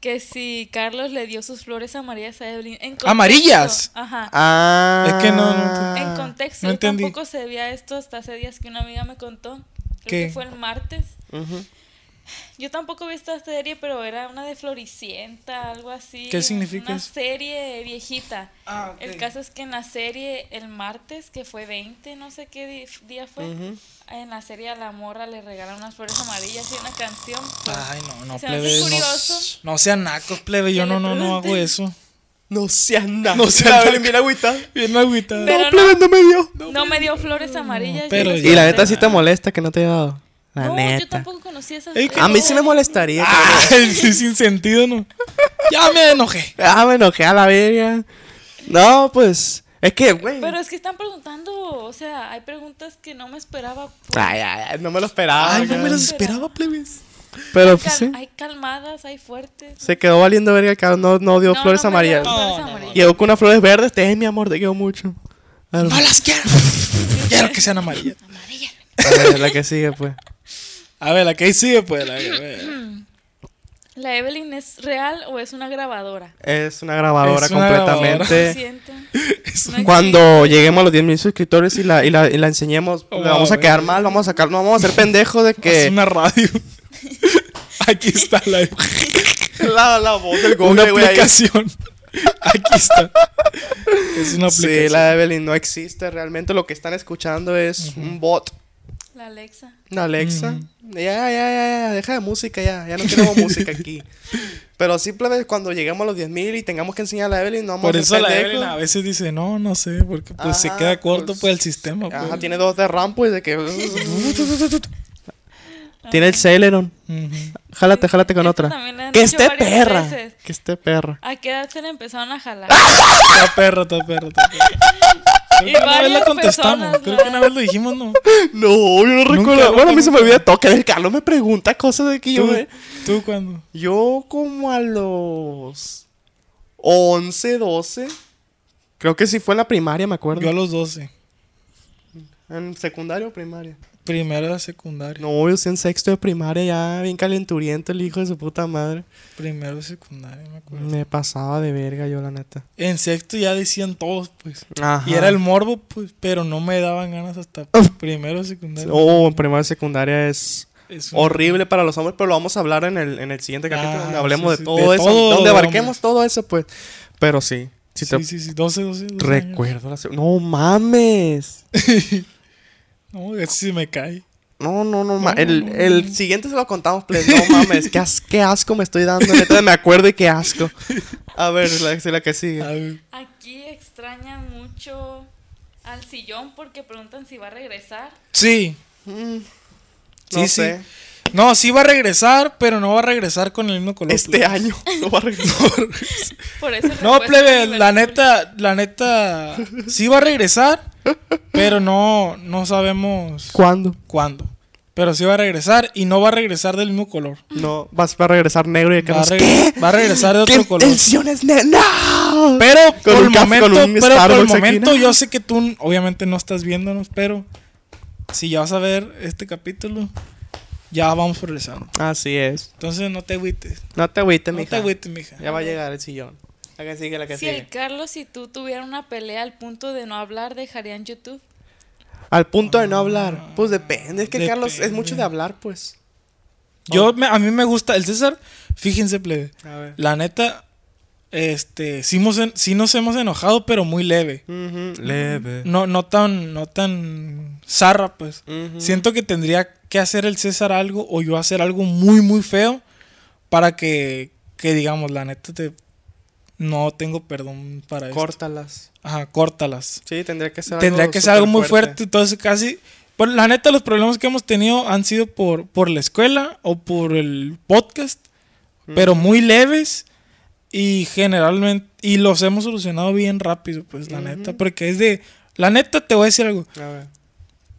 C: Que si Carlos le dio sus flores amarillas a Evelyn. En contexto,
B: ¿Amarillas?
C: Ajá.
A: Ah.
B: Es que no, no
C: en contexto,
B: no
C: yo
B: entendí.
C: tampoco se veía esto hasta hace días que una amiga me contó. Creo
B: ¿Qué?
C: que fue el martes.
A: Ujú.
C: Yo tampoco vi esta serie, pero era una de Floricienta, algo así.
B: ¿Qué significa
C: Una
B: eso?
C: serie viejita.
B: Ah, ok.
C: El caso es que en la serie, el martes, que fue 20, no sé qué di- día fue, en la serie a la morra le regalan unas flores amarillas y una canción.
B: Ay, no, no,
C: Se me hace
B: plebe.
C: curioso.
B: No, no sean nacos, plebe. Yo
C: Que
B: no,
C: le
B: no, no hago
C: pregunten.
B: eso.
A: No seas nada.
B: No seas
A: La
B: nada.
A: Evelyn, bien agüita.
B: Bien agüita.
C: Pero
A: no,
C: no.
A: plebes, no me dio.
C: No me dio flores amarillas.
B: pero
C: yo
B: ya.
A: Y la
C: las
A: neta
C: compré.
A: sí te molesta que no te haya dado. La
C: No, yo
A: neta.
C: tampoco conocí esa
B: Ey, que-
A: A mí sí me molestaría. que-
B: Ay, sí, sin sentido, no. Ya me enojé.
A: Ah, me enojé a la verga. No, pues.
D: Es que, güey.
C: Pero es que están preguntando, o sea, hay preguntas que no me esperaba. pues.
D: Ay, ay, ay, no me lo esperaba.
B: Ay, no me
D: cabrón.
B: los esperaba, plebes.
D: Pero
C: Hay
D: pues
C: cal-
D: sí.
C: Hay calmadas, hay fuertes.
D: Se quedó valiendo verga el cabrón. No, no dio
C: No,
D: flores
C: no me
D: amarillas.
C: dieron flores
B: No, no, no.
C: amarillas.
D: Llegó con unas flores verdes. Te es mi amor, te quiero mucho. A
B: No
D: la-
B: las quiero. quiero que sean amarillas.
C: Amarilla.
D: a ver, la que sigue, pues.
B: A ver, la que ahí sigue, pues. La, a ver.
C: ¿La Evelyn es real o es una grabadora?
D: Es una grabadora
B: Es una
C: Lo
D: completamente.
C: siento.
B: Es-
C: No
D: Cuando lleguemos a los 10.000 suscriptores y la, y la, y la enseñemos,
B: Oh,
D: le vamos a
B: wow,
D: quedar
B: güey.
D: mal, vamos a sacar, no vamos a ser pendejos de
B: es
D: que
B: una radio. <laughs> Aquí está la.
D: la, la voz del
B: Una
D: Google, güey, ahí.
B: aplicación. Aquí está. Es una aplicación.
D: Sí, la Evelyn no existe, realmente lo que están escuchando es un bot,
C: existe La Alexa.
D: una Alexa.
B: Ujú.
D: Ya, ya, ya, ya, deja de música ya, ya no tenemos música
A: <laughs>
D: aquí. Pero simplemente cuando lleguemos a los 10.000 y tengamos que enseñar a la Evelyn, no vamos
B: Por
D: a
B: eso
D: ser
B: la
D: pendejos.
B: Evelyn a veces dice, no, no sé, porque pues se
D: Ajá,
B: queda corto
D: pues,
B: pues, el sistema.
D: Ajá,
B: pues.
D: tiene dos de rampo y de que... uh, tiene el Celeron.
B: Ujú.
D: Jálate, jálate con
C: Esta
D: otra.
C: también la han
D: Que
C: dicho
D: esté
C: varias
D: perra.
C: veces.
D: Que esté perra.
C: ¿A qué edad se le empezaron a jalar?
B: Está perro, está perro, está
C: <laughs>
B: perro. Creo
C: Y
B: que una vez la
C: varias
B: contestamos.
C: personas,
B: Creo
C: ¿no?
B: que una vez lo dijimos, no.
D: <laughs> No, yo no recuerdo.
B: nunca,
D: bueno, a mí se me
B: nunca.
D: olvida todo. Que el Carlos me pregunta cosas de que <laughs> yo.
B: ¿Tú,
D: me-
B: tú cuándo?
D: Yo, como a los 11, 12. Creo que sí fue en la primaria, me
B: Yo a
D: acuerdo.
B: los 12.
D: ¿En secundaria o primaria?
B: Primero de secundaria.
D: No, yo sí en sexto de primaria, ya bien calenturiento el hijo de su puta madre.
B: Primero de secundaria, me acuerdo.
D: Me pasaba de verga yo, la neta.
B: En sexto ya decían todos, pues.
D: Ajá.
B: Y era el morbo, pues, pero no me daban ganas hasta primero de secundaria.
D: Oh, en primaria y secundaria es
B: Es un-
D: horrible para los hombres, pero lo vamos a hablar en el, en el siguiente
B: Ah,
D: capítulo donde
B: sí,
D: hablemos de
B: sí,
D: todo
B: de
D: eso,
B: todo
D: donde
B: lo de
D: abarquemos todo eso, pues. Pero sí, si
B: Sí,
D: te
B: sí, sí, 12, 12. 12 años.
D: recuerdo la seg- No mames.
B: No, ese sí me cae.
D: No, no, no, ma- el, el siguiente se lo contamos, please. No mames, qué, as- qué asco me estoy dando. Neta, me acuerdo y qué asco. A ver, la, la que sigue.
B: A ver,
C: Aquí extrañan mucho al sillón porque preguntan si va a regresar.
B: Sí.
D: Mm,
B: Sí,
D: no
B: sí.
D: sé.
B: No, sí va a regresar, pero no va a regresar con el mismo color.
D: Este año <laughs> no va a regresar.
C: Por eso el
B: No,
C: repuesto
B: plebe,
C: Pues es
B: la
C: Liverpool.
B: neta, la neta, sí va a regresar, pero no, no sabemos
D: ¿Cuándo?
B: cuándo. Pero sí va a regresar y no va a regresar del mismo color.
D: No, vas va a regresar negro y de
B: Va a,
D: caras.
B: reg-
D: ¿Qué?
B: va a regresar de otro
D: ¿Qué
B: color.
D: tensión es ne- ¡No!
B: Pero por
D: un
B: el
D: café,
B: momento,
D: con un
B: pero por el
D: Starbucks aquí,
B: momento
D: ¿no?
B: yo sé que tú obviamente no estás viéndonos, pero si ya vas a ver este capítulo, ya vamos regresando.
D: Así es.
B: Entonces no te agüites.
D: No te agüites,
B: No
D: mija.
B: te agüites, mija.
D: Ya va a llegar el sillón. La que sigue, la que
C: Si el
D: sigue.
C: Carlos y tú tuvieran una pelea al punto de no hablar, dejarían YouTube.
D: Al punto de no hablar. Pues depende. Es que Carlos es
B: Depende.
D: mucho de hablar, pues.
B: Yo me- a mí me gusta el César, fíjense plebe.
D: A ver.
B: La neta este sí, hemos en- sí nos hemos enojado, pero muy leve.
D: Leve.
B: No no tan no tan zarra, pues. Siento que tendría que hacer el César algo o yo hacer algo muy muy feo para que que digamos, la neta te no tengo perdón para eso.
D: Córtalas.
B: Ajá, córtalas.
D: Sí, tendría que ser
B: Tendría
D: algo
B: que ser algo muy fuerte,
D: superfuerte.
B: entonces casi... Pero la neta, los problemas que hemos tenido han sido por, por la escuela o por el podcast, pero muy leves y generalmente... Y los hemos solucionado bien rápido, pues la neta, porque es de... La neta, te voy a decir algo.
D: A ver.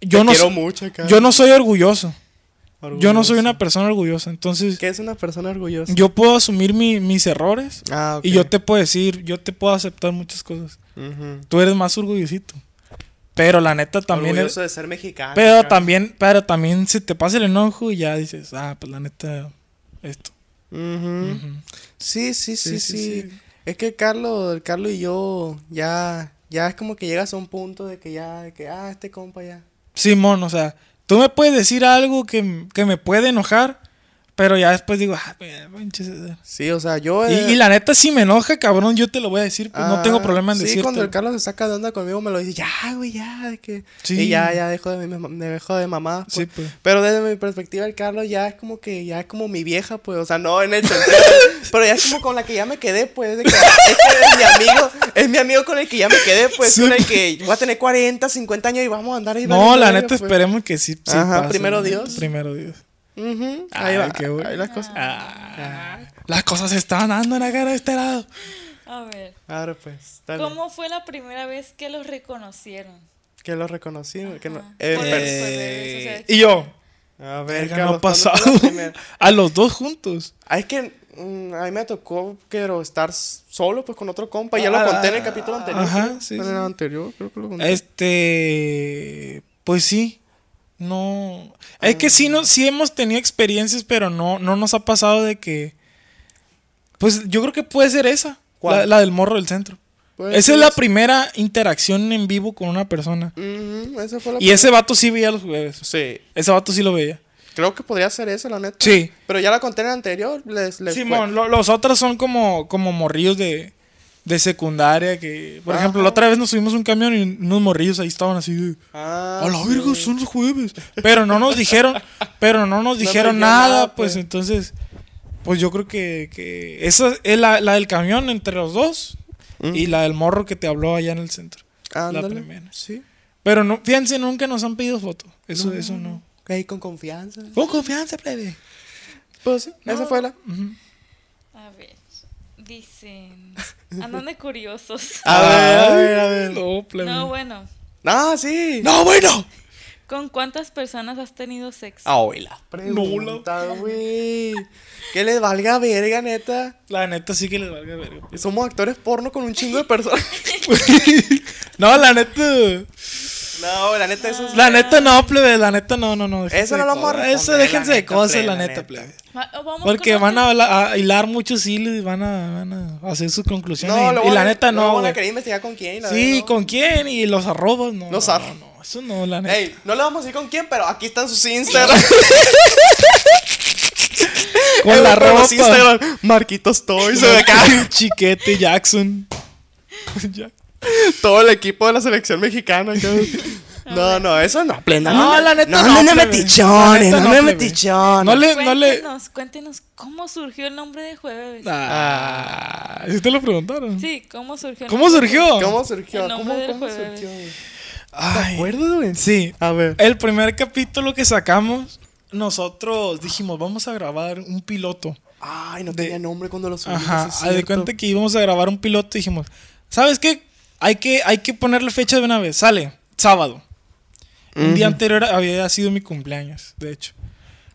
B: Yo,
D: Te
B: no,
D: quiero
B: so-
D: mucho, Carlos.
B: yo no soy orgulloso. Yo no soy
D: Orgulloso.
B: una persona orgullosa, entonces
D: Que es una persona orgullosa.
B: yo puedo asumir mi- mis errores
D: Ah, ok.
B: y yo te puedo decir, yo te puedo aceptar muchas cosas.
D: Ujú.
B: Tú eres más orgullosito. Pero la neta también... eres-
D: Orgulloso de ser mexicano.
B: Pero
D: Carlos.
B: también, pero también se te pasa el enojo y ya dices, ah, pues la neta, esto.
D: Ujú. Sí, sí, sí,
B: Sí,
D: sí,
B: sí, sí.
D: Es que Carlos, el Carlos y yo ya, ya es como que llegas a un punto de que ya, de que, ah, este compa ya.
B: Simón, o sea, tú me puedes decir algo que, que me puede enojar, pero ya después digo, ah, mira, pinche César".
D: Sí, o sea, yo...
B: y,
D: eh,
B: y la neta, si me enoja, cabrón, yo te lo voy a decir, pues no
D: ah,
B: tengo problema en
D: sí,
B: decirte.
D: cuando el Carlos se saca de onda conmigo me lo dice, ya, güey, ya, de que...
B: Sí.
D: Y ya, ya dejo de, mi mam- me dejo de mamá.
B: Sí, pues.
D: Pero desde mi perspectiva, el Carlos ya es como que, ya es como mi vieja, pues, o sea, no en el
B: <laughs>
D: sentido, de- pero ya es como con la que ya me quedé, pues, de que este es mi amigo, es mi amigo con el que ya me quedé, pues,
B: Sí.
D: con el que voy a tener 40, 50 años y vamos a andar ahí.
B: No,
D: valiendo
B: la
D: verga,
B: neta,
D: pues.
B: esperemos que sí. sí
D: Ajá,
B: pase,
D: primero
B: la neta,
D: Dios.
B: Primero Dios.
D: Ujú, Ahí
B: Ay,
D: va,
B: qué bueno.
D: ahí las cosas.
B: Ah, las cosas se estaban dando en la cara de este lado.
C: A ver.
A: Ahora pues, dale.
C: ¿Cómo fue la primera vez que los reconocieron?
A: Que lo reconocí. Que no-
C: Ajá.
A: eh,
C: Por
D: pues,
A: per-
C: eso, de eso, o sea,
B: Eh, y yo,
A: A ver,
B: verga, no
A: Carlos,
B: ha
A: ¿cuándo fue
B: pasado.
A: la primera?
B: <laughs> A los dos juntos.
A: Ah, Es que mm, a mí me tocó quiero estar s- solo pues con otro compa. Ya lo
B: Ah,
A: conté en el capítulo anterior.
B: ajá,
A: creo.
B: sí,
A: En
B: sí.
A: el anterior, creo que lo conté.
B: Este. Pues sí. No. Es que sí, no, sí hemos tenido experiencias, pero no, no nos ha pasado de que. Pues yo creo que puede ser esa.
A: ¿Cuál?
B: La, la del morro del centro.
A: Puede
B: Esa
A: ser
B: es la
A: esa.
B: primera interacción en vivo con una persona.
A: Ujú, esa fue la
B: Y ese vato sí veía los jueves.
A: Sí,
B: Ese vato sí lo veía.
A: creo que podría ser esa, la neta.
B: Sí.
A: Pero ya la conté en el anterior. Les, les
B: Simón, lo- los otros son como, como morrillos de, de secundaria que... Por
A: Ajá.
B: ejemplo, la otra vez nos subimos a un camión y unos morrillos ahí estaban así de...
A: Ah,
B: A la
A: sí.
B: verga, son los jueves. Pero no nos dijeron, pero no
A: <laughs>
B: nos
A: No
B: dijeron
A: dijeron
B: nada,
A: nada,
B: pues.
A: pues.
B: entonces, pues yo creo que, que esa es la, la del camión entre los dos y la del morro que te habló allá en el centro.
A: Mm. Ándale.
B: La primera.
A: Sí.
B: Pero no, fíjense, nunca nos han pedido foto. Eso, eso no.
A: Ahí con confianza.
B: Con confianza, plebe.
A: Pues sí, esa fue la.
C: A ver.
B: <laughs>
C: Dicen. Andan de curiosos.
A: A
B: Ah,
A: ver, a ver, a ver.
B: No, plebe.
C: No, bueno.
A: Ah, sí.
B: No, bueno.
C: ¿Con cuántas personas has tenido
B: Ah,
C: sexo?
A: Abuela. Pregunta, güey. Que les valga verga, neta.
B: La neta sí que les valga verga. <laughs>
A: Somos actores porno con un chingo de personas.
B: no, la neta.
A: no, la neta, eso es.
B: La neta no, plebe. La neta no, no, no. déjense
A: Eso no
B: de
A: lo vamos a
B: cosas.
A: responder,
B: Eso déjense
A: la
B: de
A: neta,
B: cosas,
A: plebe,
B: la
A: la
B: neta,
A: neta.
B: plebe.
C: Va- vamos
B: Porque
C: con
B: van a,
C: otra.
B: habla- a hilar muchos hilos y van a, van a hacer sus conclusiones.
A: No,
B: y-
A: lo
B: y,
A: voy
B: la
A: a-
B: neta
A: lo
B: no.
A: van a
B: güey.
A: querer investigar con quién. la
B: sí,
A: verdad, no.
B: con quién y los arrobas, no.
A: Los
B: no,
A: arro-
B: No, eso no, la neta.
A: Ey, no le vamos a decir con quién, pero aquí están sus Instagram.
B: <laughs> Con
A: Ey,
B: la
A: pero
B: ropa.
A: los Instagram. Marquitos Toys, de
D: <laughs>
A: acá.
B: Chiquete Jackson. Ya.
A: Todo el equipo de la selección mexicana. acá. <laughs> No, no, eso no, plena.
B: No, la neta no,
A: No, no,
B: plebe.
A: metichones,
B: La neta
A: no,
B: no,
A: me
B: plebe.
A: metichones.
B: No le, no le.
C: Cuéntenos, cuéntenos cómo surgió el nombre de jueves.
B: Ah, ¿sí te lo preguntaron?
C: Sí, cómo surgió. el
B: ¿Cómo
C: nombre?
B: surgió?
A: ¿Cómo surgió?
C: El nombre
A: ¿Cómo,
C: del
A: cómo
C: jueves.
A: surgió? güey?
B: Ay,
A: acuerdas, güey?
B: Sí.
A: A ver.
B: El primer capítulo que sacamos, nosotros dijimos, vamos a grabar un piloto.
A: Ay, no
B: De-
A: tenía nombre cuando lo subimos.
B: Ajá,
A: es
B: haz de
A: cierto.
B: cuenta que íbamos a grabar un piloto y dijimos, ¿sabes qué? Hay que, hay que ponerle fecha de una vez. Sale, sábado. Un día anterior había sido mi cumpleaños, de hecho.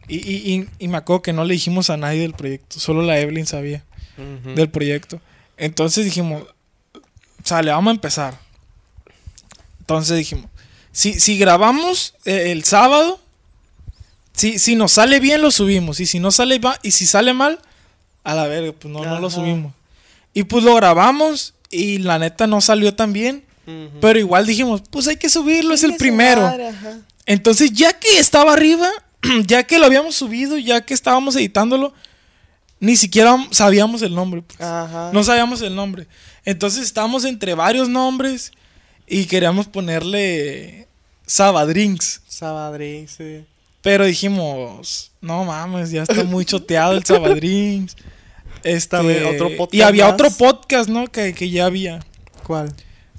B: Y, y- y- y me acuerdo que no le dijimos a nadie del proyecto, solo la Evelyn sabía del proyecto. Entonces dijimos, sale, vamos a empezar. Entonces dijimos, si, si grabamos eh, el sábado, si, si nos sale bien lo subimos, y si no sale va- y si sale mal, a la verga, pues no, no lo
A: Ajá.
B: subimos. Y pues lo grabamos y la neta no salió tan bien,
A: Ujú.
B: pero igual dijimos, pues hay que subirlo, es el
A: Chingue su
B: primero.
A: madre, ajá.
B: Entonces, ya que estaba arriba, <clears throat> ya que lo habíamos subido, ya que estábamos editándolo, ni siquiera sabíamos el nombre. pues.
A: Ajá.
B: No sabíamos el nombre. Entonces estábamos entre varios nombres y queríamos ponerle Sabadrinks.
A: Sabadrín, sí.
B: Pero dijimos, no mames, ya está muy choteado
A: <laughs>
B: el Sabadrinks. Este,
A: También otro podcast
B: y había
A: más.
B: otro podcast, ¿no? Que, que ya había.
A: ¿Cuál?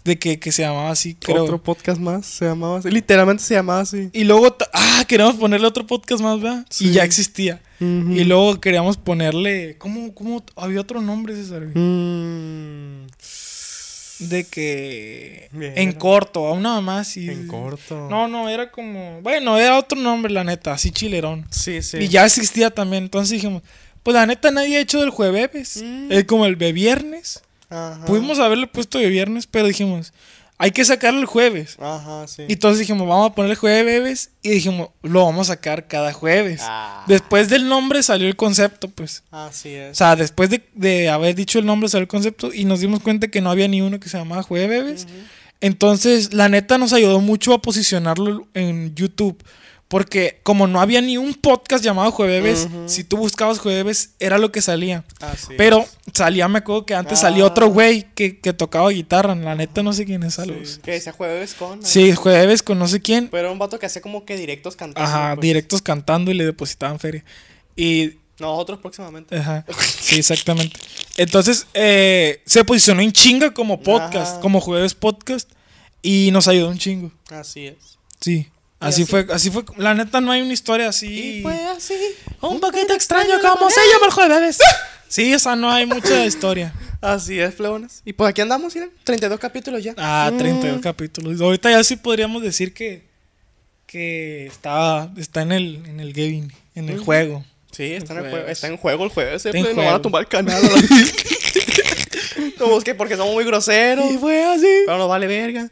B: De que, que se llamaba así, creo.
A: Otro podcast más se llamaba así. Literalmente se llamaba así.
B: Y luego, ta- ah, queríamos ponerle otro podcast más, ¿verdad? Y
A: Sí. Mm.
B: ya existía.
A: Ujú.
B: Y luego queríamos ponerle. ¿Cómo, cómo había otro nombre, César? güey?
A: Mm,
B: De que.
A: Mira.
B: En corto, a una mamá así.
A: En corto.
B: No, no, era como. Bueno, era otro nombre, la neta, así chilerón.
A: Sí, sí.
B: Y ya existía también. Entonces dijimos, pues la neta nadie ha hecho del jueves.
A: Mm.
B: Es como el de viernes.
A: Ajá.
B: Pudimos haberle puesto de viernes, pero dijimos, hay que sacarlo el jueves.
A: Ajá, sí.
B: Y entonces dijimos, vamos a poner jueves. Y dijimos, lo vamos a sacar cada jueves.
A: Ah.
B: Después del nombre salió el concepto, pues.
A: Así
B: O
A: es.
B: sea, después de, de haber dicho el nombre salió el concepto y nos dimos cuenta que no había ni uno que se llamaba Jueves. Entonces, la neta nos ayudó mucho a posicionarlo en YouTube. Porque como no había ni un podcast llamado Jueves, si tú buscabas Jueves, era lo que salía.
A: Así
B: Pero salía, me acuerdo que antes salía
A: Ah.
B: otro güey que, que tocaba guitarra. La neta no sé quién es algo.
A: es. Que decía jueves con. eh.
B: Sí, Jueves con no sé quién.
A: Pero era un vato que hacía como que directos cantando.
B: Ajá,
A: pues.
B: directos cantando y le depositaban feria. Y
A: Nosotros próximamente.
B: Ajá. Sí, exactamente. Entonces, eh, se posicionó en chinga como podcast,
A: Ajá.
B: como jueves podcast, y nos ayudó un chingo.
A: Así es.
B: Sí. Así,
A: así?
B: fue, así fue. La neta no hay una historia así.
A: Y fue así. <laughs>
B: un poquito extraño como se llama el jueves. Sí, o sea, no hay mucha historia.
A: Así es, plebones. Y pues aquí andamos, miren, 32 capítulos ya.
B: Ah, 32 capítulos. Ahorita ya sí podríamos decir que, que está, está en el, en el gaming, en
A: Mm.
B: el juego.
A: Sí, está en, el
B: Juegos.
A: juego, está en juego el jueves. eh,
B: Está en
A: plebe, Nos van a
B: juego.
A: tumbar el canal. <laughs> no busques porque somos muy groseros.
B: Y fue así.
A: Pero no vale verga.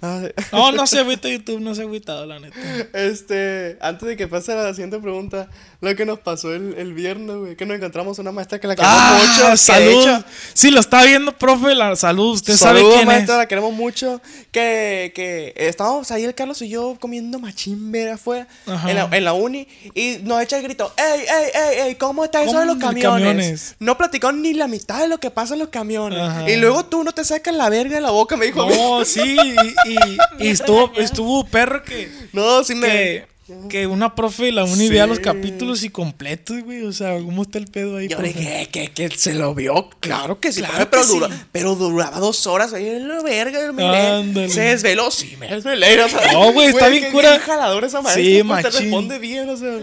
A: Ah, <laughs>
B: No, no se agüita YouTube, no se ha agüitado, la neta.
A: Este, antes de que pase a la siguiente pregunta, lo que nos pasó el, el viernes, güey, que nos encontramos una maestra que la queremos
B: Ah,
A: mucho. que de
B: salud.
A: hecho-
B: Sí, lo está viendo, profe, la salud. Usted sabe
A: Saludos,
B: quién
A: maestra,
B: es.
A: la queremos mucho. Que, que estábamos ahí el Carlos y yo comiendo machimber afuera
B: Ajá.
A: en la, en la uni y nos echa el grito, ¡Ey, ey, ey, ey! ¿Cómo está eso
B: ¿Cómo
A: de los
B: de
A: camiones?
B: camiones?
A: No platicaron ni la mitad de lo que pasa en los camiones.
B: Ajá.
A: Y luego tú no te sacas la verga de la boca, me dijo. a mí.
B: No, sí, y, y- y estuvo, estuvo perro que,
A: No, sí me...
B: que, que una profe de la uni
A: Sí.
B: vea los capítulos y completos, güey. O sea, ¿cómo está el pedo ahí?
A: Yo
B: profe?
A: dije "Eh, que, que, que se lo vio, claro que sí, profe,
B: Claro que
A: pero,
B: sí.
A: dura- pero duraba dos horas ahí en la verga, yo me
B: Ándale.
A: le- se desveló, sí, me desvelé. o sea,
B: No, güey, está bien
A: qué-
B: cura.
A: qué jalador esa maestra,
B: Sí,
A: pues, te
B: machín.
A: responde bien, o sea.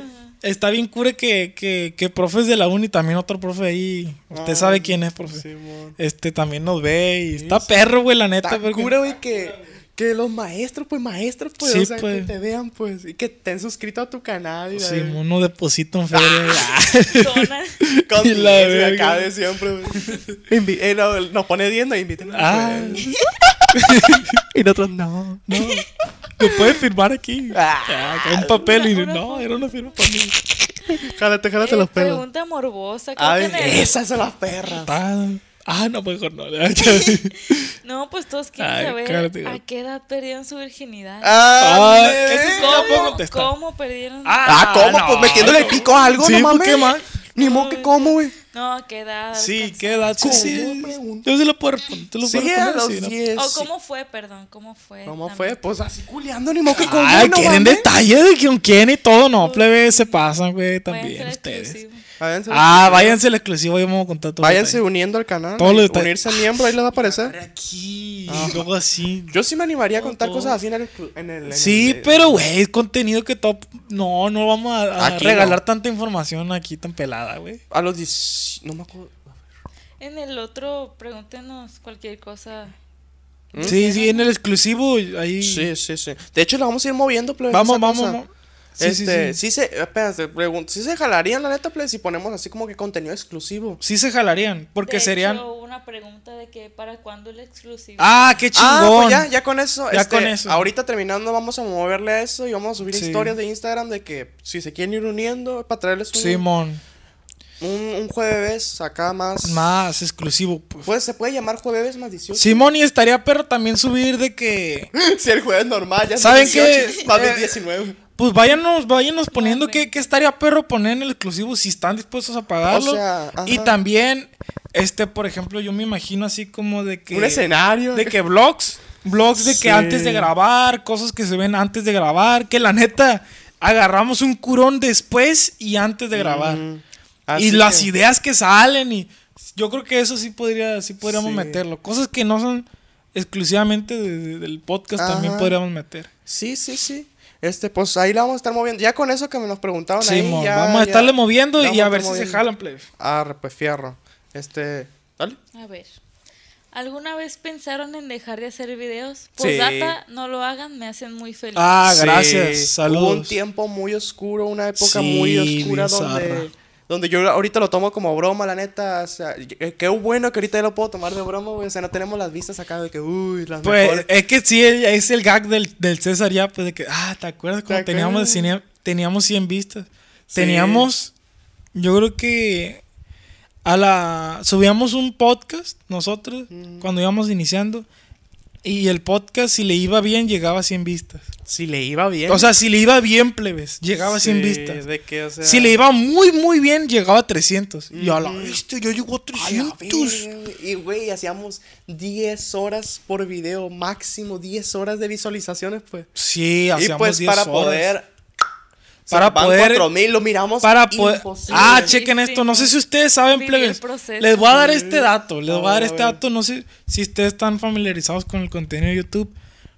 B: Está bien cura que, que, que profes de la uni, también otro profe ahí. Usted
A: Ah,
B: sabe quién es, profe.
A: Simón.
B: Este también nos ve y está perro, güey, la neta.
A: Está
B: porque-
A: cura, güey, que, que los maestros, pues maestros, pues,
B: Sí,
A: o sea,
B: pues.
A: que te vean, pues, y que estén suscritos a tu canal. Y la
B: Sí,
A: verga.
B: uno deposita en feria.
A: Ah.
C: Zona.
A: <laughs>
B: <laughs>
A: Con
B: Y la
A: la
B: verga.
A: acá de siempre, güey. <laughs> Invi- eh, no, nos pone 10, nos invitan.
B: Ah, <laughs>
A: Y nosotros no.
B: no. Lo puede firmar aquí.
A: Ah.
B: Ah, con un papel y
C: Una- una
B: no,
C: foto.
B: era una firma para mí.
A: Jálate, jálate
C: Eh,
A: los pelos.
C: pregunta morbosa. creo
A: Ay,
C: que en el-
A: esas son las perras.
B: Ah, ah, no,
A: <laughs>
B: mejor no.
C: No, pues todos quieren
B: Ay,
C: saber
B: cállate.
C: a qué edad perdieron su virginidad.
B: Ah,
A: Ándale.
B: ese es Ya puedo
C: ¿Cómo,
B: contestar.
C: ¿Cómo perdieron? su-
A: eh. Ah, ¿cómo? pues metiéndole el pico a algo,
B: Sí,
A: no
B: pues,
A: mames.
B: ¿qué más?
A: Ni modo que cómo, güey.
C: No, ¿a qué edad?
B: Sí,
C: alcanzó?
B: qué edad. Sí,
A: ¿Cómo
B: sí.
A: pregunta?
B: Yo sí lo puedo responder. te lo puedo
A: Sí, a
B: responder,
A: los
B: Pues, sí, ¿no?
A: 10.
C: ¿O cómo fue, perdón? ¿Cómo fue?
A: ¿Cómo
C: también?
A: fue? Pues así culeando, ni modo que cómo.
B: Ah,
A: no
B: quieren
A: mames.
B: detalles de con quién y todo. No, plebe, se pasan, güey,
C: Pueden
B: también
C: ser
B: ustedes.
C: exclusivos.
A: Váyanse,
B: Ah, váyanse al exclusivo, yo me voy a contar todo.
A: váyanse uniendo al canal.
B: Todos los
A: ahí,
B: detalles.
A: unirse miembro, ahí les va a aparecer.
B: Aquí,
A: Ah.
B: luego así.
A: Yo sí me animaría a contar
B: Todo.
A: cosas así en el. clu- En el en
B: Sí,
A: el- eh,
B: pero güey, es contenido que top. No, no vamos a, a
A: Aquí
B: regalar
A: no.
B: tanta información aquí tan pelada, güey.
A: A los 10. No me acuerdo.
C: En el otro, pregúntenos cualquier cosa.
B: Sí, sí, en el exclusivo ahí.
A: Mm. Sí, sí, sí. De hecho, la vamos a ir moviendo, plebe,
B: Vamos,
A: esa
B: vamos,
A: cosa.
B: vamos. Sí, sí,
A: Este,
B: sí.
A: sí se, espérate, pregunto, sí se jalarían la neta, plebe, si ponemos así como que contenido exclusivo.
B: Sí se jalarían, porque
C: De
B: serían.
C: hecho, hubo una pregunta de que para cuándo el exclusivo.
B: Ah, qué chingón.
A: Ah, pues ya, ya con eso.
B: Ya
A: este,
B: con eso.
A: Ahorita terminando, vamos a moverle a eso y vamos a subir
B: Sí.
A: historias de Instagram de que si se quieren ir uniendo, para traerles un,
B: Simón,
A: un, un jueves acá más.
B: más exclusivo. pues.
A: Pues se puede llamar jueves más 18.
B: Simón, y estaría perro también subir de que.
A: <laughs> si el jueves normal, ya son
B: ¿Saben qué?
A: 18, Más de
B: Eh,
A: 19.
B: Pues váyanos, váyanos poniendo
C: güey.
B: que, estaría perro poner en el exclusivo si están dispuestos a pagarlo.
A: O sea, ajá.
B: y también, este, por ejemplo, yo me imagino así como de que.
A: Un escenario.
B: De que vlogs, vlogs de
A: Sí.
B: que antes de grabar, cosas que se ven antes de grabar, que la neta agarramos un curón después y antes de grabar.
A: Mm,
B: y
A: así
B: las
A: que-
B: ideas que salen y yo creo que eso sí podría sí podríamos
A: Sí.
B: meterlo, cosas que no son exclusivamente de- de- del podcast también
A: Ajá.
B: podríamos meter.
A: Sí, sí, sí. Este, pues ahí la vamos a estar moviendo. Ya con eso que me nos preguntaron
B: Sí,
A: ahí.
B: mon,
A: ya-
B: vamos a
A: ya-
B: estarle moviendo
A: ya
B: y
A: vamos
B: a
A: estar
B: ver si se
A: moviendo.
B: jalan, plebe.
A: Ah, pues fierro. Este. Dale.
C: A ver. ¿Alguna vez pensaron en dejar de hacer videos? Pues data, no lo hagan, me hacen muy feliz.
B: Ah,
A: Sí,
B: gracias,
A: Hubo un
B: saludos.
A: tiempo muy oscuro, una época
B: Sí,
A: muy oscura
B: bien zarra.
A: donde, donde yo ahorita lo tomo como broma, la neta. O sea, y- eh, qué bueno que ahorita ya lo puedo tomar de broma, güey. O sea, no tenemos las vistas acá de que, uy, las
B: Pues
A: mejores.
B: es que sí, el- es el gag del, del César ya, pues de que, ah, ¿te acuerdas cuando
A: ¿Te
B: teníamos,
A: acuerdas?
B: cine- teníamos 100 vistas? Teníamos, yo creo que a la, subíamos un podcast nosotros
A: Mm.
B: cuando íbamos iniciando y el podcast si le iba bien llegaba a 100 vistas.
A: Si le iba bien.
B: O sea, si le iba bien plebes, llegaba a 100
A: Sí,
B: vistas.
A: de que, o sea,
B: Si le iba muy, muy bien, llegaba a 300. Y a la bestia, ya llegó a
A: a la
B: 300.
A: verga, güey. Y, güey, hacíamos 10 horas por video, máximo 10 horas de visualizaciones, pues.
B: Sí,
A: Y
B: hacíamos
A: pues
B: 10
A: para
B: horas.
A: poder.
B: Para poder-
A: 4000, lo miramos.
B: Para poder.
A: imposible.
B: Ah,
C: Sí,
B: chequen
C: sí,
B: esto. No sé
C: sí.
B: si ustedes saben,
C: Viví el
B: plebes.
C: proceso.
B: Les voy a dar este dato. Les
A: A
B: voy a dar
A: ver, a
B: este
A: ver.
B: dato. No sé si ustedes están familiarizados con el contenido de YouTube.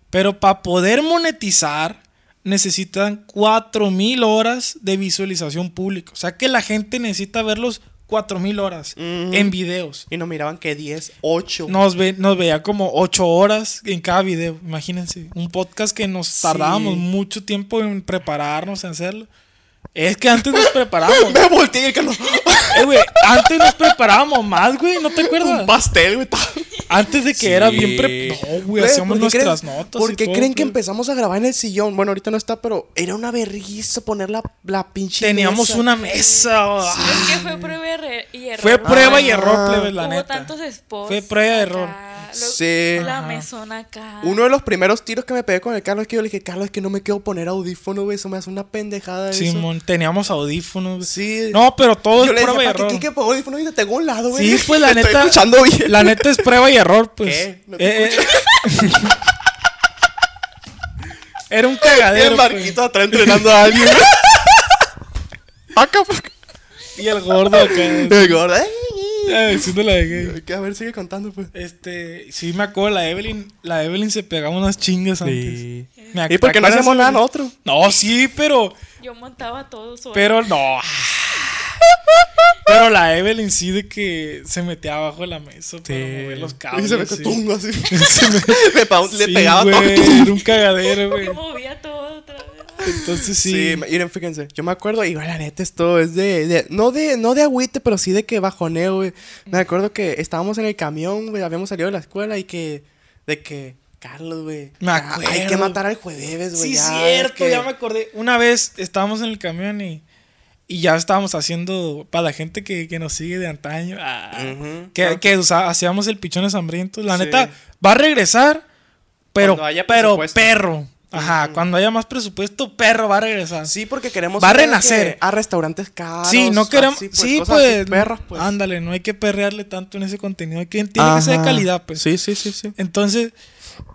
B: Pero para poder monetizar, necesitan 4000 horas de visualización pública. O sea que la gente necesita verlos cuatro mil horas en videos.
A: Y nos miraban que 10, 8.
B: Nos, ve, nos veía como ocho horas en cada video, imagínense. Un podcast que nos tardábamos
A: Sí.
B: mucho tiempo en prepararnos, en hacerlo. Es que antes nos
A: <laughs>
B: preparábamos.
A: Me volteé y el que no. <laughs>
B: Eh, güey, antes nos preparábamos más, güey, ¿no te acuerdas?
A: Un pastel, güey. ta-
B: Antes de que
E: Sí.
B: era bien pre... No, <laughs> güey,
A: Güey,
B: hacíamos
A: ¿por qué
B: nuestras
A: creen-
B: notas.
A: ¿Por
B: y
A: qué
B: todo,
A: creen que
B: güey.
A: empezamos a grabar en el sillón? Bueno, ahorita no está, pero era una vergüenza poner la, la pinche.
B: Teníamos
A: mesa.
B: una mesa. ah,
C: Es que fue prueba y erre- y error.
B: Fue
C: ¿no?
B: prueba y
A: Ah.
B: error, plebes, la
C: Hubo
B: neta.
C: tantos spots.
B: Fue prueba y
C: acá,
B: error.
C: lo-
A: Sí.
C: La
B: Ajá.
C: mesona acá.
A: Uno de los primeros tiros que me pegué con el Carlos es que yo le dije, Carlos, es que no me quiero poner audífono, güey. Eso me hace una pendejada. eso".
B: Simón, teníamos audífonos. güey.
A: Sí.
B: No, pero todo
A: Yo
B: es
A: le
B: prueba
A: dije,
B: y
A: ¿para qué
B: error.
A: Kike pagó audífono? Y te tengo a un lado, güey.
B: Sí, pues la
A: Te <laughs>
B: neta.
A: Estoy escuchando bien.
B: La neta es prueba y error, pues.
A: ¿Qué? No te
B: Eh, eh, <laughs> era
A: <laughs>
B: un cagadero.
A: el
B: pues.
A: Marquito atrás entrenando a
B: <laughs>
A: alguien. Acá,
B: Y el gordo acá.
A: El gordo. "Ay, ay,
B: Eh, sí te la dejé.
A: ay". Que A ver, sigue contando, pues.
B: Este, sí me acuerdo, la Evelyn, la Evelyn se pegaba unas chingas antes. Me ac-
A: Y porque no
B: ¿te acuerdas,
A: hacemos nada
B: Evelyn?
A: nosotros.
B: No, sí, pero,
C: Yo montaba todo sola.
B: pero
A: <laughs>
B: no. Pero la Evelyn sí de que se metía abajo de la mesa para mover los cables.
A: Y se me
B: sí.
A: tungo
B: <laughs>
A: así. <laughs> Le pa- Le
B: Sí,
A: pegaba
B: güey,
A: todo.
B: Era un cagadero, güey.
C: Yo movía todo otra vez.
B: Entonces sí.
A: Sí, miren, fíjense, yo me acuerdo, y la neta, esto es de, de- no de, no de agüite, pero sí de que bajoneo, güey. Me acuerdo que estábamos en el camión, güey, habíamos salido de la escuela y que, de que, Carlos, güey,
B: Me
A: ya hay que
B: acuerdo.
A: matar al jueves, Pues, güey.
B: Sí,
A: ya,
B: cierto,
A: que-
B: ya me acordé. Una vez estábamos en el camión y, y ya estábamos haciendo, para la gente que, que nos sigue de antaño, ah,
A: Ujú,
B: que,
A: claro.
B: que usa- hacíamos el pichones hambrientos. La
A: Sí.
B: neta, va a regresar, pero,
A: Cuando haya
B: pero
A: presupuesto.
B: perro. Ajá, cuando haya más presupuesto, perro va a regresar.
A: Sí, porque queremos
B: Va a
A: ir de que
B: renacer.
A: A restaurantes caros.
B: Sí, no queremos.
A: Ah, así,
B: sí,
A: cosas así,
B: pues,
A: perras, pues.
B: Ándale, no hay que perrearle tanto en ese contenido. hay que- tiene que ser de
A: Ajá.
B: calidad, pues.
A: Sí, sí, sí, sí.
B: Entonces,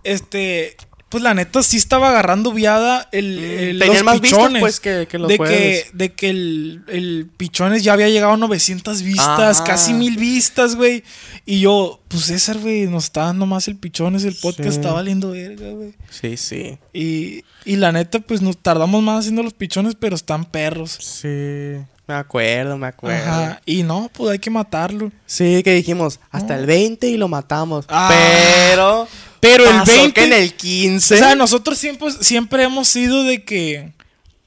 B: este, pues la neta sí estaba agarrando viada el,
A: Mm,
B: el-
A: tenían
B: los
A: más vistas,
B: pichones.
A: pues, que- que los
B: de, que,
A: jueves.
B: de que el, el pichones ya había llegado a 900 vistas,
A: Ajá.
B: casi mil vistas, güey. Y yo, pues César, güey, nos está dando más el pichones, el podcast
A: Sí.
B: está valiendo verga, güey.
A: Sí, sí.
B: Y, y la neta, pues nos tardamos más haciendo los pichones, pero están perros.
A: Sí. Me acuerdo, me acuerdo.
B: Ajá. Y no, pues hay que matarlo.
A: Sí, que dijimos hasta el 20 y lo matamos.
B: Ah.
A: pero.
B: Pero el
A: pasó
B: 20
A: que en el 15.
B: O sea, nosotros siempre, siempre hemos sido de que.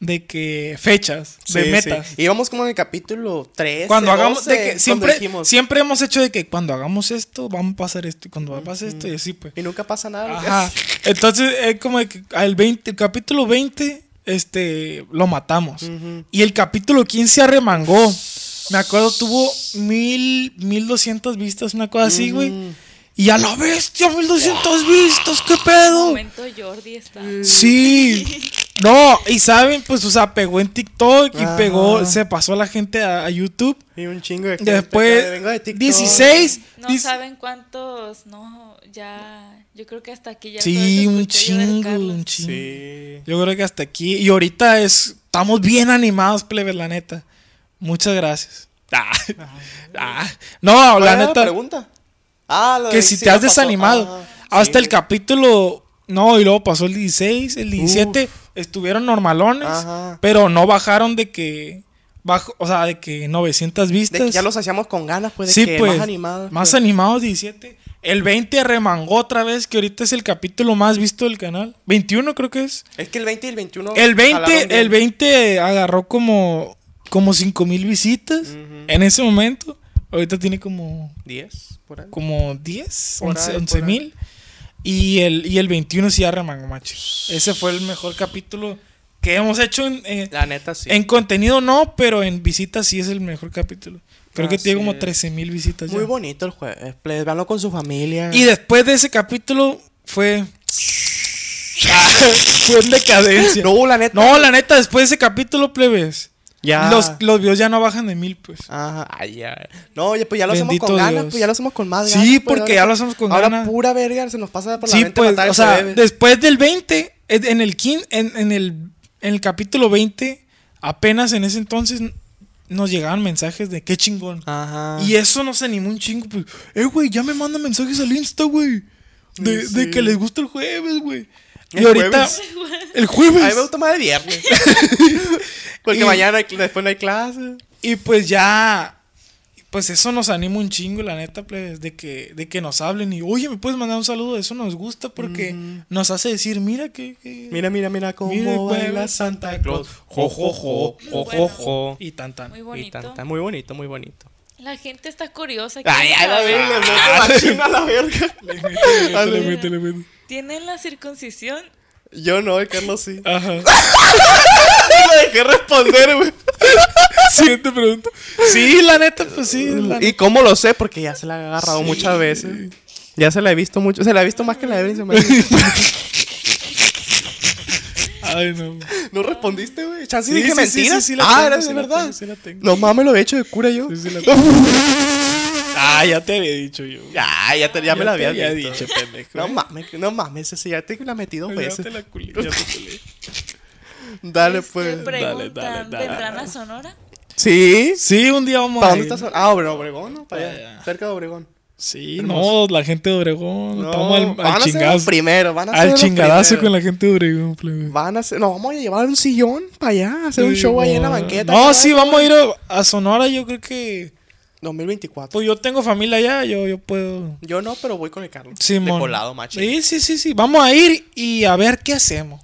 B: De que fechas, de
A: Sí,
B: metas.
A: sí. Íbamos como en el capítulo 3.
B: Cuando hagamos, de que siempre, siempre hemos hecho de que cuando hagamos esto, vamos a pasar esto, y cuando va a pasar esto, y así pues.
A: Y nunca pasa nada.
B: Ajá. Entonces, es como de que al 20, el capítulo 20, este, lo matamos. Y el capítulo 15 arremangó. Me acuerdo, tuvo mil, mil doscientas vistas, una cosa así, güey. Y a la bestia, mil doscientas vistas, qué pedo.
C: momento Jordi está.
B: Sí. No, y saben, pues, o sea, pegó en TikTok y
A: Ajá.
B: pegó, se pasó a la gente a, a YouTube.
A: Y un chingo de gente que
B: Después,
A: vengo de TikTok.
B: 16.
C: No
B: dic-
C: saben cuántos. No, ya. Yo creo que hasta aquí ya.
B: Sí,
C: todo eso
B: un
C: escuché yo del
B: chingo,
C: Carlos.
B: un chingo.
A: Sí.
B: Yo creo que hasta aquí. Y ahorita es, estamos bien animados, plebes, la neta. Muchas gracias. <laughs> Ah, ah. No,
A: ¿Cuál
B: la
A: era
B: neta,
A: pregunta? Ah, lo de
B: que si
A: sí
B: te
A: lo
B: has
A: pasó.
B: desanimado.
A: Ah,
B: hasta
A: sí.
B: el capítulo. No, y luego pasó el 16, el 17. Estuvieron normalones,
A: Ajá.
B: pero no bajaron de que. Bajo, o sea, de que 900 vistas.
A: De que ya los hacíamos con ganas, pues. De
B: sí,
A: que
B: pues.
A: Más animados.
B: más
A: pues.
B: animados, 17. El 20 remangó otra vez, que ahorita es el capítulo más visto del canal. 21 creo que es.
A: Es que el 20 y el 21.
B: El
A: jalaron
B: 20,
A: bien.
B: el 20 agarró como, como 5 mil visitas en ese momento. Ahorita tiene como,
A: 10, por ahí.
B: como 10,
A: Por
B: 11,
A: ahí, por
B: 11 mil. Y el, y el 21 sí arremangó, macho. Ese fue el mejor capítulo que hemos hecho en, eh,
A: La neta, sí.
B: en contenido, no, pero en visitas sí es el mejor capítulo. Creo que
A: Así
B: tiene como
A: es.
B: 13 mil visitas.
A: Muy
B: ya.
A: bonito el jueves. Please, véanlo con su familia.
B: Y después de ese capítulo
A: <laughs>
B: fue... fue en decadencia.
A: No, la neta.
B: No, la neta, después de ese capítulo, plebes.
A: Ya.
B: Los, los videos ya no bajan de mil, pues.
A: Ajá, ay, ya. No, ya, pues ya lo
B: Bendito
A: hacemos con ganas,
B: Dios.
A: pues ya lo hacemos con más
B: Sí,
A: ganas. pues,
B: porque
A: ahora-
B: ya lo hacemos con ganas.
A: Ahora pura verga se nos pasa por la
B: sí,
A: mente
B: pues,
A: matar
B: o
A: al
B: sea,
A: jueves.
B: después del 20, en en el, quin- en, en el, en el capítulo 20, apenas en ese entonces nos llegaban mensajes de qué chingón.
A: Ajá.
B: Y eso nos animó un chingo, pues. Eh, güey, ya me mandan mensajes al Insta, güey. De,
A: Sí,
B: de
A: sí.
B: que les gusta el jueves, güey. Y
A: ¿El
B: ahorita. El jueves.
A: A mí me gusta más de viernes.
B: <laughs>
A: porque
B: Y-
A: mañana hay cl- después no hay clase.
B: Y pues ya. pues eso nos anima un chingo, la neta, plebes, de que, de que nos hablen y, oye, me puedes mandar un saludo, eso nos gusta porque nos hace decir, mira que... que-
A: Mira, mira, mira cómo
B: Mira,
A: baila
B: güey,
A: Santa Claus.
B: Jo, jo, jo, jo, jo, jo. Y tan, tan. <laughs>
C: Muy
A: Y
C: bonito.
A: tanta, muy bonito, muy bonito. Ah,
C: La gente está curiosa.
A: Ay,
C: quiere
A: ay, la
C: saber.
A: <laughs> verga, no, machín a la verga.
B: Le mete, le mete, le
A: Ale.
B: mete, le mete.
C: ¿Tienen la circuncisión?
A: Yo no, el Carlos sí.
B: Ajá. <laughs>
A: La dejé responder, <laughs> güey.
B: Siguiente pregunta. Sí, la neta, pues sí. la
A: Mm, ¿Y cómo lo sé? Porque ya se la ha agarrado muchas veces. Ya se la he visto mucho. Se la he visto más que la de
B: <laughs>
A: Evelyn. se me hace.
B: Ay, no.
A: ¿No respondiste, güey? Chance
B: Sí,
A: dije
B: sí, sí,
A: mentiras.
B: sí, sí la
A: ah,
B: tengo,
A: era
B: sí
A: de
B: la
A: verdad.
B: tengo, sí la tengo.
A: No mames, lo he hecho de cura yo.
B: Sí, sí la Ah, ya te había dicho yo.
A: Ah, Ya, ya, te- ya me la
B: te
A: había, visto. <laughs>
B: dicho, pendejo.
A: No
B: eh.
A: mames, no mames, ese ya te la metí dos
B: Ya
A: veces.
B: te la culé, ya
A: <laughs>
B: te culé.
A: Dale,
C: Este,
A: pues.
C: Preguntan,
B: dale, dale.
C: ¿vendrán a Sonora?
A: Sí.
B: Sí, un día vamos
A: ¿Para
B: a
A: dónde
B: ir.
A: estás? Ah, Obre- Obregón, ¿no? Para
B: Para
A: allá.
B: allá.
A: Cerca de Obregón.
B: Sí,
A: Hermoso.
B: no, la gente de Obregón. Estamos al, al
A: van a ser los
B: chingazo.
A: primeros, van a ser
B: Al
A: los
B: chingadazo
A: primeros.
B: con la gente de Obregón, plebe.
A: Van a ser, nos vamos a llevar un sillón para allá, hacer un
B: Sí,
A: show <laughs> ahí en la
B: mo-
A: banqueta.
B: No,
A: ¿no?
B: sí, vamos a ir a, a Sonora. Yo creo que.
A: 2024.
B: Pues yo tengo familia allá, yo, yo puedo.
A: Yo no, pero voy con el Carlos.
B: Simón.
A: De colado, macho.
B: Sí, sí, sí, sí. Vamos a ir y a ver qué hacemos.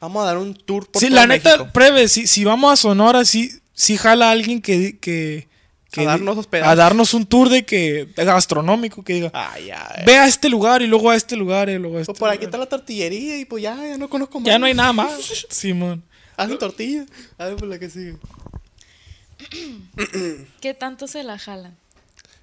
A: Vamos a dar un tour por
B: Sí,
A: todo
B: la neta,
A: México.
B: preve, si, si vamos a Sonora, sí, sí jala alguien que, que, que-
A: A darnos hospedaje.
B: a darnos un tour de que gastronómico que diga,
A: Ay, ay.
B: ve a este lugar y luego a este lugar y luego a este.
A: Pues por aquí
B: lugar".
A: está la tortillería y pues ya, ya no conozco más.
B: Ya no hay nada más, Simón.
A: <laughs> Hacen tortillas. A ver, pues la que sigue.
C: ¿Qué tanto se la jalan?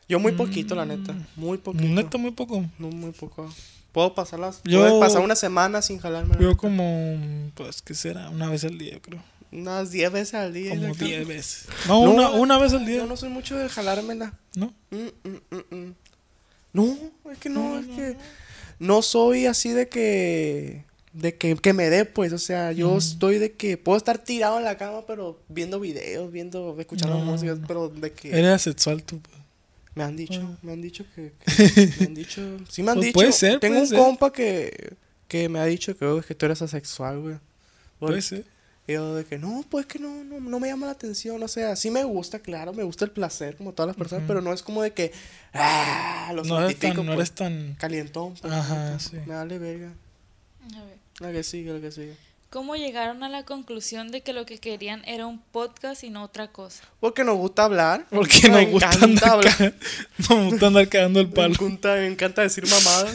A: Yo muy poquito, la neta. Muy poquito.
B: Neta, muy poco.
A: No, muy poco. Puedo pasar las...
B: Yo-
A: Puedo pasar una semana sin jalarme.
B: Yo como, pues, ¿qué será? Una vez al día, yo creo.
A: Unas 10 veces al día.
B: Como
A: la
B: 10
A: jalo.
B: veces. No,
A: No,
B: una, una vez al
A: Yo
B: día,
A: no soy mucho de jalármela.
B: ¿no?
A: Mm, mm, mm, mm. No, es que no, es que... No soy así de que... De que, que me dé, pues, o sea, yo estoy de que puedo estar tirado en la cama, pero viendo videos, viendo, escuchando
B: No,
A: música,
B: no.
A: pero de que...
B: Eres asexual tú. pues.
A: Me han dicho, me han dicho que, que- me han dicho,
B: <laughs>
A: sí me han
B: Pues
A: dicho.
B: puede ser,
A: Tengo
B: puede
A: un
B: ser.
A: compa que, que me ha dicho que, "Oh, es que tú eres asexual, güey. Por-
B: Puede ser.
A: Y yo de que no, pues que no, no, no me llama la atención, o sea, sí me gusta, claro, me gusta el placer como todas las personas, pero no es como de que ah, lo
B: No eres
A: santifico,
B: tan, no
A: pues,
B: eres tan...
A: calientón, pues,
B: Ajá,
A: calientón.
B: sí.
A: Me vale verga.
C: A ver.
A: La que sigue, la que sigue.
C: ¿Cómo llegaron a la conclusión de que lo que querían era un podcast y no otra cosa?
A: Porque nos gusta hablar.
B: <laughs> Porque nos gusta, andar
A: encanta hablar.
B: ca- nos gusta andar cagando el
A: Me
B: palo.
A: encanta, me encanta decir mamadas.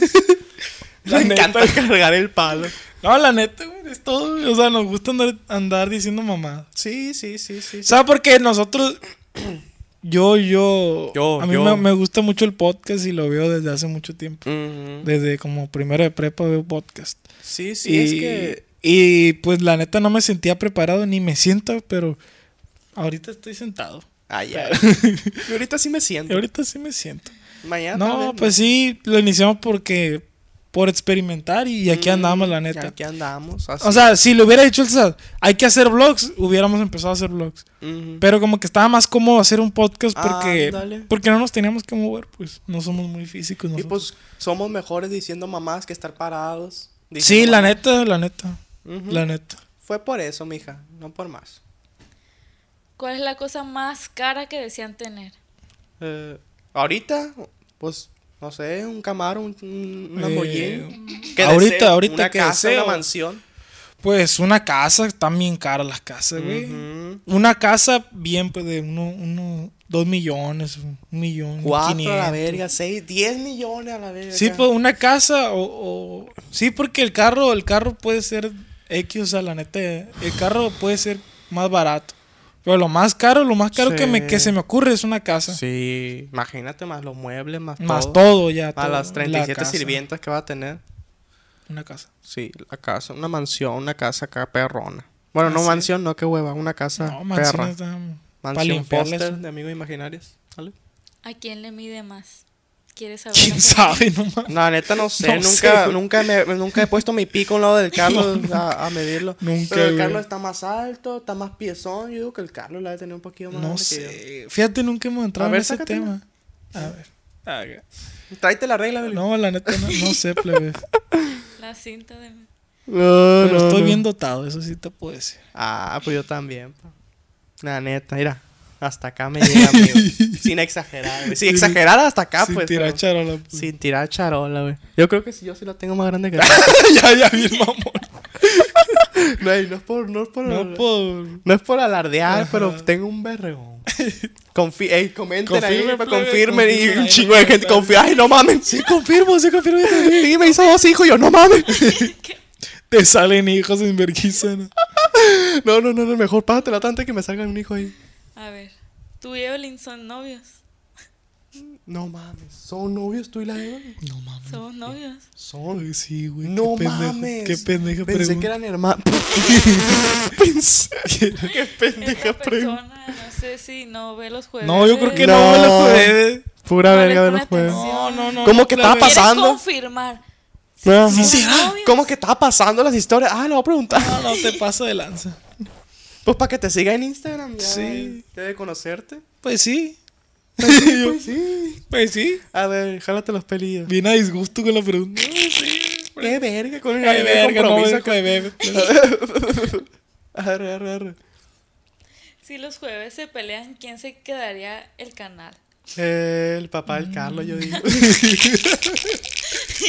B: <laughs>
A: <laughs>
B: La
A: me
B: neta.
A: encanta cargar el palo.
B: No, la neta, güey, es todo. güey. O sea, nos gusta andar, andar diciendo mamá.
A: Sí, sí, sí, sí.
B: O sea, porque nosotros. <clears throat> Yo, yo.
A: Yo,
B: a mí
A: yo.
B: Me, me gusta mucho el podcast y lo veo desde hace mucho tiempo.
A: Ujú.
B: Desde como primero de prepa veo podcast.
A: Sí, sí,
B: y,
A: es que
B: y pues la neta no me sentía preparado ni me siento, pero ahorita estoy sentado.
A: Ah,
B: <laughs>
A: ya. Y ahorita sí me
B: Y
A: siento.
B: ahorita sí me siento.
A: Mañana. tal vez,
B: No, pues sí, lo iniciamos porque. Por experimentar y aquí andamos, la neta.
A: Mm, Aquí andamos. así.
B: O sea, si le hubiera dicho el SAT, hay que hacer vlogs, hubiéramos empezado a hacer vlogs.
A: Ujú.
B: Pero como que estaba más cómodo hacer un podcast
A: Ah,
B: porque,
A: Ándale.
B: porque no nos teníamos que mover, pues no somos muy físicos.
A: y
B: Nosotros.
A: pues somos mejores diciendo mamás que estar parados.
B: sí,
A: diciendo
B: la
A: mamás.
B: neta, la neta,
A: Ujú.
B: la neta.
A: Fue por eso, mija, no por más.
C: ¿Cuál es la cosa más cara que desean tener?
A: Eh, ahorita, pues, no sé, un Camaro, un, un
B: Eh,
A: Lamborghini.
B: ahorita,
A: deseo,
B: ahorita
A: una
B: que
A: casa,
B: deseo.
A: una mansión.
B: Pues una casa, están bien caras las casas, güey.
A: Ujú.
B: Una casa bien, pues de uno, uno, dos millones, un millón,
A: Cuatro a la
B: 500.
A: verga, seis, diez millones a la verga.
B: Sí, pues una casa o, o- Sí, porque el carro, el carro puede ser X, o sea, la neta, el carro puede ser más barato. Pero lo más caro, lo más caro que, me,
A: Sí.
B: que se me ocurre es una casa.
A: Sí, imagínate más los muebles, más,
B: Más
A: todo.
B: todo ya.
A: A
B: todo,
A: las
B: la
A: 37
B: casa,
A: sirvientas que va a tener.
B: Una casa.
A: Sí, la casa, una mansión, una casa acá perrona. Bueno, no
B: Ah, sí.
A: mansión, no, qué hueva, una casa
B: No,
A: Ah, perra.
B: mansiones para
A: Mansión
B: limpiarles.
A: póster de amigos imaginarios. ¿Sale?
C: ¿A quién le mide más? ¿Quieres saber?
B: <laughs> ¿Quién sabe? No
A: <laughs>
B: mames.
A: <laughs> La neta no sé,
B: No sé,
A: nunca,
B: güey.
A: nunca, me- nunca he puesto mi pico a un lado del
B: <laughs>
A: Carlos a, a medirlo.
B: Nunca,
A: Pero el
B: güey.
A: Carlos está más alto, está más piezón. Yo digo que el Carlos la debe tener un poquito más
B: No
A: grande que
B: sé. Fíjate, nunca hemos entrado
A: A ver,
B: en ese
A: sácatela.
B: tema. A ver. A ver.
A: yo. Tráete la regla, Beli.
B: No, la neta, no, <laughs> no sé, plebes.
C: La cinta de...
B: Pero estoy bien dotado, eso sí te puedo decir.
A: Ah, pues yo también. pa. La neta, mira. Hasta acá
B: <laughs>
A: me llega, <laughs> amigo. Sin exagerar, güey. Sin exagerar hasta acá,
B: Sin
A: pues.
B: tirar
A: pero-
B: charola. pues.
A: Sin tirar charola, güey. Yo creo que si yo sí la tengo más grande <laughs> que tú.
B: <laughs> ya, ya, bien, mamón.
A: Güey, no es por... <laughs> No es por...
B: No por.
A: No es por alardear, pero
B: Ajá.
A: tengo un berregón. <laughs> Confi ey, comenten
B: Confirme,
A: ahí, pa-
B: plebe,
A: confirmen y
B: confirme
A: un
B: ahí,
A: chingo de gente confía. Ay, no mames. Sí, confirmo, sí, confirmo. Y me hizo dos hijos, yo no mames. <laughs>
B: Te salen hijos en vergüenza. ¿no?
A: No, no, no, no, mejor págatela tanto que me salga un hijo ahí.
C: A ver, tú y Evelyn son novios.
A: No mames, son novios tú y la Evelyn.
B: No mames.
C: Somos novios.
A: Son.
B: Ay, Sí, güey.
A: No
B: qué pendejo,
A: mames.
B: Qué pendeja
A: Pensé
B: pregunta.
A: que eran <laughs> hermanos. Pensé. Qué pendeja
C: Esta
A: pregunta.
C: persona, no sé si no ve los jueves.
B: No, yo creo que no,
A: No.
B: me lo jueves.
A: Pura
C: No le
A: verga de
C: pone
A: los juegos.
C: atención.
B: No, no, no.
A: ¿Cómo que estaba
B: claro.
C: ¿Quieres
A: pasando?
C: confirmar?
A: Ajá.
C: sí, sí. novios.
A: ¿Cómo que estaba pasando las historias? Ah, lo voy a preguntar. <laughs>
B: No, no, te paso de lanza.
A: Pues para que te siga en Instagram, ya.
B: Sí.
A: Debe conocerte. <laughs>
B: Pues sí.
A: Pues sí.
B: Pues sí.
A: A ver, jálate los pelillos.
B: Viene a disgusto con la pregunta. Pues No, sí.
A: Qué verga, con el
B: Ay, verga, no,
A: compromiso.
B: hijo de bebé.
A: Arre, arre, arre.
C: Si los jueves se pelean, ¿quién se quedaría el canal? <laughs>
A: El papá del Carlos, yo <laughs> digo.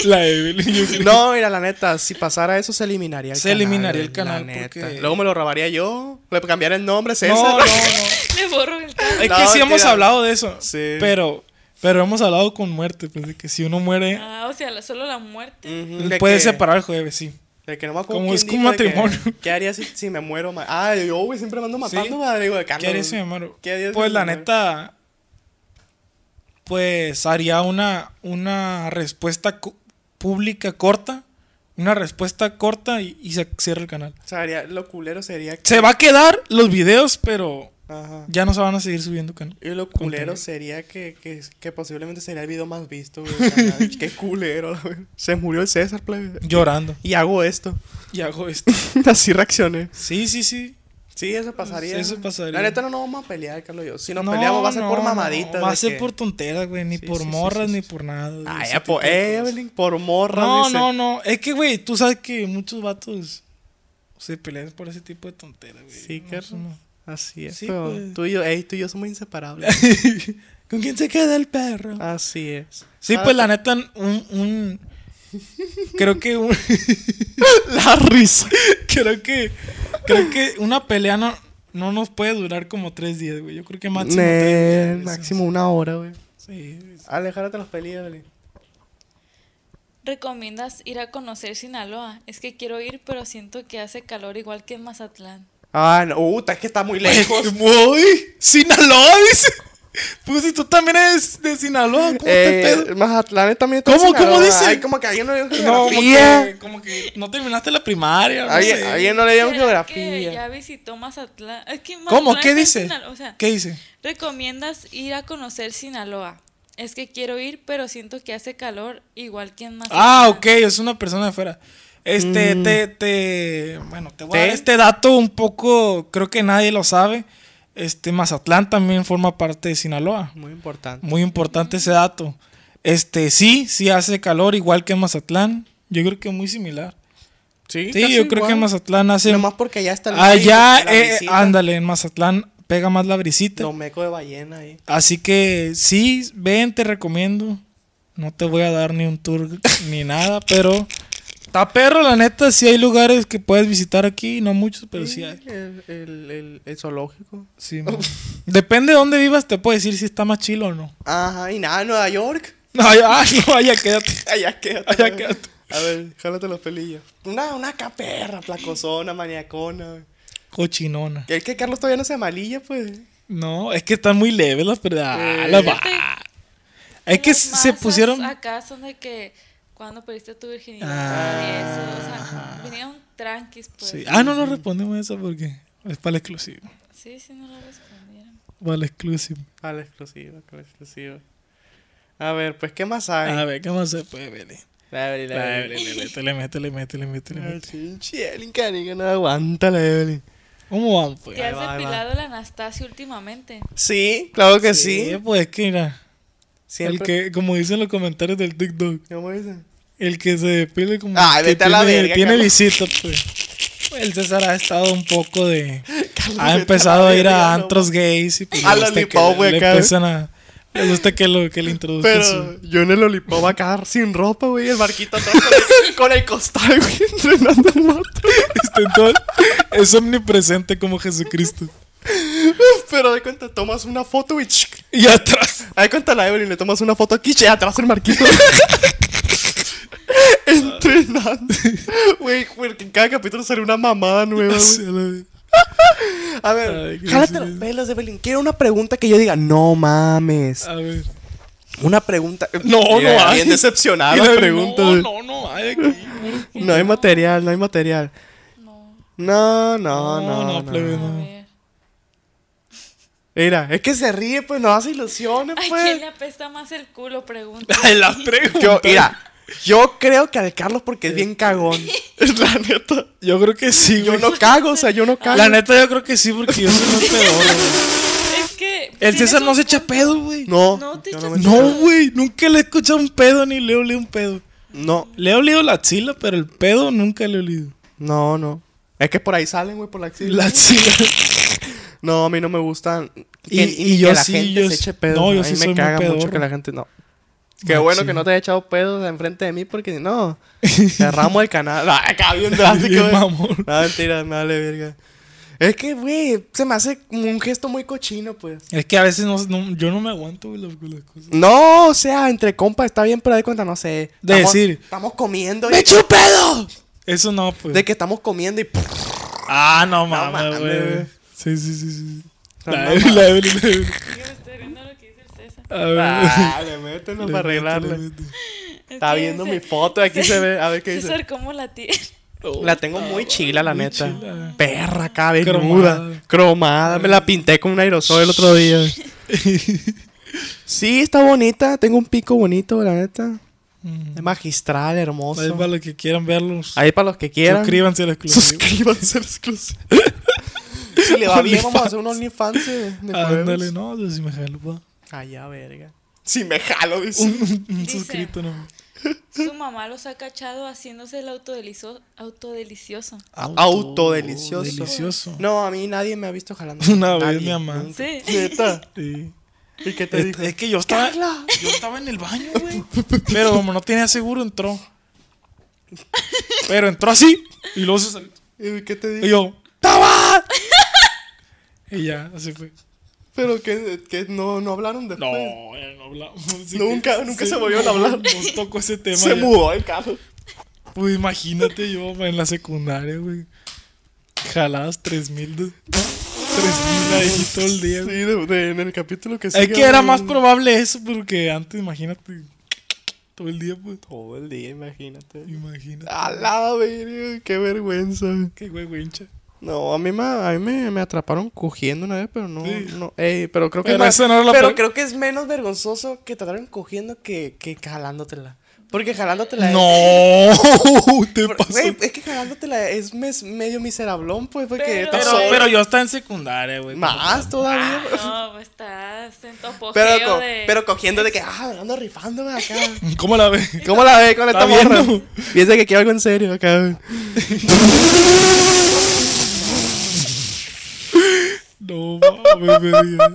B: La Evelyn, yo creo.
A: No, mira, la neta, si pasara eso se eliminaría el
B: Se
A: canal.
B: eliminaría el
A: güey,
B: canal,
A: la neta.
B: porque-
A: Luego me lo robaría yo, le cambiaría el nombre, César.
B: No, no, no.
C: Le borro el canal.
B: Es
A: No,
B: que sí hemos
A: mentira.
B: hablado de eso.
A: Sí.
B: Pero, pero hemos hablado con muerte. Pues de que si uno muere,
C: Ah, o sea, la- solo la muerte.
A: Ujú, Mm, de
B: puede
A: que-
B: separar el jueves, sí.
A: De que no me acuerdo
B: Como
A: quién
B: es como
A: dijo de que,
B: matrimonio.
A: ¿Qué haría si, si me muero? ma- Ah, yo, güey, siempre me ando matando, madre, güey, Carlos.
B: ¿Qué harías si me muero?
A: ¿Qué harías si
B: Pues
A: me
B: la
A: muero?
B: neta. Pues haría una, una respuesta cu- pública corta. Una respuesta corta y, y se cierra el canal.
A: O sea, haría- lo culero sería que...
B: Se va a quedar los videos, pero
A: Ajá.
B: ya no se van a seguir subiendo canal.
A: Y lo
B: Contenido.
A: culero sería que, que, que posiblemente sería el video más visto,
B: <laughs>
A: güey. o sea, Qué culero, la verdad. Se murió el César, plebe.
B: Llorando.
A: <laughs> Y hago esto.
B: Y hago esto.
A: <laughs> Así reaccioné.
B: Sí, sí, sí.
A: Sí, eso pasaría.
B: Eso pasaría.
A: La neta no nos vamos a pelear, Carlos y yo. Si nos
B: No,
A: peleamos va a ser por
B: no,
A: mamaditas.
B: no, va a
A: de
B: ser
A: que-
B: por tonteras, güey. Ni
A: Sí,
B: por
A: sí, sí,
B: morras,
A: sí,
B: ni
A: sí.
B: por nada. güey,
A: Ay,
B: ese
A: ya, por
B: tipo de cosas.
A: Evelyn, por morra.
B: No,
A: dice.
B: no, no. Es que, güey, tú sabes que muchos vatos se pelean por ese tipo de tonteras, güey.
A: Sí,
B: No,
A: que
B: eso no.
A: Así es.
B: Sí,
A: pero
B: pues.
A: Tú y yo, ey, tú y yo somos inseparables.
B: <laughs> ¿Con quién se queda el perro?
A: Así es.
B: sí,
A: Ah,
B: pues la neta, un. un- creo que un. <laughs>
A: La <laughs> risa.
B: creo que. Creo que una pelea no, no nos puede durar como tres días, güey. Yo creo que máximo. tres
A: Nel,
B: días,
A: máximo una hora, güey.
B: Sí. sí.
A: Alejárate los peleas, Evelyn.
C: ¿Recomiendas ir a conocer Sinaloa? Es que quiero ir, pero siento que hace calor igual que en Mazatlán.
A: Ah, no. Uh, es que está muy lejos.
B: Muy. Sinaloa, dice. Pues si tú también eres de Sinaloa, ¿cómo te
A: Eh,
B: pedo?
A: Mazatlán también está
B: ¿Cómo-
A: en Sinaloa.
B: cómo dice?
A: Ay, como que alguien no le dio
B: No, como
A: geografía.
B: que, como que no terminaste la primaria. no
A: Alguien
B: sé.
A: alguien no le dio
C: ¿Será que ya
A: geografía.
C: visitó Mazatlán. Es que
B: ¿Cómo?
C: Mazatlán
B: ¿Qué
C: está en
B: dice?
C: Sinaloa, O sea,
B: ¿Qué dice?
C: ¿recomiendas ir a conocer Sinaloa? Es que quiero ir, pero siento que hace calor igual que en Mazatlán.
B: Ah, ok, es una persona de afuera. Este, te, te, bueno, te voy a dar
A: Mm. ¿Te?
B: este dato un poco, creo que nadie lo sabe. Este, Mazatlán también forma parte de Sinaloa.
A: Muy importante.
B: Muy importante ese dato. Este, sí, sí hace calor igual que en Mazatlán. Yo creo que muy similar. Sí, yo creo que en Mazatlán hace...
A: Nomás porque allá está el
B: allá,
A: la
B: eh,
A: brisita,
B: ándale, en Mazatlán pega más la brisita.
A: Lo meco de ballena ahí.
B: Así que sí, ven, te recomiendo. No te voy a dar ni un tour ni nada, pero está perro, la neta. Sí hay lugares que puedes visitar aquí, no muchos, pero sí hay.
A: El, el, el, el zoológico.
B: Sí, mo. Depende de dónde vivas, te puedo decir si está más chilo o no.
A: Ajá, y nada, Nueva York.
B: <laughs> No, ah, no, allá <laughs> quédate.
A: Allá quédate.
B: Allá
A: a ver.
B: quédate.
A: A ver, jálate los pelillos. Una, una caperra, placozona, maniacona. güey.
B: Cochinona.
A: Que es que Carlos todavía no se amalilla, pues.
B: No, es que están muy leves las perdidas. Ah,
A: Eh.
B: la va.
C: Fíjate,
B: Es que
C: los
B: se
C: mazas
B: pusieron.
C: Acá son de que cuando perdiste tu virginidad y eso, o sea, vinieron tranquis, pues.
B: Ah. Sí.
C: Sí,
B: Ah, no, no respondemos eso porque es para el exclusivo.
C: sí, no lo respondieron.
B: Para el exclusivo.
A: Al exclusivo, al exclusivo. A ver, pues, ¿qué más hay?
B: A ver, ¿qué más se puede ver?
A: La Evelyn,
B: La Evelyn, métele, métele, métele, métele,
A: La
B: métele.
A: Pinche Evelyn, cariño, no aguanta la Evelyn.
B: ¿Cómo van,
C: ¿Te
B: pues?
A: Ahí
C: has
A: va, ahí va.
C: depilado el
B: <laughs>
C: Anastasio últimamente?
A: Sí, claro que sí.
B: pues es que mira,
A: Siempre.
B: el que, como dicen los comentarios del TikTok,
A: ¿Cómo dicen?
B: el que se depile como
A: Ay,
B: que
A: vete a la
B: tiene, Pues,
A: verga,
B: tiene
A: Carlos.
B: visita, pues. El César ha estado un poco de...
A: <laughs> Carlos
B: Ha
A: Beltrán,
B: empezado a ir
A: verga,
B: a
A: no
B: antros gays y pues
A: A
B: le gusta que
A: Lollipop, güey,
B: le
A: acá.
B: empiezan a. Le gusta que, lo, que le introduzcan
A: Pero
B: su- <laughs>
A: yo en el Olipop acá sin ropa, güey. El barquito atrás con <laughs> el, con el costal, güey, entrenando al vato.
B: este, todo- es omnipresente
A: <laughs>
B: como Jesucristo.
A: Pero de cuenta, tomas una foto, güey. chic.
B: Y <laughs> atrás.
A: Ahí cuenta la Evelyn, le tomas una foto aquí, che, atrás el <laughs> marquito. Entrenando. Güey, porque en cada capítulo sale una mamada nueva, güey. A
B: Ay,
A: ver,
B: qué
A: jálate
B: gracioso.
A: las pelas, Evelyn. Quiero una pregunta que yo diga, no mames.
B: A ver.
A: Una pregunta. eh,
B: No,
A: Mira,
B: no hay.
A: Bien decepcionada
B: Y
A: la
B: la-
A: pregunta.
B: No,
A: güey.
B: no, no hay aquí.
A: No hay material, no hay material.
C: No,
A: No, no,
B: No,
A: no.
B: no, plebe,
A: no.
C: a
B: no.
C: ver.
A: Mira, es que se ríe, pues no hace ilusiones,
C: ¿A quién
A: pues.
C: le apesta más el culo?
A: <laughs>
C: Pregunta.
B: <laughs> Ay,
C: <laughs>
B: la pregunta.
A: Yo, mira, yo creo que al Carlos porque es bien <laughs> cagón. la neta.
B: Yo creo que sí,
A: Yo
B: güey.
A: no cago, o sea, yo no cago.
B: La neta, yo creo que sí, porque yo soy más peor, güey.
C: Es que.
B: El
C: tienes
B: César no
C: un
B: se echa
C: punto.
B: pedo, güey.
A: No,
C: No te
A: yo
C: echas-
A: me echo
B: No,
A: pedo.
B: güey. Nunca le he escuchado un pedo ni le he olido un pedo.
A: No,
B: Le he olido la chila, pero el pedo nunca le he olido.
A: no, no. Es que por ahí salen, güey, por la axila.
B: La chila.
A: No, a mí no me gustan.
B: Y-
A: Que-
B: y yo
A: que la
B: sí,
A: gente
B: yo
A: se
B: sí-
A: eche pedo.
B: no, yo
A: a
B: sí
A: mí
B: soy
A: me
B: muy
A: caga mucho
B: pedorro.
A: que la gente no. Qué
B: Machín.
A: bueno que no te haya echado pedos enfrente de mí porque si
B: <laughs>
A: no, cerramos el canal. Ah, Acá bien <laughs> drástico,
B: Bien
A: güey.
B: mamón.
A: No, mentira, me vale verga. Es que, güey, se me hace como un gesto muy cochino, pues.
B: Es que a veces no, no- yo no me aguanto, güey, las, las cosas.
A: No, o sea, entre compas está bien, pero de cuenta, no sé.
B: De
A: estamos-
B: decir-
A: Estamos comiendo y-
B: ¡Me echo un pedo! Eso no, pues.
A: De que estamos comiendo y...
B: Ah, no
A: mames,
B: mames, güey.
A: güey.
B: Sí, sí, sí, sí.
A: No
B: La
A: mames.
B: Evelyn, la Evelyn, la Evelyn.
C: Es que me estoy riendo de lo que dice el César.
B: A ver. <laughs>
A: Dale, métenos
B: Le
A: para
B: meto, le
A: arreglarle.
B: meto.
A: Está
C: Es que
A: viendo mi
C: dice-
A: foto, aquí se ve, a ver qué dice.
C: César, ¿cómo la tiene?
A: La tengo muy chila, la neta.
B: chila.
A: Perra, acá, cromada.
B: Cromada.
A: cromada. Me la pinté con un aerosol el otro día. sí, está bonita. Tengo un pico bonito, la neta.
B: Mm.
A: Es magistral,
B: Ahí
A: hermoso.
B: para los que quieran verlos.
A: Ahí para los que quieran.
B: Suscríbanse al exclusivo.
A: Suscríbanse al <laughs> exclusivo. si le va
B: <laughs>
A: bien, vamos a hacer un OnlyFans de, de
B: Ándale,
A: juegos.
B: no, yo sí me jalo, pa. <laughs>
A: Allá, verga. Si me jalo, dice.
B: Un
C: Dice-
B: suscrito, no.
C: Su mamá los ha cachado haciéndose el autodelizo- autodelicioso.
A: Autodelicioso.
B: Delicioso.
A: No, a mí nadie me ha visto jalando.
B: <laughs> Una vez,
A: Nadie,
B: mi mamá. Este-
A: nunca.
C: Sí.
A: Neta.
B: Sí.
A: ¿Y qué te
B: Es,
A: dijo?
B: es que yo estaba, yo estaba en el baño, <laughs> güey. Pero como no tenía seguro, entró. Pero entró así. Y luego se salió.
A: ¿Y qué te dijo?
B: Y yo, ¡Taba! <laughs> Y ya, así fue.
A: Pero que, que no, no hablaron pues. después.
B: No, ya no hablamos. así
A: Nunca-
B: que-
A: nunca se volvieron a hablar.
B: Nos tocó ese tema.
A: Se
B: ya.
A: mudó el carro.
B: Pues imagínate yo en la secundaria, güey. Jaladas 3000. de- 3000 ahí todo el
A: Sí,
B: día. güey.
A: de- de- en el capítulo que
B: Es
A: sigue
B: que era
A: hablan
B: más probable eso, porque antes, imagínate. Todo el día, pues.
A: Todo el día, imagínate.
B: Imagínate.
A: A la verga, qué vergüenza. güey.
B: Ah, Qué güey, güincha.
A: No, a mí, me, a mí me, me atraparon cogiendo una vez, pero no.
B: Sí.
A: no ey, pero creo que
B: Pero
A: es
B: eso no era lo
A: pero
B: peor.
A: creo que es menos vergonzoso que te atrapen cogiendo que, que jalándotela. Porque jalándotela es-
B: <laughs> No, te
A: Por-
B: pasó.
A: güey, es que jalándotela es mes- medio miserablón, pues, porque estás
B: Pero,
A: solo.
B: pero yo estaba en secundaria, güey.
A: Más todavía.
C: No, pues, estás en tu apogeo
A: Pero, co-
C: de...
A: pero cogiendo de que, ah, ando rifándome acá.
B: ¿Cómo la ves?
A: ¿Cómo la ve con
B: esta
A: esta
B: morra?
A: morra? Piensa que quiero algo en serio acá.
B: No, mames, me digas.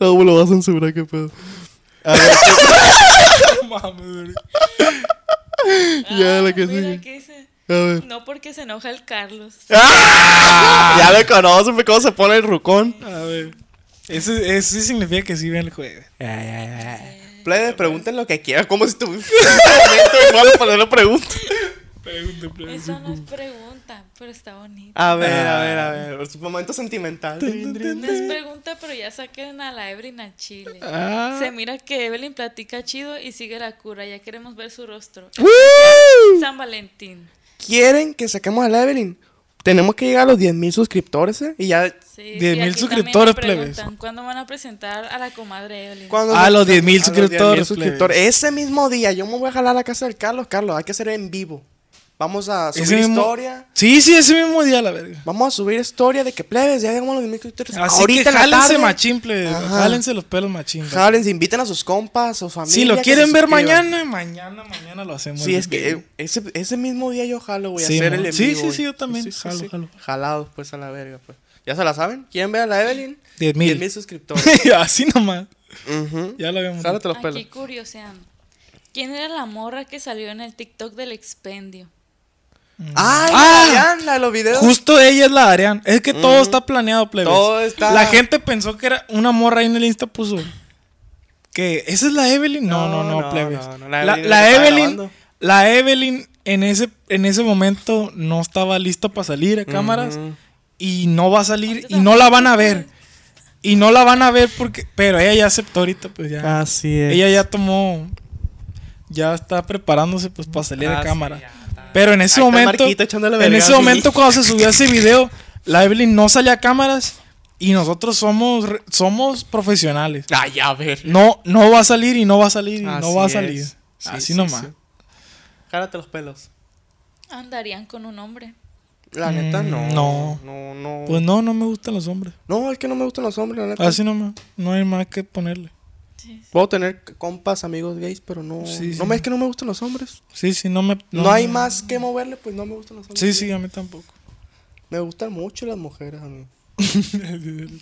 A: No, lo vas a censurar, qué pedo.
B: No mames, güey.
A: ya, la que
C: "Ah, mira,
A: sigue. Ah.
C: ¿qué dice?
A: A ver.
C: No porque se enoja el Carlos.
A: Ya lo conocen, pues, cómo se pone el rucón.
B: A ver. Ese, ese significa que sí ven el juego.
A: <laughs> Plebe, pregunten lo que quieran, como si tuviera igual para hacer la pregunta.
B: Pregunte, pregunte.
C: Eso no es pregunta, pero está bonito.
A: A ver, a ver, a ver. Su momento sentimental.
C: No es pregunta, pero ya saquen a la Evelyn al chile.
B: Ah.
C: Se mira que Evelyn platica chido y sigue la cura. Ya queremos ver su rostro.
A: ¡Woo!
C: San Valentín.
A: ¿Quieren que saquemos a la Evelyn? Tenemos que llegar a los 10.000 suscriptores ¿eh? y ya.
C: Sí,
B: 10,000
C: y aquí
B: suscriptores,
C: también me
B: plebes.
C: preguntan, ¿Cuándo van a presentar a la comadre Evelyn?
A: cuando
B: A
A: se-
B: los 10,000
A: a los
B: suscriptores,
A: 10,000 suscriptores. Ese mismo día yo me voy a jalar a la casa del Carlos. Carlos, hay que hacer en vivo. Vamos a subir
B: Ese mismo-
A: historia.
B: Sí, sí, ese mismo día, la verga.
A: Vamos a subir historia de que plebes, ya llegamos a los 10.000 suscriptores.
B: Así
A: Pues Ahorita
B: que
A: en la
B: jálense
A: tarde,
B: machín, plebe.
A: Ajá.
B: Jálense los pelos machín. plebe.
A: Jálense, inviten a sus compas, a su familia.
B: Si lo
A: que
B: quieren
A: se
B: ver
A: suscriban.
B: mañana, mañana, mañana lo hacemos.
A: Sí, es que eh, ese, ese mismo día yo jalo, voy a
B: Sí,
A: hacer
B: mo.
A: el en
B: Sí,
A: vivo,
B: sí,
A: güey.
B: sí, yo también. Jalo, jalo.
A: Jalados, pues, a la verga, pues. Ya se la saben. ¿Quieren ver a la Evelyn?
B: 10
A: 10
B: mil.
A: mil suscriptores.
B: <laughs> Así nomás.
A: Ujú.
B: Ya lo habíamos
A: Jálate los pelos.
C: Aquí curioseando. ¿Quién era la morra que salió en el TikTok del expendio?
A: ¡Ay!
B: Ah.
A: Ariana, los videos.
B: Justo ella es la Arián. Es que todo está planeado, plebes.
A: Todo está-
B: La gente pensó que era una morra ahí en el Insta puso. Que esa es la Evelyn. No, no,
A: No,
B: no,
A: no,
B: plebes.
A: no, no,
B: La,
A: la Evelyn es la que
B: la
A: estaba
B: Evelyn,
A: grabando.
B: la Evelyn en ese, en ese momento no estaba lista para salir a cámaras.
A: Ujú.
B: Y no va a salir. Y no la van a ver. Y no la van a ver porque. Pero ella ya aceptó ahorita, pues
A: Ah,
B: ya.
E: Así es.
B: Ella ya tomó. Ya está preparándose pues para salir
A: Ah,
B: a
A: sí,
B: cámara.
A: ya
B: Pero en ese
A: Ahí está
B: momento.
A: Marquito echándole
B: En
A: verga
B: ese
A: a mí.
B: momento, cuando se subió ese
A: <laughs>
B: video, la Evelyn no salía a cámaras. Y nosotros somos, re- somos profesionales.
A: Ay, a ver.
B: No, no va a salir y no va a salir y no
A: Así
B: va a
A: es.
B: salir.
A: Sí,
B: Así
A: sí,
B: nomás.
A: sí. Jálate los pelos.
C: Andarían con un hombre.
A: La neta, no.
B: Eh, no.
A: No, no.
B: Pues Ah, no, no me gustan los hombres.
A: No, es que no me gustan los hombres, la neta.
B: Así nomás. No hay más que ponerle.
A: Puedo tener compas, amigos gays, pero no.
B: Sí, sí.
A: No, es que no me gustan los hombres.
B: Sí, sí, no me.
A: No, hay más que moverle, pues no me gustan los hombres.
B: Sí, sí, a mí tampoco. <laughs>
A: Me gustan mucho las mujeres a mí.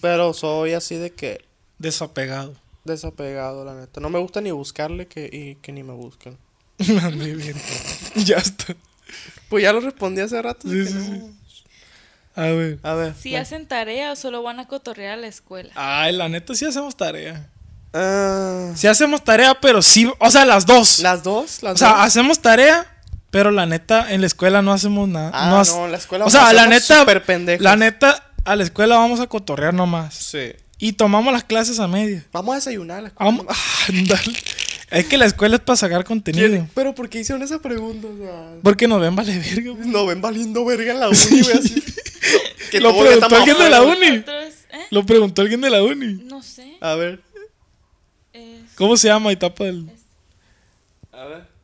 A: Pero soy así de que
B: Desapegado. <laughs>
A: desapegado, la neta. No me gusta ni buscarle que, y que ni me busquen.
B: Ándale, bien. ya está.
A: Pues ya lo respondí hace rato. así
B: Sí,
A: que
B: sí,
A: no.
B: A ver.
A: A ver.
C: Si
A: ven.
C: hacen tarea o solo van a cotorrear a la escuela.
B: Ay, la neta, sí hacemos tarea.
A: Ah,
B: Sí hacemos tarea, pero sí. O sea, las dos.
A: las dos, las
B: O sea,
A: dos.
B: hacemos tarea, pero la neta, en la escuela no hacemos nada.
A: Ah,
B: no, hace-
A: no, en la escuela
B: O sea,
A: nos
B: la
A: hacemos
B: neta.
A: súper pendejos.
B: La neta, a la escuela vamos a cotorrear nomás.
A: Sí.
B: Y tomamos las clases a media.
A: Vamos a desayunar. las- <laughs>
B: Vamos- ándale. Es que la escuela es para sacar contenido.
A: ¿Quién- Pero ¿por qué hicieron esa pregunta? O sea,
B: Porque nos ven vale verga. güey.
A: Lo ven valiendo verga en la uni, güey, así. <laughs> Que
B: Lo
A: todo ya
B: preguntó
A: está
B: alguien de la
A: mamado.
B: uni.
C: Otros, ¿eh?
B: Lo preguntó alguien de la uni.
C: No sé.
A: A ver.
C: es-
B: ¿Cómo se llama? Y tapa el.
A: A ver.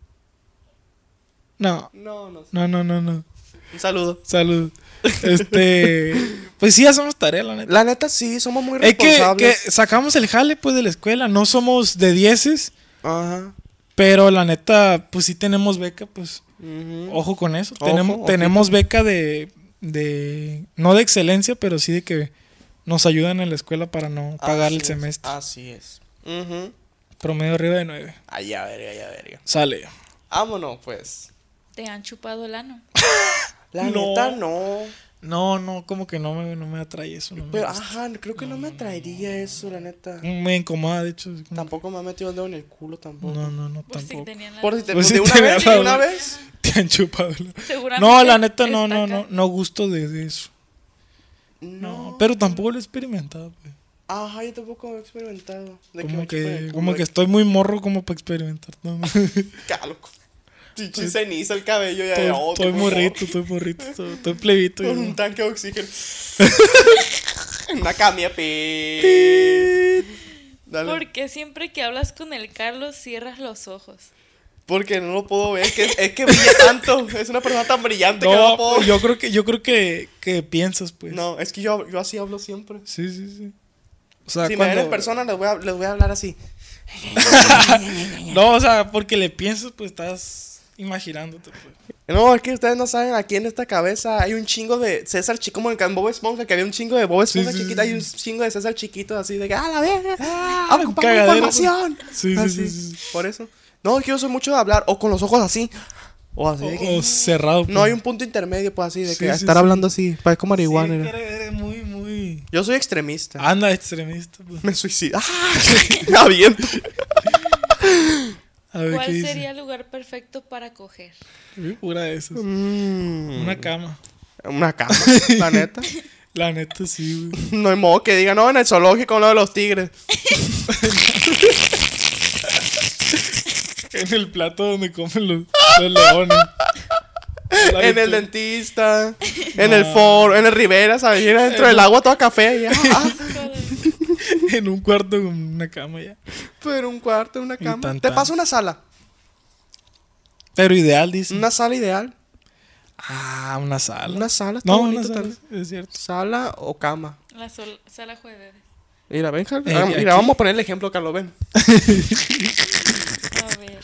B: No,
A: No, no sé.
B: no, no, no, no.
A: Un saludo.
B: Salud.
A: <laughs>
B: Este. Pues sí, hacemos tarea, la neta.
A: La neta, sí, somos muy
B: Es que, que
A: responsables.
B: sacamos el jale, pues, de la escuela. No somos de dieces.
A: Ajá.
B: Pero la neta, pues sí tenemos beca, pues.
A: Ujú.
B: Ojo con eso.
A: Ojo,
B: tenemos,
A: ojito.
B: tenemos beca de, de. No de excelencia, pero sí de que nos ayudan en la escuela para no pagar
A: Así
B: el
A: es, Ah.
B: semestre.
A: Así es. Ujú.
B: Promedio arriba de 9.
A: Ay, a verga, ya verga.
B: Sale.
A: Vámonos, pues.
C: Te han chupado el ano.
A: La
B: No.
A: neta, no.
B: No, no, como que no me, no me atrae eso. no me
A: Pero,
B: gusta.
A: ajá, creo que no me atraería eso, la neta.
B: Me incomoda, de hecho. es como-
A: Tampoco me ha metido el dedo en el culo, tampoco.
B: No, no, no,
C: Por si
B: tampoco.
C: tenían la
A: Por si te
B: Pues
A: pues
B: sí,
A: de una
B: tenía
A: vez, de
B: razón.
A: una vez.
B: <laughs> Te han chupado. la-
C: <laughs> Seguramente
B: No, la neta, no, no,
C: destaca.
B: no, no gusto de, de eso.
A: No.
B: Pero tampoco lo he experimentado. güey.
A: Ajá, yo tampoco he experimentado. De
B: Como
A: me chupen el
B: que,
A: culo,
B: como
A: de
B: que estoy muy morro como para experimentar. No,
A: <laughs>
B: <laughs> no.
A: Caloco. Chichi ceniza el cabello ya.
B: Pues, estoy,
A: oh,
B: estoy
A: qué
B: morrito, estoy morrito, estoy, estoy plebito.
A: Con
B: yo.
A: un tanque de
B: <laughs>
A: oxígeno. <laughs> En Una camia. pi. Dale.
C: ¿Por qué siempre que hablas con el Carlos cierras los ojos?
A: Porque no lo puedo ver. Es que, es
B: <laughs>
A: que brilla tanto. Es una persona tan brillante que no lo puedo
B: No,
A: ver.
B: pues, yo creo que, yo creo que, que piensas, pues.
A: No, es que yo, yo así hablo siempre.
B: Sí, sí, sí. O sea,
A: Si me
B: cuando-
A: ven en persona, les voy a, les voy a hablar así.
B: No, o sea, porque le piensas, pues estás imaginándote, pues.
A: No, es que ustedes no saben, aquí en esta cabeza hay un chingo de César chico, como en Bob Esponja, que había un chingo de Bob Esponja
B: sí,
A: chiquita
B: sí,
A: y un chingo de César chiquito, así de que, ¡ah, la verga!
B: Ah,
A: ¡Ah,
B: un
A: ocupamos
B: cagadero,
A: información!
B: pues. Sí, sí,
A: Así,
B: sí, sí,
A: Por eso. No, es que yo soy mucho de hablar, o con los ojos así, o así de que.
B: O, o cerrado.
A: No
B: pues.
A: hay un punto intermedio, pues así, de
B: Sí,
A: que
B: sí,
A: estar
B: sí.
A: hablando así,
D: pues,
A: parezco
B: Sí,
A: marihuana.
B: que eres- eres muy, muy.
A: Yo soy extremista.
B: Anda, extremista, pues.
A: Me suicido. <laughs> ¡Ah! Me aviento.
B: A ver
C: ¿Cuál
B: qué dice.
C: sería el lugar perfecto para
B: <laughs>
C: coger?
B: Sí, Pura de esas.
A: Mm,
B: Una cama.
A: Una <laughs> cama, la neta.
B: La neta, sí, güey.
A: No hay modo que diga, no, en el zoológico, no de los tigres.
B: En el plato donde comen los, los leones. La
A: En el
B: neta.
A: dentista, en el foro, en el Rivera, ¿sabes? Mira, dentro del agua toda café. <laughs> Ya. Ah,
B: En un cuarto con una cama ya.
A: pero un cuarto, una
B: Y
A: cama.
B: tan,
A: Te
B: tan.
A: paso una sala.
B: Pero ideal, dice.
A: Una sala ideal.
B: Ah, una sala.
A: Una sala, está
B: no,
A: bonito
B: una sala.
A: también.
B: Es cierto.
A: Sala o cama.
C: La sol- sala jueves.
A: Mira, ven, Carlos.
B: Eh,
A: Ah,
B: aquí.
A: Mira, vamos a poner el ejemplo, Carlos, ven.
C: A ver.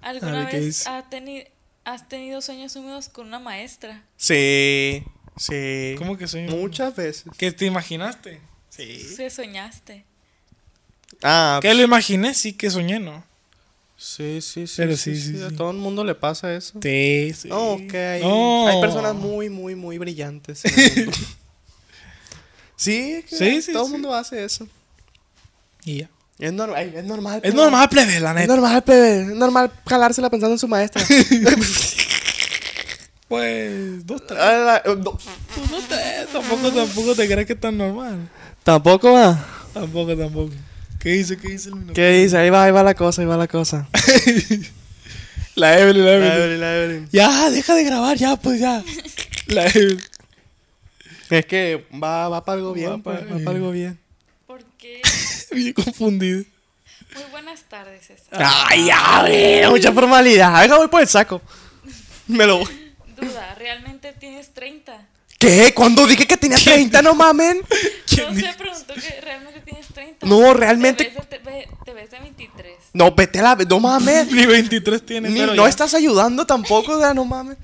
C: ¿Alguna
B: A ver, ¿qué
C: vez
B: dice?
C: ha teni- has tenido sueños húmedos con una maestra?
A: Sí.
D: Sí.
B: ¿Cómo que sueño?
D: Muchas veces.
B: ¿Que te imaginaste?
D: Sí.
C: Se soñaste.
D: Ah,
B: Que lo imaginé, sí que soñé, ¿no?
D: sí, sí, sí.
B: Pero sí, sí,
D: A
B: sí.
D: todo el mundo le pasa eso.
B: Sí, sí.
D: No, que hay,
B: No.
D: hay personas muy, muy, muy brillantes. en
B: <laughs>
D: el mundo. sí, que
B: Sí, sí,
D: todo
B: sí.
D: el mundo hace eso.
B: Y ya.
D: Es, normal es normal.
B: Es
D: plebe.
B: normal, plebe, la
D: Es
B: neta.
D: normal, plebe. Es normal jalársela pensando en su maestra.
B: <laughs> Pues, dos, tres.
D: A Ah, la- eh, no.
B: Pues, dos, tres. Tampoco, tampoco te creas que es tan normal.
D: Tampoco va.
B: Tampoco, tampoco. ¿Qué dice? ¿Qué dice el minuto?
D: ¿Qué dice? Ahí va, ahí va la cosa, ahí va la cosa.
B: La Evelyn, <laughs> la Evelyn.
D: la Evelyn.
B: Ya, deja de grabar, ya, pues
D: <laughs>
B: ya. La Evelyn.
D: Es que va, va para algo bien.
B: Va
D: pues,
B: para-
D: Va para algo bien.
C: Porque.
B: Bien confundido.
C: Muy buenas tardes,
D: Ah.
C: César.
B: Ah.
D: Ay, ya, güey, mucha formalidad. Deja, voy por el saco. Me lo voy.
C: Duda, ¿realmente tienes 30?
D: ¿Qué? ¿Cuándo dije que tenía 30? No mamen.
B: ¿Quién
C: No
B: dijo?
C: se preguntó que realmente tienes 30.
D: No, realmente-
C: Te ves de, te ve- te ves de 23.
D: No, vete a la. No mames.
B: Ni 23 tiene.
D: Ni-
B: pero
D: no
B: ya.
D: estás ayudando tampoco, o sea, no mames.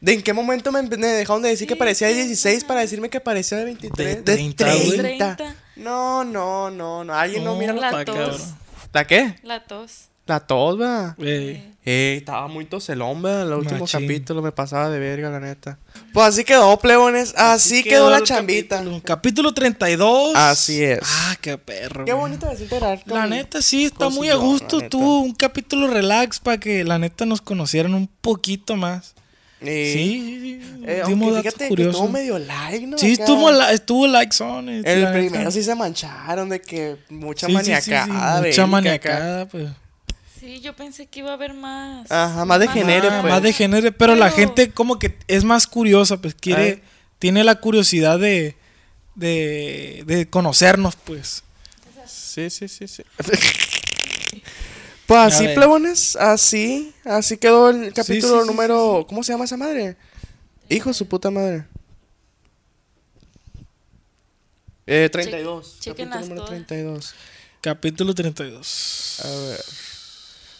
D: ¿De en qué momento me, me dejaron de decir que
C: Sí,
D: parecía de
C: sí,
D: 16 para decirme que parecía de 23?
B: De
D: De
B: 30, güey.
D: 30.
C: 30.
D: No, no, no, no. Alguien no, mira
C: la
D: la...
C: tos.
D: ¿La qué?
C: La tos.
D: La tos, ¿verdad?
B: Ey.
D: Eh, estaba muy toselón, ¿verdad? En los últimos
B: Machín.
D: capítulos me pasaba de verga, la neta. Pues así quedó, plebones. Así, quedó, la
B: el
D: chambita.
B: Capítulo, capítulo 32.
D: Así es.
B: Ah, qué perro.
D: Qué
B: güey.
D: bonito desintegrar. con-
B: La neta, sí, está
D: con
B: muy
D: su
B: a
D: yo, la
B: gusto
D: neta.
B: tú. Un capítulo relax para que la neta nos conocieran un poquito más.
D: Eh,
B: Sí, sí, sí.
D: eh,
B: Dimos
D: aunque
B: datos
D: fíjate que
B: curiosos.
D: estuvo medio like, ¿no?
B: Sí,
D: Acá.
B: estuvo, la, estuvo like son. eh, la
D: El
B: neta.
D: primero sí se mancharon de que mucha
B: Sí, sí, sí, sí,
D: maniacada.
B: Mucha
D: bélica acá.
B: maniacada, pues.
C: Sí, yo pensé que iba a haber más.
D: Ajá, más de genere,
B: Ah,
D: pues.
B: Más de genere, pero, la
C: Pero-
B: gente como que es más curiosa, pues quiere,
D: Ay.
B: tiene la curiosidad de, de, de conocernos, pues.
D: Sí, sí, sí, sí. <laughs> pues así,
B: ver.
D: plebones, así, así quedó el capítulo
B: sí, sí,
D: número... ¿Cómo se llama esa madre? Hijo de su puta madre. Eh, 32.
C: chequen
D: capítulo
C: las
D: número
C: todas.
D: 32.
B: Capítulo 32.
D: A ver.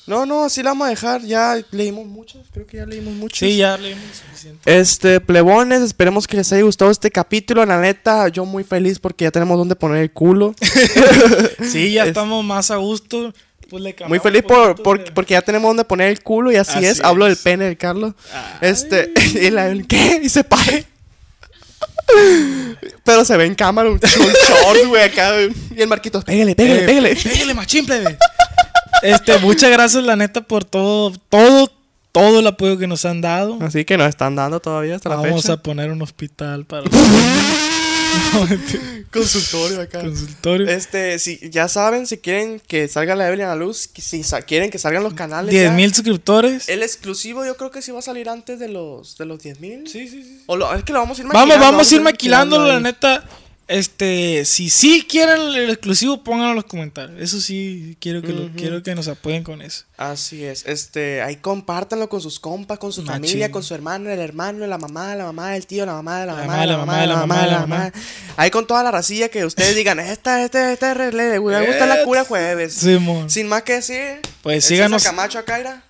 D: No, no, así la vamos a dejar. Ya leímos muchas, creo que ya leímos muchas.
B: Sí, ya leímos lo suficiente.
D: Este, plebones, esperemos que les haya gustado este capítulo. La neta, yo muy feliz porque ya tenemos donde poner el culo.
B: Sí, ya
D: Es-
B: estamos más a gusto. Pues, le
D: muy
B: cambiamos
D: feliz
B: un
D: por,
B: poquito
D: por-
B: de-
D: porque ya tenemos donde poner el culo y así,
B: Así
D: es. Hablo del
B: es.
D: pene del Carlos.
B: Ay.
D: Este, <laughs> y la ¿qué? Y se pare. <laughs> Pero se ve en cámara un, un short, güey, acá. güey. Y el Marquitos, pégale, pégale,
B: Eh,
D: pégale.
B: Pégale, machín, plebe. Este, muchas gracias, la neta, por todo, todo, todo el apoyo que nos han dado.
D: Así que nos están dando todavía hasta la
B: Ah, Vamos
D: fecha.
B: a poner un hospital
D: <laughs>
B: para
D: Consultorio acá.
B: consultorio.
D: Este, si ya saben, si quieren que salga la Evelyn a la luz, que si sa- quieren que salgan los
B: Mm,
D: canales. ya.
B: 10 mil suscriptores.
D: El exclusivo yo creo que sí va a salir antes de los de los 10 mil.
B: Sí, sí, sí.
D: O lo- es que lo vamos a ir
B: Vamos, vamos a ir
D: maquilando,
B: maquilándolo, la
D: ahí.
B: neta. Este, si sí quieren el exclusivo, pónganlo en los comentarios. Eso sí, quiero que, lo- quiero que nos apoyen con eso.
D: Así es. Este, ahí compártanlo con sus compas, con su
B: Machín.
D: familia, con su hermano, el hermano, la mamá, la mamá, el tío, la mamá, de la
B: La
D: mamá,
B: mamá,
D: de la mamá, de la mamá, de la mamá. Ahí con toda la racilla que ustedes digan, esta, este, este, re- le le gusta la cura jueves.
B: Simón.
D: Sin más que decir,
B: Pues
D: el
B: síganos.
D: César Camacho acá era.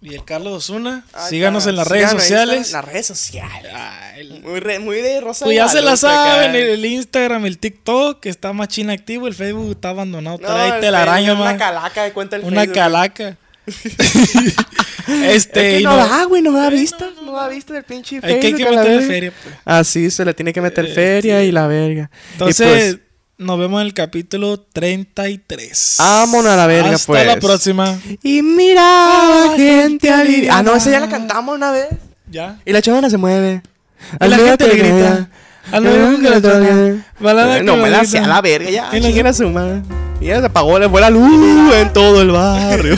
B: Y el Carlos Osuna,
D: Ahí
B: síganos
D: está.
B: en las redes
D: Síganos en Instagram,
B: sociales.
D: Las redes sociales.
B: Ah, el-
D: Muy, re- muy de Rosa.
B: Pues ya se la
D: Guadalupe acá. eh.
B: saben, el, el Instagram, el TikTok, que está más china activo, el Facebook está abandonado,
D: No,
B: trae
D: el
B: telaraña,
D: Facebook, Una
B: man.
D: calaca de cuenta el
B: Una
D: Facebook. <laughs>
B: calaca. <laughs>
D: Es
B: este,
D: que
B: y
D: no,
B: no-
D: da, güey, no da vista. No, da vista del pinche
B: Hay que, hay que
D: Facebook a la
B: meterle
D: verga.
B: feria. pues.
D: Así Ah, se le tiene que meter
B: Eh,
D: feria y la verga. Y
B: Entonces,
D: pues,
B: nos vemos en el capítulo 33.
D: Vámonos a la verga,
B: Hasta
D: pues.
B: la próxima.
D: y mira,
B: Ah,
D: gente aliviada. Ah, no, esa ya la
B: aliviada.
D: cantamos una vez.
B: Ya.
D: Y la chavana se mueve.
B: Y la gente le grita. A la verga que la toca. Balada
D: Eh, No
B: que
D: me
B: la
D: la
B: grita.
D: hacía a la verga ya.
B: Y la-
D: chinguen a su madre. Y ya se apagó, le fue la luz en todo el barrio.